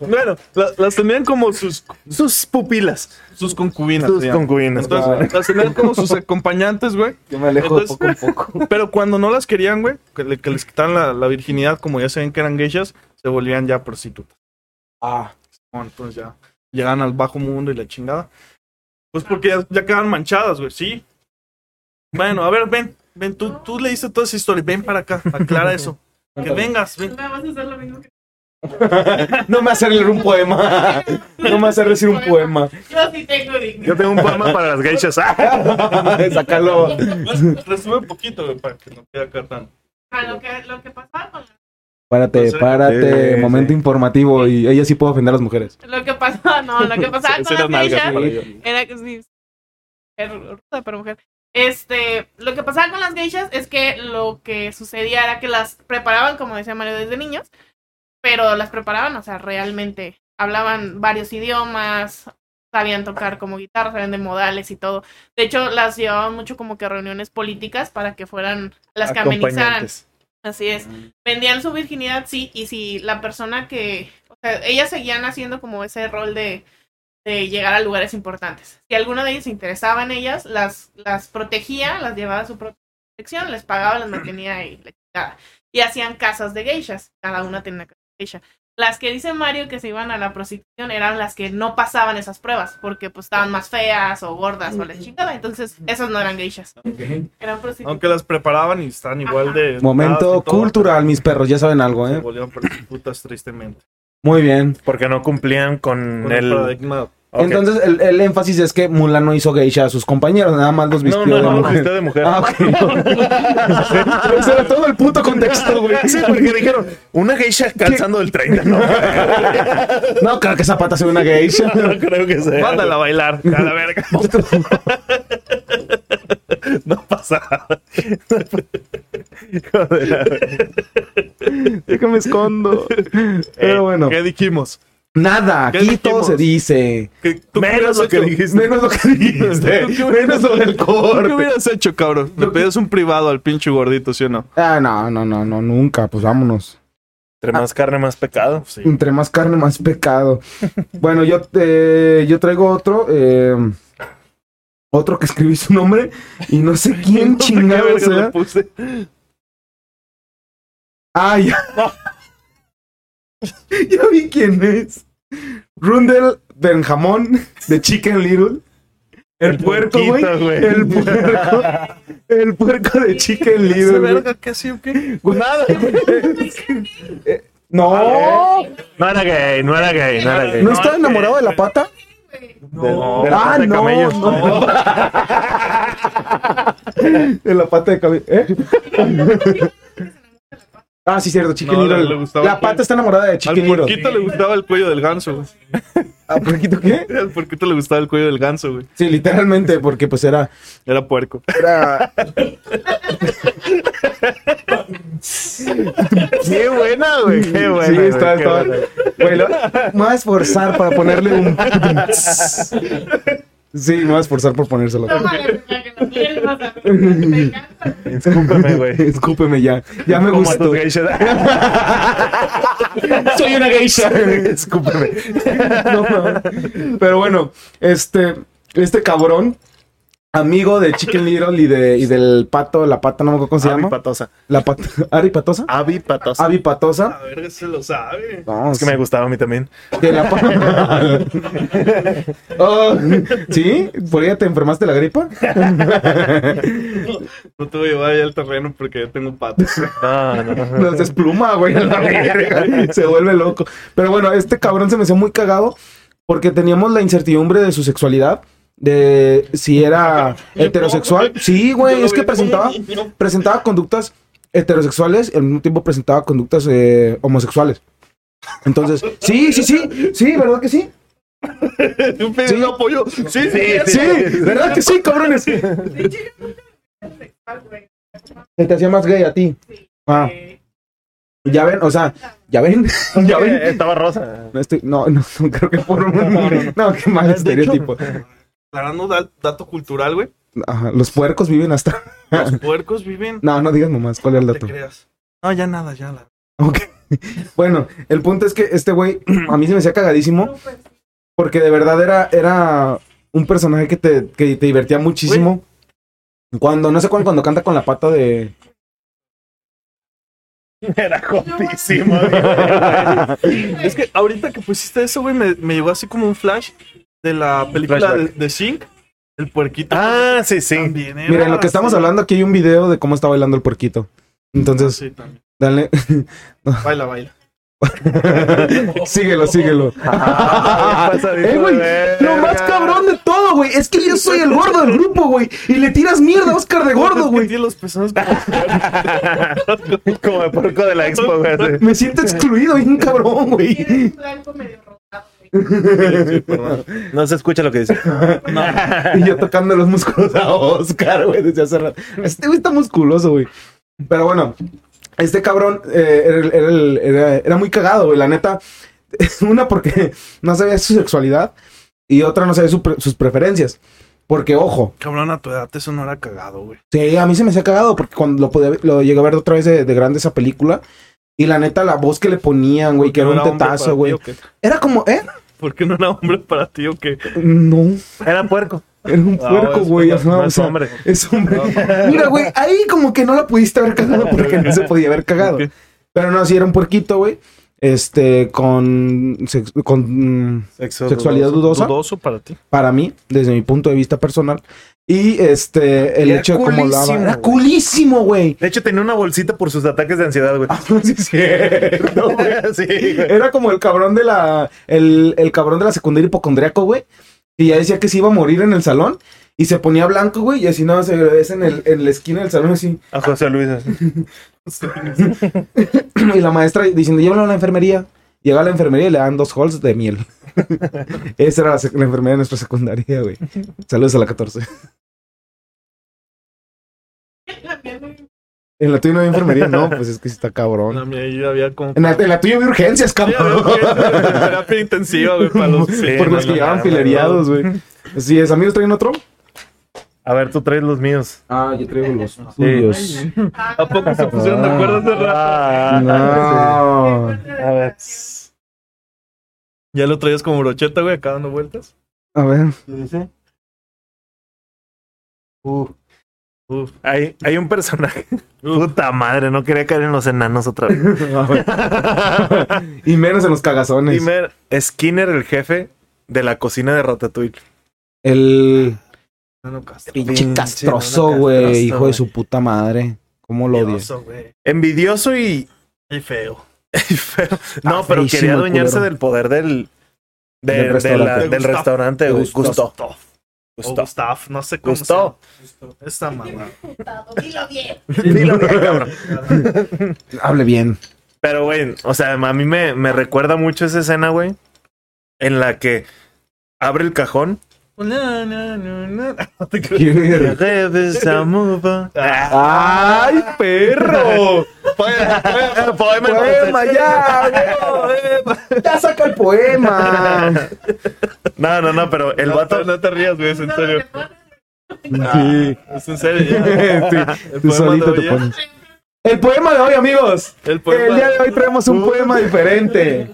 S3: bueno, la- las tenían como sus,
S4: Sus pupilas.
S3: sus concubinas.
S4: Sus
S3: se llaman.
S4: concubinas.
S3: Entonces, las tenían como sus acompañantes, güey.
S11: Yo me alejo
S3: Entonces-
S11: poco a poco.
S3: Pero cuando no las querían, güey, que, le- que les quitaban la, la virginidad, como ya saben que eran geishas, se volvían ya prostitutas.
S11: Ah.
S3: Bueno, entonces ya llegaban al bajo mundo y la chingada. Pues porque ya, ya quedaban manchadas, güey, sí. Bueno, a ver, ven, ven, tú, tú leíste toda esa historia, ven para acá, aclara eso. Que vengas, ven.
S8: vas a hacer lo mismo que
S6: No me hace leer un poema. No me hace decir un poema.
S8: yo sí tengo digno.
S4: Yo tengo un poema para las geishas. Ah,
S6: Sácalo.
S3: Resume un poquito, güey, para que no quede acá tan.
S8: Ah, lo que, lo que pasaba con la-
S6: Párate, párate.
S4: Sí,
S6: momento informativo. Y ella sí puede ofender a las mujeres.
S8: lo que pasaba, no, lo que pasaba
S3: Esas
S8: con
S3: eran
S8: la
S3: nalgas,
S8: geisha
S3: para ellos.
S8: era que sí, pero ruda, pero mujer. Este, lo que pasaba con las geishas es que lo que sucedía era que las preparaban, como decía Mario, desde niños, pero las preparaban, o sea, realmente hablaban varios idiomas, sabían tocar como guitarra, sabían de modales y todo. De hecho, las llevaban mucho como que a reuniones políticas para que fueran las que amenizaran.
S4: Acompañantes.
S8: Así es. Vendían su virginidad, sí, y si la persona que. O sea, ellas seguían haciendo como ese rol de, de llegar a lugares importantes. Si alguno de ellos se interesaba en ellas, las, las protegía, las llevaba a su protección, les pagaba, las mantenía y la chingada. Y hacían casas de geishas. Cada una tenía una casa de geisha. Las que dice Mario que se iban a la prostitución eran las que no pasaban esas pruebas, porque pues estaban más feas o gordas o la chingada. Entonces, esas no eran geishas. Eran prostitutas.
S3: Aunque las preparaban y están igual de.
S6: Momento
S3: y Ah, todo,
S6: cultural, mis perros. Ya saben algo,
S3: Se
S6: ¿eh?
S3: volvieron prostitutas, tristemente.
S6: Muy bien.
S4: Porque no cumplían con,
S3: Con el
S4: el.
S3: paradigma
S4: Ok.
S6: Entonces, el, el énfasis es que Mulan no hizo geisha a sus compañeros. Nada más los
S4: no,
S6: vistió
S4: no,
S6: de
S4: no,
S6: mujer.
S4: usted de mujer.
S6: Ah, ok. Ese era todo el puto contexto, güey.
S4: Sí, porque dijeron, una geisha calzando el 30, no,
S6: No, creo que Zapata sea una geisha.
S4: no creo que sea.
S3: Mándala a bailar, a la verga.
S4: No pasa. Joder,
S6: Déjame escondo. Pero
S3: Eh,
S6: bueno.
S3: ¿Qué dijimos?
S6: Nada,
S3: ¿Qué
S6: aquí todo
S3: dijimos?
S6: se dice.
S3: ¿Qué, tú qué hubieras
S4: Menos lo que
S3: hecho?
S4: dijiste.
S6: Menos lo que dijiste. Menos lo del
S3: ¿Tú ¿Qué
S6: corte.
S3: hubieras hecho, cabrón? Le pedías un privado al pinche gordito, ¿sí o no?
S6: Ah, no, no, no, no, nunca. Pues vámonos.
S4: Entre más carne, más pecado. Sí.
S6: Entre más carne, más pecado. Bueno, yo, eh, yo traigo otro. eh, otro que escribí su nombre y no sé quién
S3: No sé qué
S6: chingado
S3: verga
S6: sea.
S3: le puse.
S6: Ah, ya. ya vi quién es. Rundel Benjamón de Chicken Little. El, puerco, güey.
S4: puerquito, güey.
S6: El puerco. El puerco de Chicken Little. güey.
S3: qué así o qué?
S6: Güey. No,
S8: Ay, güey,
S4: No era gay, no era gay, eh. no era gay.
S6: ¿no estaba enamorado de la pata?
S8: güey.
S4: De- de la
S6: Ah,
S4: pata de
S6: no,
S4: camello.
S6: no. De la pata de cabello. ¿Eh? Ah, sí, cierto, Chicken
S3: No, le-
S6: Little.
S3: le gustaba
S6: la
S3: el-
S6: pata está enamorada de
S3: Al
S6: Chicken Little.
S3: puerquito le gustaba el cuello del ganso, güey.
S6: ¿A puerquito qué?
S3: Al puerquito le gustaba el cuello del ganso, güey.
S6: Sí, literalmente, porque pues era.
S3: Era puerco.
S6: era...
S4: Qué buena, güey. Qué buena.
S6: Sí,
S4: güey,
S6: estaba,
S4: qué
S6: estaba.
S4: buena.
S6: Güey, lo- me voy a esforzar para ponerle un.
S2: Sí, me voy a esforzar por ponérselo.
S8: Tómale, para que no pierdas, a mí, me encanta.
S4: Discúlpame, güey.
S2: Escúpeme ya. Ya me
S4: Como a
S2: gustó.
S4: tus geishas.
S2: Soy una geisha.
S4: Discúlpame.
S2: No, no. Pero bueno, este, este cabrón, amigo de Chicken Little y, de, y del pato, la pata, no me acuerdo cómo se
S4: Avi
S2: llama.
S4: Patosa.
S2: La pata, Ari Patosa.
S4: Avi Patosa.
S2: Avi Patosa.
S3: A ver, se lo sabe.
S2: No,
S4: Es que me gustaba a mí también.
S2: de la pata. Oh, ¿Sí? ¿Por ella te enfermaste de la gripa?
S3: No te voy a llevar ahí al terreno porque yo tengo patas.
S4: No, no.
S2: Nos despluma, güey, a la verga. Se vuelve loco. Pero bueno, este cabrón se me hizo muy cagado porque teníamos la incertidumbre de su sexualidad, de si era heterosexual. Sí, güey, es que presentaba, presentaba conductas heterosexuales y al mismo tiempo presentaba conductas eh, homosexuales. Entonces, sí, sí, sí, sí, ¿verdad que sí?
S3: Yo pedí
S2: Sí.
S3: apoyo. Sí, sí,
S2: Sí, ¿verdad que sí, cabrones?
S8: De hecho, yo nunca fui homosexual, güey.
S2: Se te hacía más gay a ti.
S8: Sí,
S2: Ah,
S8: eh,
S2: ya ven, o sea, ya ven, ya ven.
S4: Eh, Estaba rosa.
S2: No estoy, no, no, no creo que por un. No, qué mal estereotipo.
S3: Aclarando da- dato cultural, güey.
S2: Ajá, los puercos viven hasta.
S3: Los puercos viven.
S2: No, no digas nomás, ¿cuál es el
S3: No te
S2: dato?
S3: creas. No, ya nada, ya la.
S2: Ok. Bueno, el punto es que este güey a mí se me hacía cagadísimo
S8: no, pues,
S2: porque de verdad era, era un personaje que te, que te divertía muchísimo. Cuando, no sé cuándo, cuando canta con la pata de.
S4: Era
S8: jotísimo, sí, güey.
S3: Es que ahorita que pusiste eso, güey, me, me llegó así como un flash de la película de,
S4: Flashback.
S3: de Sink, el puerquito.
S4: Ah, sí, sí.
S3: También era
S2: Mira, en lo que estamos
S3: así.
S2: hablando aquí hay un video de cómo está bailando el puerquito. Entonces,
S3: Sí, también.
S2: dale.
S3: Baila, baila.
S8: Oh.
S2: síguelo, síguelo.
S4: Ah, bien pasadito
S2: Eh, güey,
S4: de
S2: lo más
S4: verga.
S2: cabrón de todo, güey, es que yo soy el gordo del grupo, güey, y le tiras mierda a Oscar de gordo,
S3: Es que
S2: güey.
S3: tiene los pezones como-
S4: Como el porco de la expo, güey. así.
S2: Me siento excluido, bien cabrón, güey.
S8: Tienes un blanco medio rosado, güey.
S4: No se escucha lo que dice.
S2: Y yo tocando los músculos a Oscar, güey, desde hace rato. Este güey está musculoso, güey. Pero bueno, este cabrón eh, era, el- era el- era- era muy cagado, güey, la neta. Una porque no sabía su sexualidad y otra no sabía su pre- sus preferencias. Porque, ojo,
S3: Cabrón, a tu edad eso no era cagado, güey.
S2: Sí, a mí se me se ha cagado porque cuando lo, podía, ver- lo llegué a ver otra vez de, de grande esa película. Y la neta, la voz que le ponían, güey, que era
S3: ¿No
S2: un
S3: hombre para
S2: tetazo,
S3: ti
S2: güey.
S3: o qué?
S2: Era como, ¿eh?
S3: ¿Por qué no era hombre para ti o qué?
S2: No,
S4: Era puerco.
S2: era un
S4: No,
S2: puerco,
S4: es-
S2: güey.
S4: no,
S2: ajá,
S4: no
S2: o
S4: es
S2: sea,
S4: hombre.
S2: Es hombre. Mira, güey, ahí como que no la pudiste haber cagado porque no se podía haber cagado.
S3: Ok.
S2: Pero no, sí, era un puerquito, güey. Este, con, sex- con mm, sexualidad dudosa,
S3: Dudoso para ti.
S2: para mí, desde mi punto de vista personal. Y este, el
S4: Era
S2: hecho de cómo hablaba.
S4: culísimo,
S2: Era
S4: güey.
S2: culísimo, güey.
S4: De hecho, tenía una bolsita por sus ataques de ansiedad, güey.
S2: Ah, Sí, es cierto, güey.
S4: sí, güey.
S2: Era como el cabrón de la. El, el cabrón de la secundaria hipocondriaco, güey. Y ya decía que se iba a morir en el salón. Y se ponía blanco, güey. Y así nada más se ves en, el, en la esquina del salón, así.
S4: A José Luis. así.
S2: Y la maestra diciendo, llévalo a la enfermería. Llega a la enfermería y le dan dos halls de miel. Esa era la, sec- la enfermería de nuestra secundaria, güey. Saludos a la 14.
S8: También me-
S2: En la tuya no había enfermería, no. Pues es que sí está cabrón.
S3: No, mira, ahí había como.
S2: En la, en la tuya había urgencias,
S3: Sí, había
S2: cabrón.
S3: gente de terapia intensiva, güey, para los.
S4: Sí,
S2: Por los
S4: no,
S2: que llevaban
S4: no,
S2: fileriados, güey. Así es, amigos, ¿traen otro?
S4: A ver, tú traes los míos.
S2: Ah, yo traigo los
S8: Ah,
S3: ¿A poco se pusieron de acuerdo hace rato?
S4: Ah,
S2: No.
S8: encuentro
S4: A ver.
S8: relación.
S3: Ya lo traías como brocheta, güey, acá dando vueltas.
S2: A ver.
S3: Uh. Uh.
S4: Hay, hay un personaje. Puta madre, no quería caer en los enanos otra vez.
S2: y menos en los cagazones.
S4: Primer, Skinner, el jefe de la cocina de Ratatouille.
S2: El
S3: No, no, Castro.
S2: pinche
S4: Ah, Pinche
S2: castroso,
S4: mono
S2: güey.
S4: castroso,
S2: Hijo de
S4: güey.
S2: su puta madre. ¿Cómo lo odias?
S3: Odioso, güey.
S4: Envidioso y.
S3: Y feo.
S4: feo. No,
S2: Ah,
S4: pero
S2: feísimo
S4: quería
S2: el
S4: adueñarse
S2: culero.
S4: del poder del. de-
S2: Del
S4: de la-
S2: restaurante.
S4: del restaurante.
S2: De
S4: güey.
S2: Gustav.
S4: Gusto.
S3: O
S4: Gusto.
S3: Gustav, no sé cómo.
S4: Gustav.
S3: Gustav. Esta mamá.
S8: Putado, Dilo bien.
S4: Dilo bien, cabrón.
S2: Hable bien.
S4: Pero, güey, o sea, a mí me, me recuerda mucho esa escena, güey, en la que abre el cajón
S3: Na, na, na, na. No te creo.
S4: Your
S2: Ay,
S4: life is a mover.
S2: Ah. perro.
S3: Poema, poema, poema.
S2: Poema, ya, güey. Ya saca el poema.
S4: No, no, no, pero el
S3: No,
S4: vato.
S3: No te rías, güey, es en serio.
S2: Sí.
S3: Es en serio. ya.
S2: Tú-
S3: El
S2: tú
S3: poema
S2: solito
S3: de
S2: te
S3: hoy es-
S2: pones. ¿eh? El poema de hoy, amigos.
S3: El
S2: El
S3: poema.
S2: día de hoy traemos un poema diferente.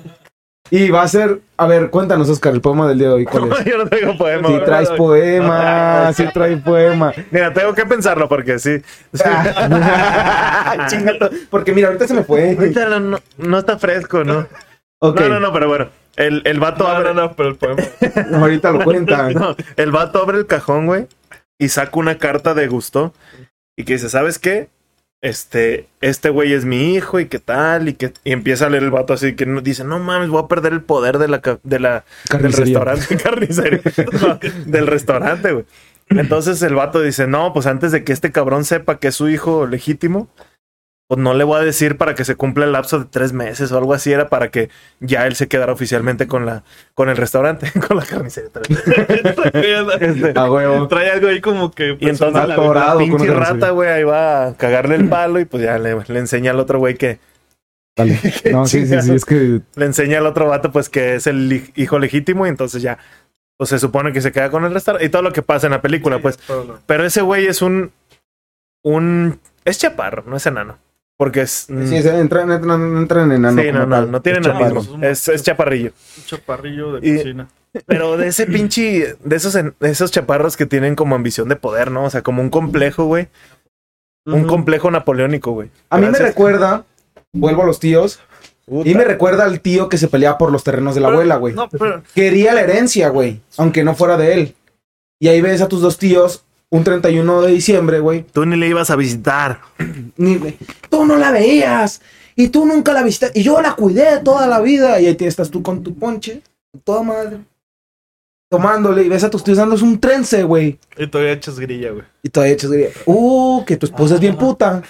S2: Y va a ser, a ver, cuéntanos, Oscar, el poema del día de hoy. ¿Cuál es?
S4: Yo no tengo poema.
S2: Si
S4: güey.
S2: traes poema, si traes poema.
S4: Mira, tengo que pensarlo porque sí.
S2: Ah, chingato, porque mira, ahorita se me fue.
S4: Ahorita no, no- no está fresco, ¿no?
S2: Ok,
S4: No, no, no, pero bueno. El, el vato
S3: No,
S4: abre.
S3: no, no, pero el poema.
S2: ahorita lo cuenta.
S4: No, el vato abre el cajón, güey, y saca una carta de gusto y que dice, ¿sabes qué? Este, este güey es mi hijo y qué tal, y que y empieza a leer el vato así que no- dice, no mames, voy a perder el poder de la, ca- de la del
S2: Carnicería.
S4: restaurante, carnicería, No, del restaurante, güey. Entonces el vato dice, no, pues antes de que este cabrón sepa que es su hijo legítimo, pues no le voy a decir para que se cumpla el lapso de tres meses o algo así, era para que ya él se quedara oficialmente con la, con el restaurante, con la carnicería. Este,
S2: A huevo.
S3: Trae algo ahí como que.
S4: y entonces
S2: Está
S4: la-
S2: atorado
S4: la
S2: con
S4: pinche
S2: una
S4: rata,
S2: carnicería.
S4: güey, ahí va a cagarle el palo y pues ya le, le enseña al otro güey que...
S2: Dale. No, sí, sí, sí, es que
S4: Le enseña al otro vato pues que es el hij- hijo legítimo y entonces ya... Pues se supone que se queda con el restaurante y todo lo que pasa en la película, pues... Pero ese güey es un... Un... Es chaparro, no es enano. Porque es... mm,
S2: sí, se entran, entran, entran en enano.
S4: sí, no,
S2: como
S4: no,
S2: tal.
S4: no tiene
S2: Chaparro.
S4: enanismo.
S3: chaparro.
S4: Es, es chaparrillo.
S3: Un chaparrillo de
S4: Y-
S3: cocina.
S4: Pero de ese pinche, de esos, en- de esos chaparros que tienen como ambición de poder, ¿no? O sea, como un complejo, güey. Un
S3: Ujú.
S4: complejo napoleónico, güey.
S2: A mí me
S4: Gracias.
S2: recuerda, vuelvo a los tíos, y me recuerda al tío que se peleaba por los terrenos de la
S3: Pero-
S2: abuela, güey.
S3: No, pero.
S2: quería la herencia, güey, aunque no fuera de él. Y ahí ves a tus dos tíos un 31 de diciembre, güey.
S4: Tú ni le ibas a visitar.
S2: Ni, güey, Tú no la veías y tú nunca la viste y yo la cuidé toda la vida y ahí te- estás tú con tu ponche, toda madre. Tomándole y ves a tus tíos dándose un trence, güey.
S3: Y todavía echas grilla, güey.
S2: Y todavía echas diría, uh, que tu esposa es
S4: Ah.
S2: bien puta.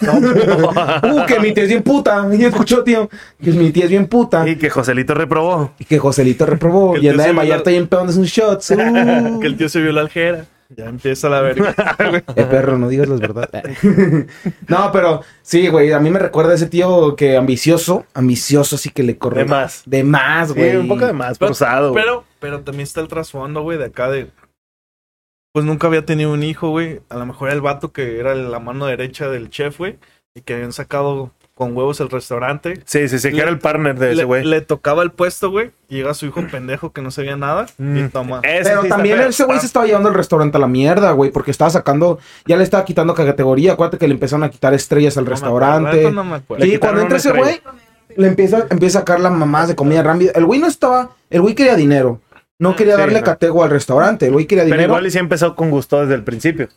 S2: uh, que mi tía es bien puta. Y escuchó, tío, que mi tía es bien puta.
S4: Y que Joselito reprobó.
S2: Y que Joselito reprobó.
S3: Que el
S2: Y
S3: tío
S2: anda de
S3: se viola-
S2: Vallarta y en peón es un shot. Uh.
S3: Que el tío se vio la aljera. Ya empieza la verga.
S2: Eh, perro, no digas las verdades. no, pero sí, güey. A mí me recuerda a ese tío que ambicioso, ambicioso, así que le corre.
S4: De más.
S2: De más,
S4: Sí,
S2: güey.
S4: un poco de más, cruzado. güey.
S3: Pero, pero también está el trasfondo, güey, de acá de. Pues nunca había tenido un hijo, güey. A lo mejor era el vato que era la mano derecha del chef, güey. Y que habían sacado con huevos el restaurante.
S4: Sí, sí, sí, que
S3: Le-
S4: era el partner de ese
S3: Le,
S4: güey.
S3: le tocaba el puesto, güey. Y llega su hijo pendejo que no sabía nada. Y
S4: Mm.
S3: toma.
S4: Ese
S2: Pero
S4: sí está
S2: también
S4: feo.
S2: ese Este güey se estaba llevando el restaurante a la mierda, güey, porque estaba sacando, ya le estaba quitando categoría. Acuérdate que le empezaron a quitar estrellas al
S3: No me
S2: restaurante.
S3: acuerdo, no me acuerdo.
S4: Le
S2: Sí,
S4: quitaron
S2: cuando entra
S4: una
S2: ese güey, le empieza, empieza a sacar las mamás de comida rápida. El güey no estaba, el güey quería dinero. No quería
S4: Sí,
S2: darle
S4: no.
S2: catego al restaurante, el güey quería
S4: Pero
S2: dinero.
S4: igual y sí empezó con gusto desde el principio.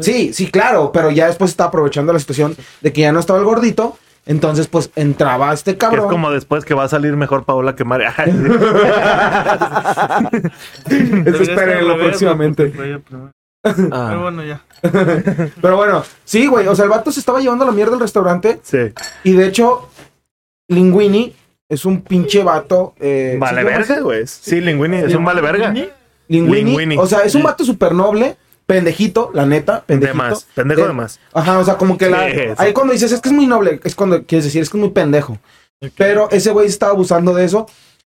S2: Sí, sí, claro, pero ya después estaba aprovechando la situación de que ya no estaba el gordito, entonces pues entraba este
S4: Que es
S2: cabrón.
S4: como después que va a salir mejor Paola que María.
S2: Eso
S3: Debería estar al
S2: espérenlo
S3: revés,
S2: próximamente. Ah.
S3: güey, porque traía primero. Pero bueno, ya.
S2: Pero bueno, sí, güey, o sea, el vato se estaba llevando la mierda al restaurante
S4: sí.
S2: y de hecho Linguini es un pinche vato. eh,
S4: Vale
S2: ¿sí se llama
S4: verga,
S2: así?
S4: güey. Sí, Linguini. Es un vale verga.
S2: Linguini,
S4: Linguini.
S2: O sea, es un vato súper noble, pendejito, la neta,
S4: De
S2: pendejito.
S4: más. Pendejo
S2: Eh,
S4: de más.
S2: Ajá, o sea, como que la,
S4: Sí, sí.
S2: ahí cuando dices es que es muy noble, es cuando quieres decir es que es muy pendejo. Pero ese güey estaba abusando de eso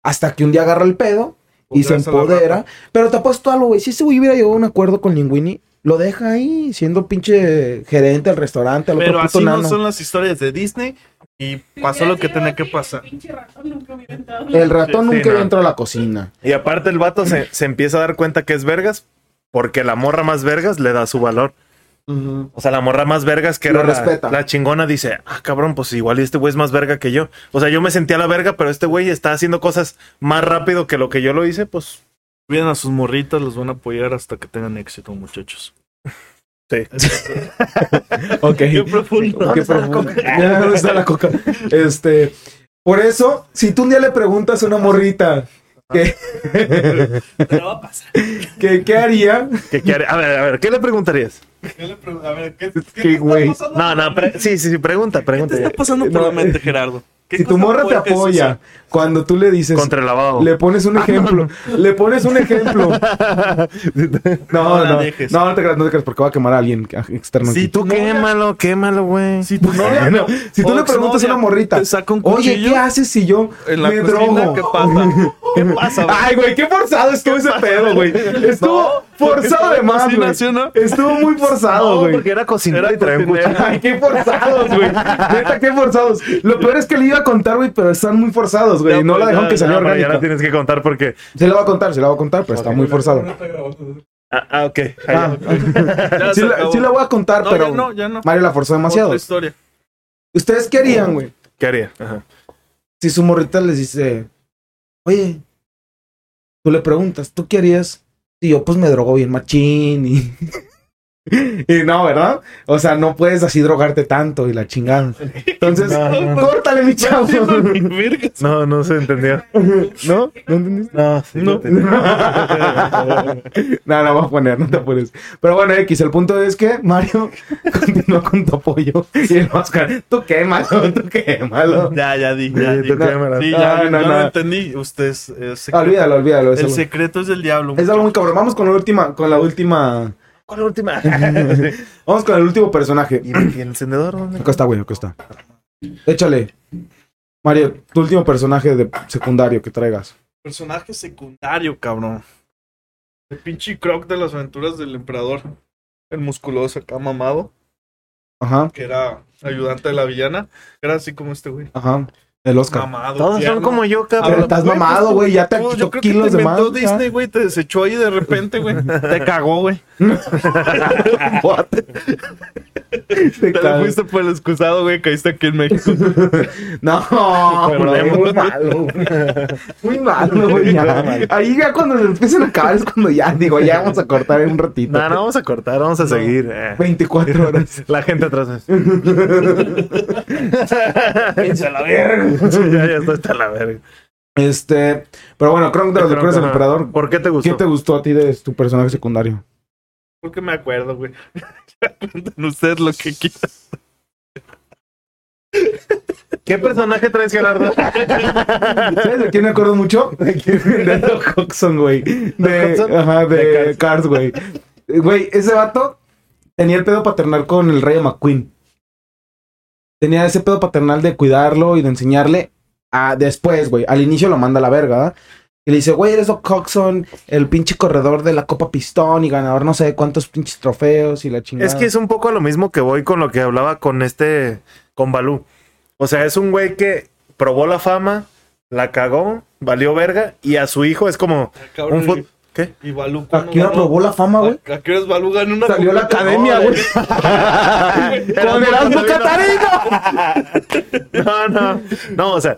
S2: hasta que un día agarra el pedo y se
S3: Podrías a la
S2: empodera. Pero te apuesto algo, güey. Si ese güey hubiera llegado a un acuerdo con Linguini, lo deja ahí siendo pinche gerente del restaurante, al
S3: Pero
S2: otro puto
S3: así
S2: nano.
S3: no son las historias de Disney. Y pasó lo que tenía que pasar.
S2: El ratón
S4: Sí, sí,
S2: nunca
S4: no.
S2: entró a la cocina.
S4: Y aparte el vato se, se empieza a dar cuenta que es vergas porque la morra más vergas le da su valor. O sea, la morra más vergas que
S2: Lo
S4: era la-
S2: respeta.
S4: La, chingona dice, ah, cabrón, pues igual y este güey es más verga que yo. O sea, yo me sentía la verga, pero este güey está haciendo cosas más rápido que lo que yo lo hice, pues...
S3: Vienen a sus morritas, los van a apoyar hasta que tengan éxito, muchachos.
S4: Sí.
S2: Ok.
S3: Qué profundo.
S2: Qué profundo. Ya, ¿dónde está la coca? Este, por eso, si tú un día le preguntas a una morrita que, que qué haría,
S4: ¿Qué quiere? A ver, a ver, ¿qué le preguntarías?
S3: A ver, ¿qué,
S2: qué güey.
S4: No, no, pre- sí, sí, sí, pregunta, pregunta.
S6: Este
S3: pasando
S2: por la
S3: mente, Gerardo? ¿Qué
S6: si tu
S3: cosa
S6: morra te
S3: puede que es
S6: apoya, cuando tú le dices,
S4: Contra el lavado.
S6: le pones
S3: Ah,
S6: un ejemplo, le pones un ejemplo. No,
S3: No la
S6: no, no,
S3: dejes.
S6: no te creas, no te creas, porque va a quemar a alguien externo.
S4: Si
S6: aquí.
S4: tú Oh, quémalo, quémalo, güey.
S3: Si tu novia
S6: Bueno, si tú le preguntas a una morrita,
S3: te saca un
S6: oye,
S3: cuchillo
S6: ¿qué haces si yo
S3: en la
S6: me
S3: cocina,
S6: drogo?
S3: ¿qué pasa? ¿Qué pasa, güey?
S6: Ay, güey, qué forzado estuvo ese pedo, güey. Estuvo forzado de más,
S3: cocina,
S6: güey.
S3: ¿sí o no?
S6: Estuvo muy forzado,
S4: No,
S6: güey.
S4: porque era cocinero
S3: Era
S4: y traía un cuchillo.
S6: Ay, qué forzados, güey. Neta, qué forzados. Lo peor es que le iba a contar, güey, pero están muy forzados, güey.
S4: Ya,
S6: y no
S4: pues,
S6: la
S4: ya,
S6: dejaron que saliera
S4: ya, pero Ya la
S6: orgánica.
S4: tienes que contar porque.
S6: Se la va a contar, se la va a contar, pero está muy forzado.
S4: Ah, ah, ok. Ahí
S6: Ah,
S4: ya.
S3: Ya
S6: sí,
S3: se
S6: la,
S3: acabó.
S6: sí la voy a contar,
S3: No,
S6: pero
S3: ya no, ya no.
S6: Mario la forzó demasiado.
S3: Otra historia.
S6: ¿Ustedes qué harían, güey?
S4: ¿Qué haría? Ajá.
S6: Si su morrita les dice, oye, tú le preguntas, ¿tú qué harías? Y yo, pues me drogo bien machín y... Y no, ¿verdad? O sea, no puedes así drogarte tanto y la chingada. Entonces, córtale, mi chavo.
S4: No, no se entendió.
S6: ¿No? ¿No entendiste?
S4: No, sí, no.
S6: No, no voy a poner, no te apures. Pero bueno, X, el punto es que Mario continuó con tu apoyo. Y el Oscar, tú qué malo, tú qué malo.
S3: Ya, ya di, ya
S4: Sí,
S3: di.
S4: tú quémala.
S3: Sí,
S6: No,
S3: ya, ya
S6: Ah, no, no. Ah,
S3: lo entendí. Ustedes, eh, se-
S6: Olvídalo, olvídalo. Es,
S3: el
S6: algo-
S3: secreto es del diablo.
S6: es algo muy cabrón. Vamos con la última, con la última.
S4: ¿Cuál última?
S6: Vamos con el último personaje.
S4: ¿Y el encendedor? dónde?
S6: Acá está, güey, acá está. Échale. Mario, tu último personaje de secundario que traigas.
S3: Personaje secundario, cabrón. El pinche croc de las aventuras del emperador. El musculoso acá mamado,
S6: Ajá,
S3: que era ayudante de la villana. Era así como este güey.
S6: ajá. El Oscar.
S3: Mamado.
S4: Todos son
S3: tierno.
S4: como yo,
S6: Pero
S4: cabrón.
S6: estás
S3: Güey, pues,
S6: mamado,
S3: tú-
S6: güey. Ya te
S3: tú-
S6: quitó
S3: Yo creo que
S6: kilos
S3: te
S6: de más.
S3: inventó Disney, güey. Te desechó ahí de repente, güey. Te cagó, güey.
S6: What? Te
S3: Te lo
S6: cago.
S3: fuiste por el excusado, güey. Caíste aquí en México.
S6: No, güey, muy malo. güey. Muy malo, güey. ya. Ahí ya cuando se empiezan a acabar es cuando ya digo, ya vamos a cortar en un ratito.
S4: No, no, vamos a cortar, vamos a seguir. eh.
S6: 24 horas.
S4: La gente atrás. Piensa la verga. ya, ya está hasta la verga.
S6: Este, pero bueno, Kronk de los Locuras del
S4: Ajá.
S6: Emperador.
S4: ¿Por qué te gustó?
S6: ¿Qué te gustó a ti de tu personaje secundario?
S3: Porque me acuerdo, güey. Cuenten ustedes lo que quieran.
S4: ¿Qué personaje traes, Gerardo?
S6: ¿Sabes de quién me acuerdo mucho? De Doc Hodgson, güey. De,
S4: Hodgson?
S6: ajá, de,
S4: De Cars.
S6: Cars, güey. Güey, ese vato tenía el pedo paternal con el Rayo McQueen. Tenía ese pedo paternal de cuidarlo y de enseñarle a después, güey. Al inicio lo manda a la verga, ¿verdad? Y le dice, güey, eres Doc Hodgson, el pinche corredor de la Copa Pistón y ganador no sé de cuántos pinches trofeos y la chingada.
S4: Es que es un poco a lo mismo que voy con lo que hablaba con este, con Balú. O sea, es un güey que probó la fama, la cagó, valió verga, y a su hijo es como un fut- ¿Qué?
S3: Y Balú.
S6: ¿A qué hora probó la fama, güey?
S3: ¿A qué hora Balú ganó una
S6: Salió a la academia, güey. Con Erasmo Catarino.
S4: No, no. No, o sea,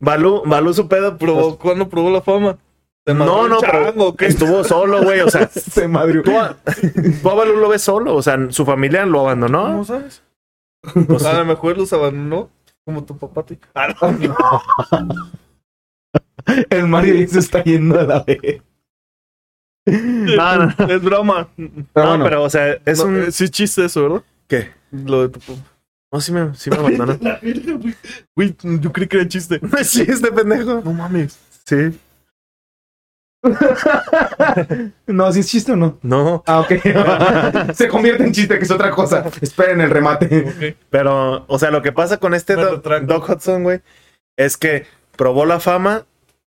S4: Balú, Balú su pedo pues,
S3: Probó,
S4: probó.
S3: ¿Cuándo probó la fama? ¿Te mandó
S4: No,
S3: el
S4: no,
S3: chango,
S4: pero
S3: o qué?
S4: estuvo solo, güey. O sea,
S6: Se madrió.
S4: tú a, tú a Balú lo ves solo. O sea, su familia lo abandonó.
S3: ¿Cómo sabes? Pues a lo mejor los abandonó como tu papá. te- Ah, no.
S6: El Mario ya se está yendo a la vez.
S4: No, no, no.
S3: Es broma.
S6: Pero
S4: No,
S6: bueno,
S4: pero, o sea, es
S3: No,
S4: un.
S3: eh, Sí, chiste eso, ¿verdad?
S4: ¿Qué?
S3: Lo de tu papá.
S4: No, sí me, sí me abandonó.
S3: Güey, yo creí que era chiste.
S4: No es chiste, pendejo. No mames. Sí.
S6: no, si es chiste o no.
S4: No,
S6: Ah, ok. se convierte en chiste, que es otra cosa. Esperen el remate.
S3: Ok.
S4: pero, o sea, lo que pasa con este
S3: Me
S4: Doc,
S3: retracto.
S4: Doc Hudson, güey, es que probó la fama,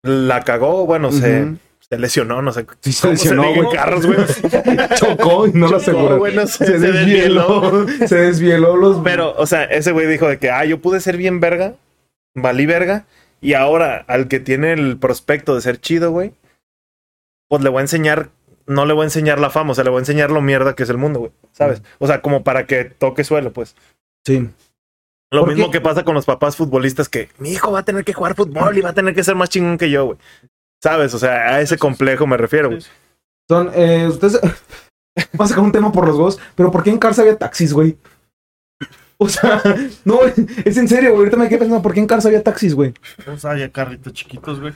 S4: la cagó, bueno,
S6: Ujú.
S4: se, se lesionó, no sé.
S6: Sí, se
S4: cómo
S6: lesionó,
S4: diga en
S6: güey.
S4: carros, güey.
S6: Chocó y no lo aseguró.
S4: güey, no sé,
S6: se,
S4: se
S6: desvieló. Se desvieló los.
S4: Pero, o sea, ese güey dijo de que, ah, yo pude ser bien verga, valí verga, y ahora al que tiene el prospecto de ser chido, güey, pues le voy a enseñar, no le voy a enseñar la fama, o sea, le voy a enseñar lo mierda que es el mundo, güey, ¿sabes? O sea, como para que toque suelo, pues.
S6: Sí.
S4: Lo
S6: ¿Por
S4: mismo
S6: qué?
S4: que pasa con los papás futbolistas que mi hijo va a tener que jugar fútbol y va a tener que ser más chingón que yo, güey. ¿Sabes? O sea, a ese complejo me refiero, güey.
S6: Son, eh, ustedes. Vamos a sacar un tema por los dos, pero ¿por qué en Cars había taxis, güey? O sea, no, es en serio, güey. Ahorita me quedé pensando, ¿por qué en Cars había taxis, güey?
S3: O sea, había carritos chiquitos, güey.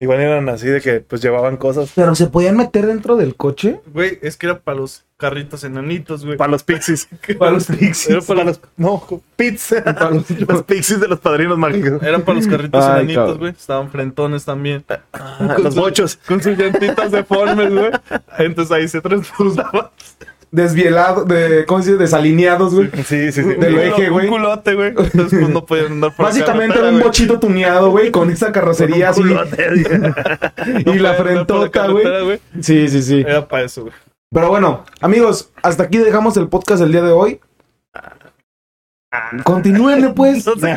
S4: Igual eran así de que pues llevaban cosas
S6: Pero se podían meter dentro del coche.
S3: Güey, es que era para los carritos enanitos, güey.
S4: para los pixies.
S3: Para los pixies. Era para los,
S4: No, pits. los pixies de los padrinos mágicos.
S3: eran para los carritos
S2: Ay,
S3: enanitos,
S2: cabrón.
S3: güey. Estaban frentones también.
S4: Ah, los bochos.
S3: Con sus llantitas deformes, güey. Entonces ahí se transportaba.
S2: Desvielado, de, ¿cómo se dice? Desalineados, güey.
S4: Sí, sí, sí.
S2: De lo eje, güey.
S3: Un culote, güey. Entonces pues no podían andar por la
S2: Básicamente era
S3: carretera,
S2: un
S3: güey.
S2: bochito tuneado, güey, con esa carrocería así
S3: No
S2: y la
S3: podían andar por la
S2: frentota, güey.
S3: carretera, Eh.
S2: Sí, sí, sí.
S3: Era para eso, güey.
S2: Pero bueno, amigos, hasta aquí dejamos el podcast del día de hoy.
S3: Ah.
S2: Continúenle, pues.
S3: Güey,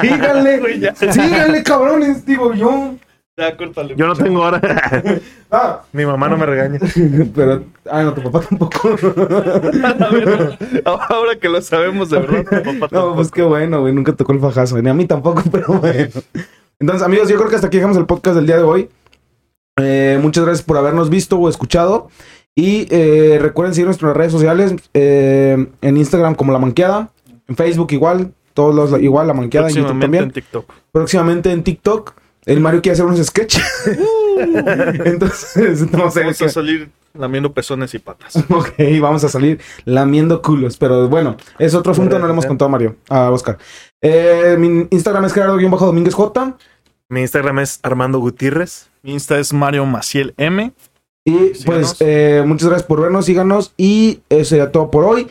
S2: Síganle.
S3: ya.
S2: Síganle, cabrones. Digo yo.
S3: Ya, córtale.
S4: Yo no tengo hora.
S2: Ah,
S4: Mi mamá no me regaña.
S2: pero. Ah, no, tu papá tampoco.
S3: Ahora que lo sabemos de verdad, papá.
S2: No, pues qué bueno, güey. Nunca tocó el fajazo. Ni a mí tampoco, pero bueno. Entonces, amigos, yo creo que hasta aquí dejamos el podcast del día de hoy. Eh, muchas gracias por habernos visto o escuchado. Y eh, recuerden seguir nuestras redes sociales eh, en Instagram como La Manqueada, en Facebook igual, todos los igual, La Manqueada, en YouTube
S3: Próximamente
S2: también.
S3: en TikTok.
S2: próximamente en TikTok. El Mario quiere hacer unos sketches. Entonces, no sé.
S3: Vamos
S2: qué-
S3: a salir lamiendo pezones y patas.
S2: Ok, vamos a salir lamiendo culos. Pero bueno, es otro asunto, no lo hemos contado a Mario, a Oscar. Eh, mi Instagram es Gerardo-Domínguez J.
S4: Mi Instagram es Armando Gutiérrez.
S3: Mi Insta es Mario Maciel M.
S2: Y
S3: Síganos.
S2: pues, eh, muchas gracias por vernos, síganos. Y eso sería todo por hoy.